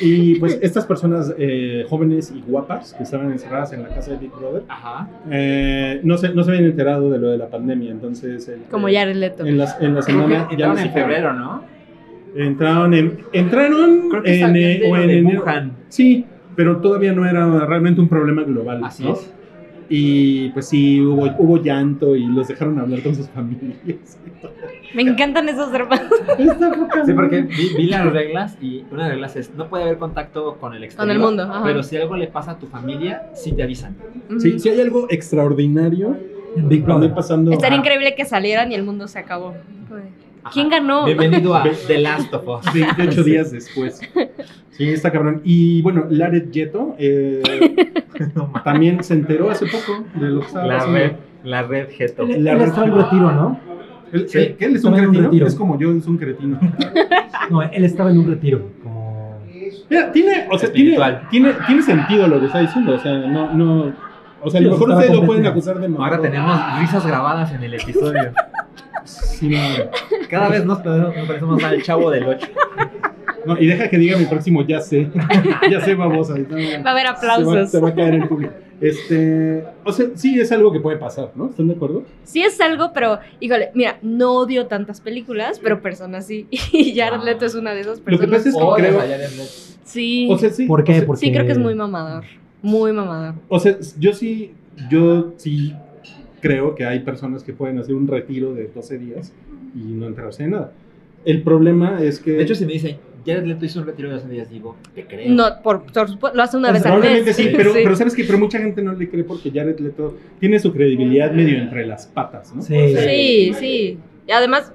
y pues estas personas eh, jóvenes y guapas que estaban encerradas en la casa de Big Brother
Ajá.
eh, no, se, no se habían enterado de lo de la pandemia. Entonces. el-
Como
el-
Jared Leto.
En, las, en la
Creo que
semana. ya
entraron
les
en
dijeron.
febrero, ¿no?
Entraron en. Entraron
Creo que
en,
en,
eh,
de,
o
lo
en
de
enero.
Wuhan.
Sí, pero todavía no era realmente un problema global.
Así
¿no?
es.
Y pues sí, hubo, hubo llanto y los dejaron hablar con sus familias.
Me encantan esos hermanos.
Está poca
Sí, porque
madre.
vi, vi las reglas y una de las reglas es no puede haber contacto con el exterior.
Con el mundo. ajá.
Pero si algo le pasa a tu familia, sí te avisan.
Ujú.
Sí, si hay algo extraordinario,
En Big
ande
Brother.
pasando.
Estaría increíble que salieran y el mundo se acabó.
Ajá.
¿Quién ganó?
Bienvenido a The Last of Us.
28 días después. Sí, está cabrón. Y bueno, Laret Yeto eh,
No mames.
también se enteró hace poco de lo que estaba
La
pasando.
red, la red Geto.
Él, él está en retiro, ¿no?
Él,
Sí.
él- él es un
Tomé un
cretino,
retiro.
es como yo, es un cretino.
No, él estaba en un retiro. Como...
Mira, tiene, o sea, tiene,
Espiritual.
tiene, tiene sentido lo que está diciendo. O sea, no, no. O sea, a lo
Sí,
mejor
estaba
ustedes lo pueden
completamente.
acusar de mamón.
Ahora tenemos risas grabadas en el episodio.
Sí, no.
Cada vez nos parecemos, nos parecemos al chavo del 8.
No, y deja que diga mi próximo ya sé. [laughs] ya sé, babosa. No,
Va a haber
Se va,
aplausos.
se va a caer el público. Este, o sea, sí es algo que puede pasar, ¿no? ¿Están de acuerdo?
Sí es algo, pero híjole, mira, no odio tantas películas, pero personas sí. [laughs] Y Jared Leto es una de esas
Lo que
personas.
pasa es que creo,
Sí.
o sea, sí.
¿Por
o
qué?
sea,
Porque...
Sí, creo que es muy mamador. Muy mamador.
O sea, yo sí, yo sí creo que hay personas que pueden hacer un retiro de 12 días y no enterarse de nada. El problema es que
De hecho, si me dicen, Jared Leto hizo un retiro de hace días, digo, te creo.
No, por, por supuesto, lo hace una
Pues,
vez al
probablemente
mes.
sí, pero, pero sabes que pero mucha gente no le cree porque Jared Leto tiene su credibilidad medio entre las patas, ¿no?
Sí.
Sí, sí. Y además,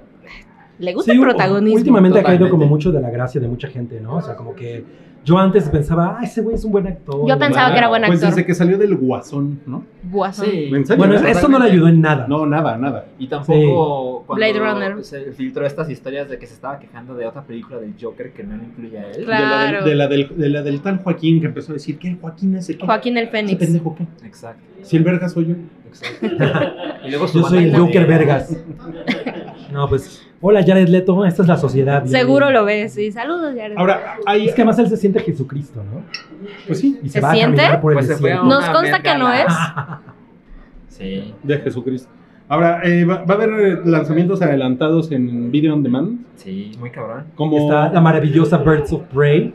le gusta
Sí,
el
u-
protagonismo.
Últimamente ha caído
Totalmente.
como mucho de la gracia de mucha gente, ¿no? O sea, como que yo antes pensaba, ah, ese güey es un buen actor.
Yo pensaba que era buen
Pues
actor.
desde que salió del guasón, ¿no?
Guasón.
Sí.
¿En serio?
Bueno, eso no le ayudó en nada.
No, nada, nada.
Y tampoco cuando
Blade Runner.
se filtró estas historias de que se estaba quejando de otra película del Joker que no lo incluye a él.
Claro.
De, la del, de la del, de la del tal Joaquín que empezó a decir que el Joaquín es el
Joaquín el
Ese
Fénix.
pendejo qué.
Exacto.
Si el verga soy yo.
exacto. [laughs] Y luego su
Yo soy el
banda
Joker
de-
Vergas.
[laughs]
No, pues, hola Jared Leto, esta es la sociedad. ya.
Seguro lo ves. Sí, saludos, Jared.
Ahora, ahí
Es que además él se siente Jesucristo, ¿no?
pues sí,
Y se,
¿Se
va
siente?
a caminar por el
Pues se fue a
desierto.
una
Nos consta
verga
que no
la-
es.
[laughs] Sí.
de Jesucristo. Ahora, eh, va, va a haber eh, lanzamientos adelantados en Video On Demand,
Sí, muy cabrón.
como...
Está la maravillosa Birds of Prey.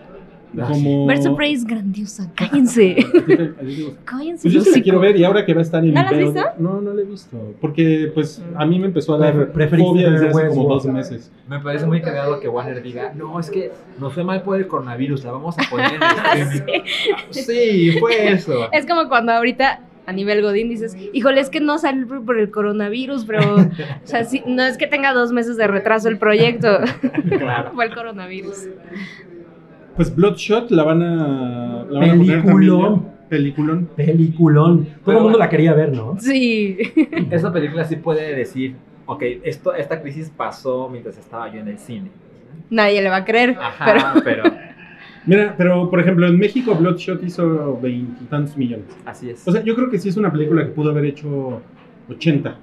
como...
Verso Prey es grandiosa. Cállense.
¿A ti te- a ti te gusta?
Cállense.
Pues yo sí la
hocico.
quiero ver y ahora que va a estar en
¿No la has
video-
visto?
No, no la he visto. Porque pues a mí me empezó a dar
Pref- preferiste
fobia desde
ver
hace como
Westworld.
dos meses.
Me parece muy cagado que Warner diga, no, es que nos fue mal por el coronavirus, la vamos a poner en el
Sí.
streaming". Sí, fue
[laughs]
eso.
Es como cuando ahorita a nivel Godín dices, híjole, es que no salió por- por el coronavirus, pero, o sea, sí, no es que tenga dos meses de retraso el proyecto. [laughs]
Claro.
Fue el coronavirus.
Pues Bloodshot la van a... La van a poner
Peliculón.
también ya. Peliculón.
Peliculón. Todo
Pero
el mundo
bueno.
la quería ver, ¿no?
Sí. [laughs]
Esa película sí puede decir, ok, esto, esta crisis pasó mientras estaba yo en el cine.
Nadie le va a creer.
Ajá, [laughs] pero,
Mira, pero por ejemplo en México Bloodshot hizo veintitantos millones.
así es.
O sea, yo creo que sí es una película que pudo haber hecho 80.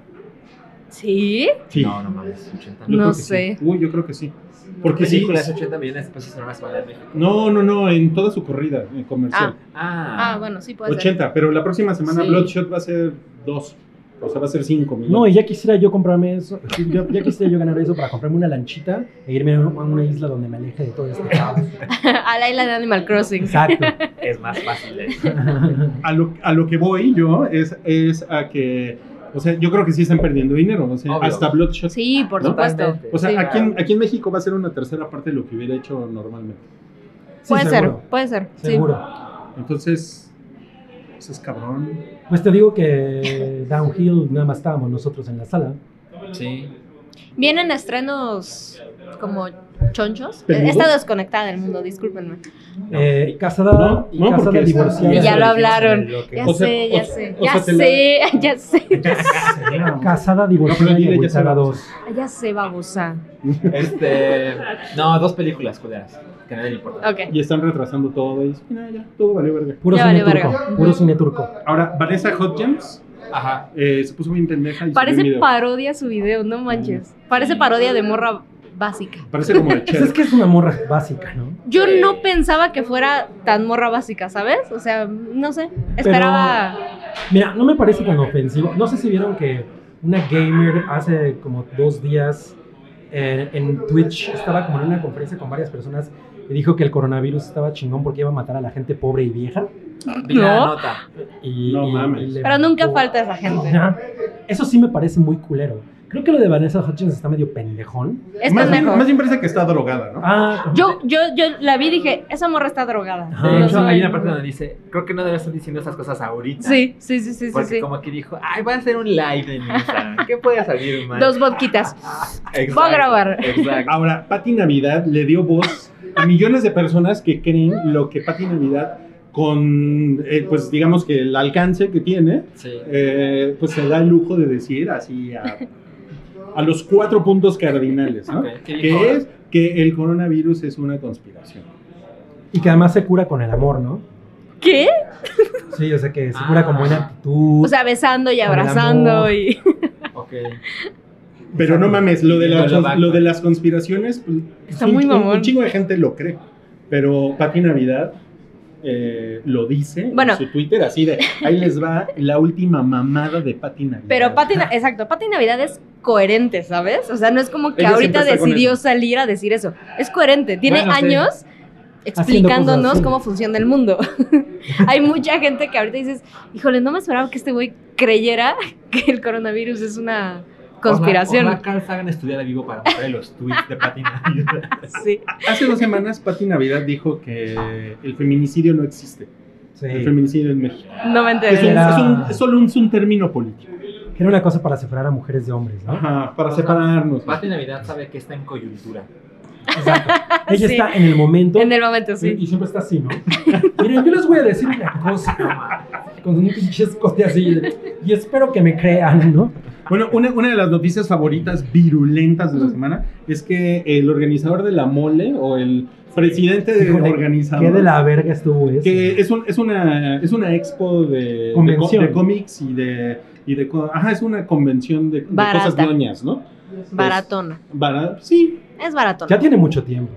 Sí.
Sí.
No, no mames, 80
Yo
No
creo que
sé.
sí. Uy, yo creo que sí. Porque
Porque
sí.
películas 80 millones de pesos en una semana en México.
No, no, no, en toda su corrida eh, comercial.
Ah,
Ah, bueno, sí puede ser.
80, pero la próxima semana
Sí.
Bloodshot va a ser 2. O sea, va a ser 5 millones.
No, y ya quisiera yo comprarme eso, yo- ya quisiera yo ganar eso para comprarme una lanchita e irme a un- a una isla donde me aleje de todo este caos.
[laughs] a la isla de Animal
[laughs]
Crossing.
Exacto.
es más fácil. de-
a lo, a lo que voy yo es, es a que, o sea, yo creo que sí están perdiendo dinero, o sea,
Obvio.
hasta Bloodshot.
Sí, por
¿No?
supuesto.
Totalmente.
O sea,
Sí.
aquí, en, aquí en México va a ser una tercera parte de lo que hubiera hecho normalmente.
Sí,
Puede
seguro,
ser, puede ser. sí.
Seguro.
Entonces, eso es cabrón.
Pues te digo que Downhill nada más estábamos nosotros en la sala.
Sí.
Vienen estrenos como chonchos.
¿Peludos?
He estado desconectada del mundo, discúlpenme.
Eh, casada,
No, no,
casada
porque
divorciada.
Y ya lo hablaron.
Lo que-
Ya
O sea,
sé,
o-
ya sé,
o
ya
sea, te la-
sé, [laughs] ya sé,
Casada, divorciada
No, pero
y
dile, ya
abultada
sabes.
dos.
ya sé, babosa.
Este, no, dos películas culeras que nadie le importa.
Ok.
Y están retrasando todo. Y dicen, "Mira, ya, todo valió verga.
Puro
Ya
cine
valió
turco. Puro cine turco.
Ahora, Vanessa Hodgins
Ajá.
eh, se puso bien pendeja. Y subió un
Parece
video.
parodia su video, no manches. Parece parodia de morra básica.
Parece como de
Pues [laughs] es
Cher.
que es una morra básica, ¿no?
Yo
Sí.
no pensaba que fuera tan morra básica, ¿sabes? O sea, no sé. Esperaba.
Mira, no me parece tan ofensivo. No sé si vieron que una gamer hace como dos días eh, en Twitch estaba como en una conferencia con varias personas y dijo que el coronavirus estaba chingón porque iba a matar a la gente pobre y vieja.
Vi la
No.
nota.
Y,
No
y-
mames.
y le
Pero nunca
mató.
falta esa gente.
Ajá. Eso sí me parece muy culero. Creo que lo de Vanessa Hutchins está medio pendejón.
Es
más, bien,
pendejo.
más bien parece que está drogada, ¿no?
Ah,
Yo, yo, yo la vi y dije, esa morra está drogada.
Ajá.
De
Lo
hecho,
soy.
hay una parte donde dice, creo que no debes estar diciendo esas cosas ahorita.
Sí, sí, sí, sí, sí.
Porque
sí.
como que dijo, ay, voy a hacer un live en Instagram. ¿Qué puede salir mal?
Dos vodquitas.
Exacto,
voy a grabar.
Exacto.
Ahora, Patti Navidad le dio voz a millones de personas que creen lo que Patti Navidad, con, eh, pues digamos que el alcance que tiene,
Sí.
eh, pues se da el lujo de decir así a, a los cuatro puntos cardinales, ¿no?
Ok, ¿qué dijo?
Que es que el coronavirus es una conspiración.
y que además se cura con el amor, ¿no?
¿Qué?
Sí, o sea que se
Ah.
cura con buena actitud.
O sea, besando y
Con el
abrazando
amor.
y.
Ok.
Pero no mames, lo de, las-
Lo bajo.
lo de las conspiraciones, pues,
Está
un-
muy
un-
mamón.
Un chingo de gente lo cree. Pero Pati Navidad eh, lo dice
Bueno.
en su Twitter, así de ahí les va la última mamada de Pati Navidad.
Pero Pati, Na- exacto, Pati Navidad es coherente, ¿sabes? O sea, no es como que
Ella siempre
ahorita
está con
decidió
eso.
salir a decir eso. Es coherente, tiene
Bueno, sí.
años explicándonos
cosas, sí.
cómo funciona el mundo. [laughs] Hay mucha gente que ahorita dices, híjole, no me esperaba que este güey creyera [laughs] que el coronavirus es una conspiración.
Ojalá, ojalá Carl Sagan estudiara vivo para mostrar los tweets de Pati Navidad.
Sí.
Hace dos semanas Pati Navidad dijo que el feminicidio no existe.
Sí.
El feminicidio en México.
No me
Es, un-
enteré.
Era-
es un- es solo un, es un término político.
Que era una cosa para separar a mujeres de hombres,
[laughs]
¿no?
Ajá, para separarnos.
[laughs] Pati Navidad sabe que está en coyuntura.
Exacto. Ella
[laughs] Sí.
está en el momento.
En el momento,
Sí,
sí.
y siempre está así, ¿no? Miren, yo les voy a decir una cosa, ¿no? con un pinche escote así, y espero que me crean, ¿no?
Bueno, una, una de las noticias favoritas virulentas de la semana es que el organizador de la mole o el presidente del
Híjole,
organizador
Qué de la verga estuvo eso.
que es, un- es una es una expo de, de co-
Convención.
de cómics y de y de co- ajá es una convención de, de
Barata.
cosas ñoñas, ¿no?
Baratona.
Bara- sí,
Es baratona.
Ya tiene mucho tiempo.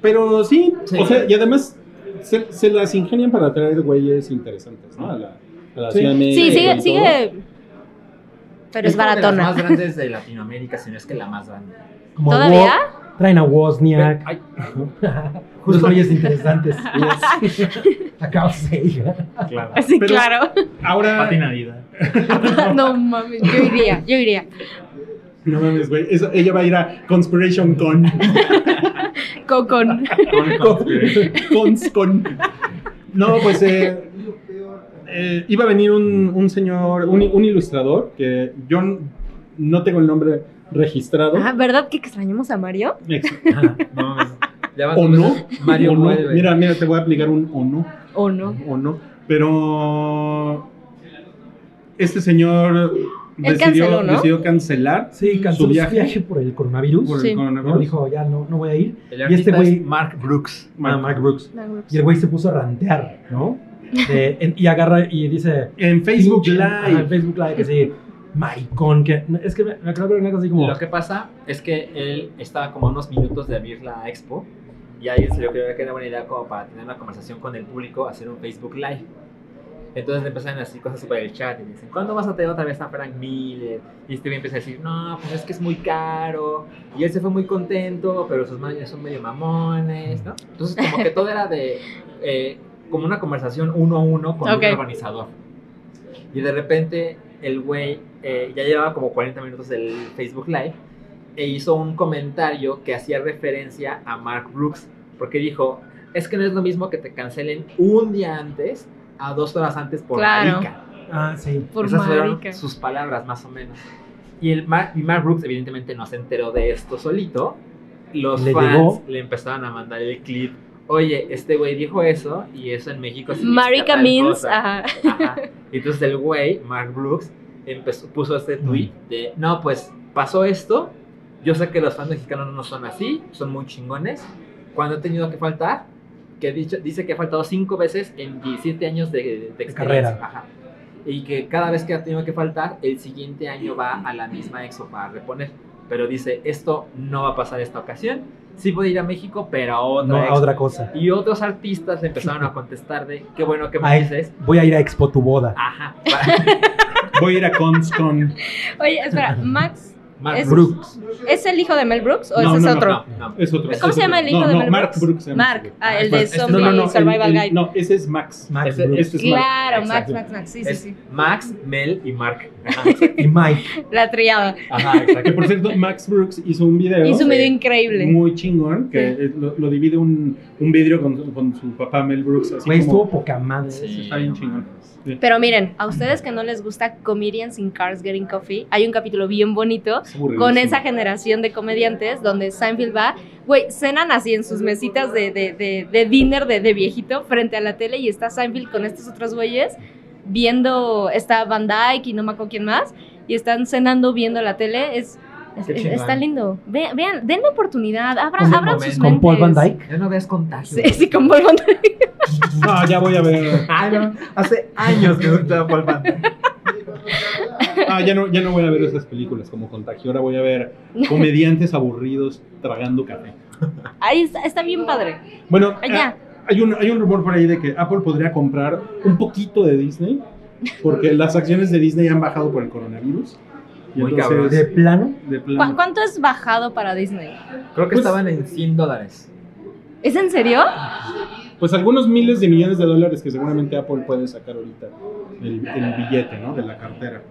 pero sí,
Sí.
o sea y además se, se las ingenian para traer güeyes interesantes, ¿no? A la, a la
Sí.
Ciudad de
Sí,
México y
sigue,
todo.
sigue. Pero es
como de las
baratona.
más grandes de Latinoamérica, si no es que la más grande.
Como
¿Todavía?
Wo- traen a Wozniak.
Ay,
Unos
[laughs]
güeyes interesantes. [laughs] Acabo de ¿eh?
claro.
[laughs] Sí,
Pero-
claro.
Ahora
Pati Navidad.
[laughs] No mames, yo iría, yo iría.
no mames, güey, eso- ella va a ir a Conspiration Con
[laughs]
Cocon.
Con- con-
Cons Con. No, pues eh, eh, iba a venir un, un señor, un, un ilustrador que yo n- no tengo el nombre registrado.
Ah, ¿Verdad que extrañamos a Mario?
Ex-
No, mames. Ya van
o
dos
no.
pues,
veces. Mario
o no.
vuelve.
Mira, mira, te voy a aplicar un o no.
¿O no?
O no. Pero este señor
Él
decidió,
canceló, ¿no?
decidió cancelar
Sí, canceló
Su
su
viaje.
viaje, por el coronavirus.
por
Sí.
el coronavirus.
No, dijo, ya no, no voy a ir.
El
Y este
artista
güey-
es Mark Brooks.
Mark-
Ah, Mark Brooks. Y
pues,
el güey se puso a rantear,
[laughs]
¿no? De- en- y agarra y dice...
En Facebook
pinche- ajá, en
Live.
Facebook Live, que sí, maricón, que... no, Es que me me acuerdo que era una cosa así como...
Lo que pasa es que él estaba como a unos minutos de abrir la expo y ahí se le ocurrió que era buena idea como para tener una conversación con el público, hacer un Facebook Live. Entonces le empezaron así cosas sobre el chat y le dicen, ¿cuándo vas a tener otra vez a Frank Miller? Y este güey empieza a decir, no, pues es que es muy caro. Y él se fue muy contento, pero sus managers son medio mamones, ¿no? Entonces como que todo era de, eh, como una conversación uno a uno con
Ok.
un organizador. Y de repente el güey eh, ya llevaba como 40 minutos del Facebook Live e hizo un comentario que hacía referencia a Mark Brooks, porque dijo, es que no es lo mismo que te cancelen un día antes a dos horas antes por
Claro.
marica.
Ah, sí.
Por
Esas fueron
marica.
sus palabras, más o menos. Y, el Mar- y Mark Brooks evidentemente no se enteró de esto solito los
Le
fans
llegó.
le empezaron a mandar el clip. Oye, este güey dijo eso y eso en México significa
Marika
tal
Means,
cosa".
ajá.
Ajá. Y entonces el güey, Mark Brooks, empezó, puso este tweet de, no, pues pasó esto, yo sé que los fans mexicanos no son así, son muy chingones, cuando he tenido que faltar, que he dicho, dice que ha faltado cinco veces en 17 años de, de experiencia".
carrera.
Ajá. Y que cada vez que ha tenido que faltar, el siguiente año va a la misma expo para reponer. Pero dice, esto no va a pasar esta ocasión. Sí puede ir a México, pero a otra
No, a
expo".
otra cosa.
Y otros artistas le empezaron a contestar de, qué bueno que me
Ay.
dices,
Voy a ir a Expo tu boda.
[laughs]
Ajá.
Voy a ir a Conscon.
Oye, espera, Max,
Mark
Es-
Brooks.
¿es el hijo de Mel Brooks o
No,
ese
no,
es
no,
otro?
No, no.
Es otro.
¿Cómo
es otro.
se llama el hijo
no,
de
no,
Mel
Mark
Brooks?
Brooks. se llama
Mark,
ese güey.
ah, el
Bueno,
de
este- no,
Zombie
no, no, el-
Survival
el-
Guide.
No, ese es Max.
Max
Ese-
Brooks
Este es Mark.
Claro, Max,
Exacto.
Max, Max, sí, sí,
Es
sí.
Max, Mel y Mark.
y Mike.
La triada.
Ajá,
Que
exacto.
por cierto, Max Brooks hizo un video.
Hizo un video
Sí.
increíble.
muy chingón, que es- lo, lo divide un, un vidrio con, su- con su papá Mel Brooks. Así
Güey,
como,
estuvo poca madre.
está bien chingón.
Pero miren, a ustedes que no les gusta Comedians in Cars Getting Coffee, hay un capítulo bien bonito
es aburridísimo.
con esa generación de comediantes donde Seinfeld va, güey, cenan así en sus mesitas de, de, de, de dinner de, de viejito frente a la tele y está Seinfeld con estos otros güeyes viendo, está Van Dyke y no me acuerdo quién más, y están cenando viendo la tele, es... es-
Qué
es-
chingón.
está lindo. Ve- vean, denle oportunidad, abran,
Con-
abran sus
Con
mentes.
Paul Van Dyke.
Ya no veas contagio.
Sí, sí, con Paul Van Dyke.
No, ya voy a ver.
Ah, no, Hace años que no estaba Paul Van Dyke.
Ah, ya no, ya no voy a ver esas películas como Contagio. Ahora voy
[laughs]
a ver comediantes aburridos tragando café.
Ahí está, está bien padre.
Bueno,
Ay, ya.
ah, hay, un, hay un rumor por ahí de que Apple podría comprar un poquito de Disney, porque las acciones de Disney han bajado por el coronavirus. Y
Muy cabrón.
entonces,
De plano.
de plano-
¿Cu- ¿Cuánto es bajado para Disney?
Creo que
Pues-
estaban en 100 dólares.
¿Es en serio?
Pues algunos miles de millones de dólares que seguramente Apple puede sacar ahorita del, del billete, ¿no? De la cartera.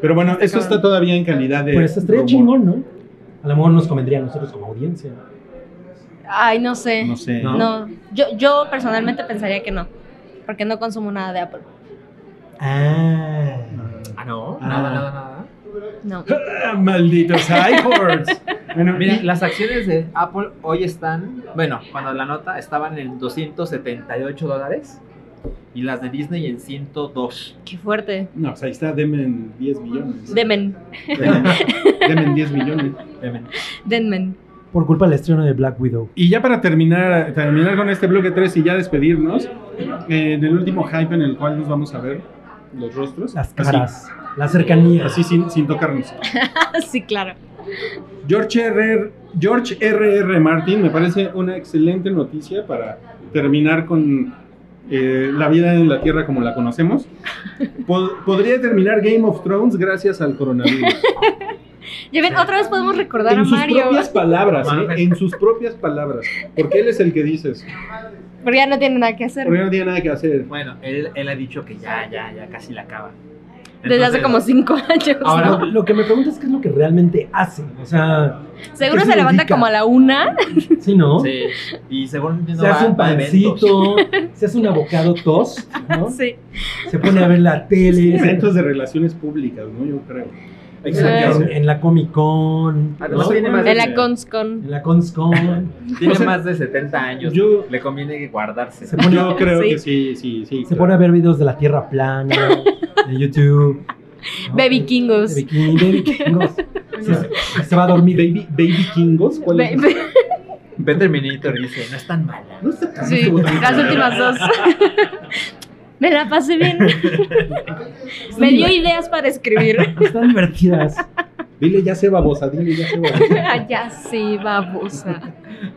Pero bueno, eso está todavía en calidad de.
Pero eso estaría
rumor.
Pues chingón, ¿no? A lo mejor nos convendría a nosotros como audiencia.
Ay, no sé.
No sé.
No.
No, yo, yo personalmente pensaría que no, porque no consumo nada de Apple.
Ah.
Ah, no.
Ah.
Nada, nada, nada.
No.
Ah, malditos iHorse. Bueno,
Mira,
y-
las acciones de Apple hoy están, bueno, cuando la nota estaban en 278 dólares y las de Disney en 102.
Qué fuerte.
no, pues ahí está, denme 10
[laughs]
millones.
Demen,
Denme denme 10 millones.
denmen. [laughs]
Por culpa del estreno de Black Widow.
Y ya para terminar, terminar con este bloque 3 y ya despedirnos, eh, del último hype en el cual nos vamos a ver los rostros.
Las
Así,
caras. La cercanía.
Así sin, sin tocarnos.
Ah, sí, claro.
George R. George R. Martin me parece una excelente noticia para terminar con eh, la vida en la Tierra como la conocemos. Po- podría terminar Game of Thrones gracias al
[laughs]
coronavirus.
Ya ven, otra vez podemos recordar a
en sus
Mario,
propias palabras, ¿eh?
Mames.
en sus propias palabras. Porque él es el que dices.
[laughs] porque ya no tiene nada que hacer.
Porque no tiene nada que hacer.
Bueno, él, él ha dicho que ya, ya, ya casi la acaba.
Desde hace
Entonces,
como cinco años. ¿no?
Ahora-
Lo, lo que me pregunto es qué es lo que realmente hacen. O sea,
Seguro
¿qué
se
se
levanta
dedica?
como a la una.
sí, ¿no?
Sí, y según
Se hace un pancito, se hace un abocado tos, ¿no?
Sí.
Se pone a ver la tele, se-
Eventos de relaciones públicas, ¿no? Yo creo.
en, en la Comic Con, ¿no?
Además, tiene más
En
de,
la conscon.
en la
[laughs]
Conscon,
tiene
o sea,
más de 70 años.
Yo,
Le conviene guardarse.
se pone,
yo creo
Sí.
que sí, sí, sí.
se
claro.
pone a ver videos de la Tierra plana,
[laughs]
de YouTube. ¿no?
Baby Kingos.
De bikini,
[laughs]
de vikingos. Se, se va a dormir.
Baby, Baby Kingos, ¿cuál es?
Ve-
Ve Terminator y dice, no es tan mala.
No sé,
Sí, las últimas dos. [laughs] Me la pasé bien. Me dio ideas
[laughs]
para escribir. [laughs]
Están divertidas.
Dile ya se babosa, dile ya se babosa.
Ah, ya sí, babosa.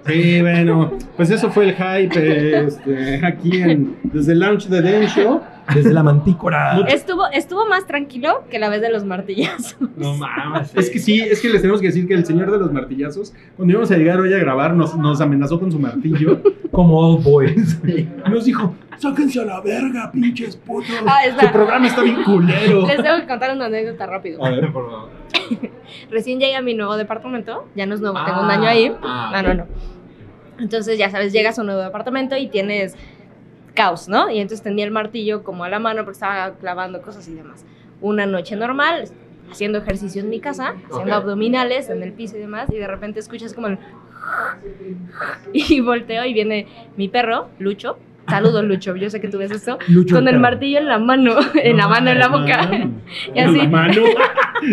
Sí, bueno, pues eso fue el hype este, aquí en, desde el launch de Den Show.
Desde la mantícora.
Estuvo, estuvo más tranquilo que la vez de los martillazos.
[laughs] No mames.
Es que sí, es que les tenemos que decir que el señor de los martillazos, cuando íbamos a llegar hoy a grabar, nos, nos amenazó con su martillo.
Como All Boys.
Y nos dijo, sáquense a la verga, pinches putos.
Ah, está.
Su programa está bien culero.
[laughs] Les tengo que contar una anécdota rápido.
A ver,
Por favor.
Recién llegué a mi nuevo departamento, ya no es nuevo, tengo un año ahí.
Ah,
Ah, no, no. Entonces, ya sabes, llegas a un nuevo departamento y tienes caos, ¿no? Y entonces tenía el martillo como a la mano porque estaba clavando cosas y demás. Una noche normal, haciendo ejercicio en mi casa, haciendo
Ok.
abdominales en el [laughs] piso y demás, y de repente escuchas como el... Y volteo y viene mi perro, Lucho. Saludos, Lucho. Yo sé que tú ves esto.
Lucho
Con el
perro.
martillo en la mano, [laughs] en la mano, en la boca. Y
En
así,
la mano.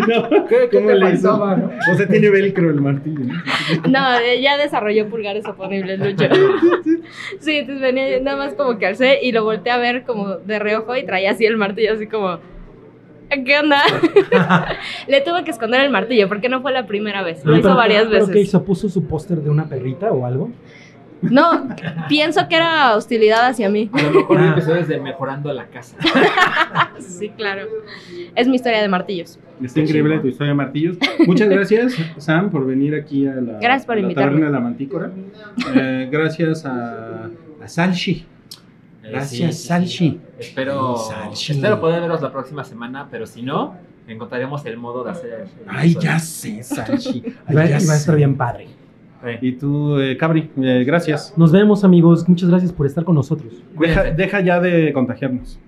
No, ¿Cómo
[laughs]
le hizo? O sea, tiene velcro el martillo. ¿no?
[laughs] No, eh, ya desarrolló pulgares oponibles, Lucho. Sí, entonces venía nada más como que alcé y lo volteé a ver como de reojo y traía así el martillo, así como. ¿Qué onda? [laughs] Le tuve que esconder el martillo porque no fue la primera vez. Lo
Oye,
hizo
pero-
varias
¿pero qué
veces.
hizo? ¿Puso su póster de una perrita o algo?
No, pienso que era hostilidad hacia mí. [laughs]
A lo mejor
Ah.
empezó desde mejorando la casa.
Sí, claro. Es mi historia de martillos. [laughs]
Está increíble tu historia de martillos. Muchas gracias, Sam, por venir aquí a la,
Gracias por
a la
invitarme.
taberna de la mantícora. Eh, gracias a, a Salchi.
Eh,
Gracias,
sí, sí, sí.
Salchi.
Espero,
Salchi.
espero poder veros la próxima semana, pero si no, encontraremos el modo de hacer. el- el
Ay,
episodio.
ya sé, Salchi. Ay,
Iba,
ya
iba a
sé.
estar bien padre.
Eh,
Y tú, eh, Cabri, eh, gracias.
Nos vemos, amigos. Muchas gracias por estar con nosotros.
Deja,
Cuídense.
deja ya de contagiarnos.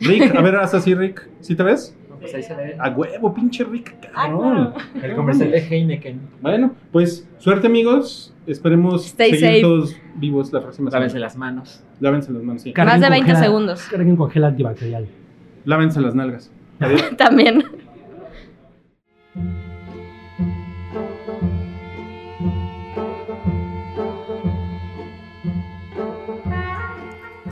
Rick, a ver, haz así, Rick. ¿Sí te ves?
no, pues ahí se ve
A huevo, pinche Rick.
Ay,
cabrón.
el comercial de Heineken.
Bueno, pues suerte, amigos. Esperemos
Stay
seguir
safe.
todos vivos la próxima semana.
Lávense las manos.
Lávense las manos, sí.
Carguen
Más de
con
20
gel-
segundos.
Carguen con gel antibacterial.
Lávense las nalgas. Adiós.
También.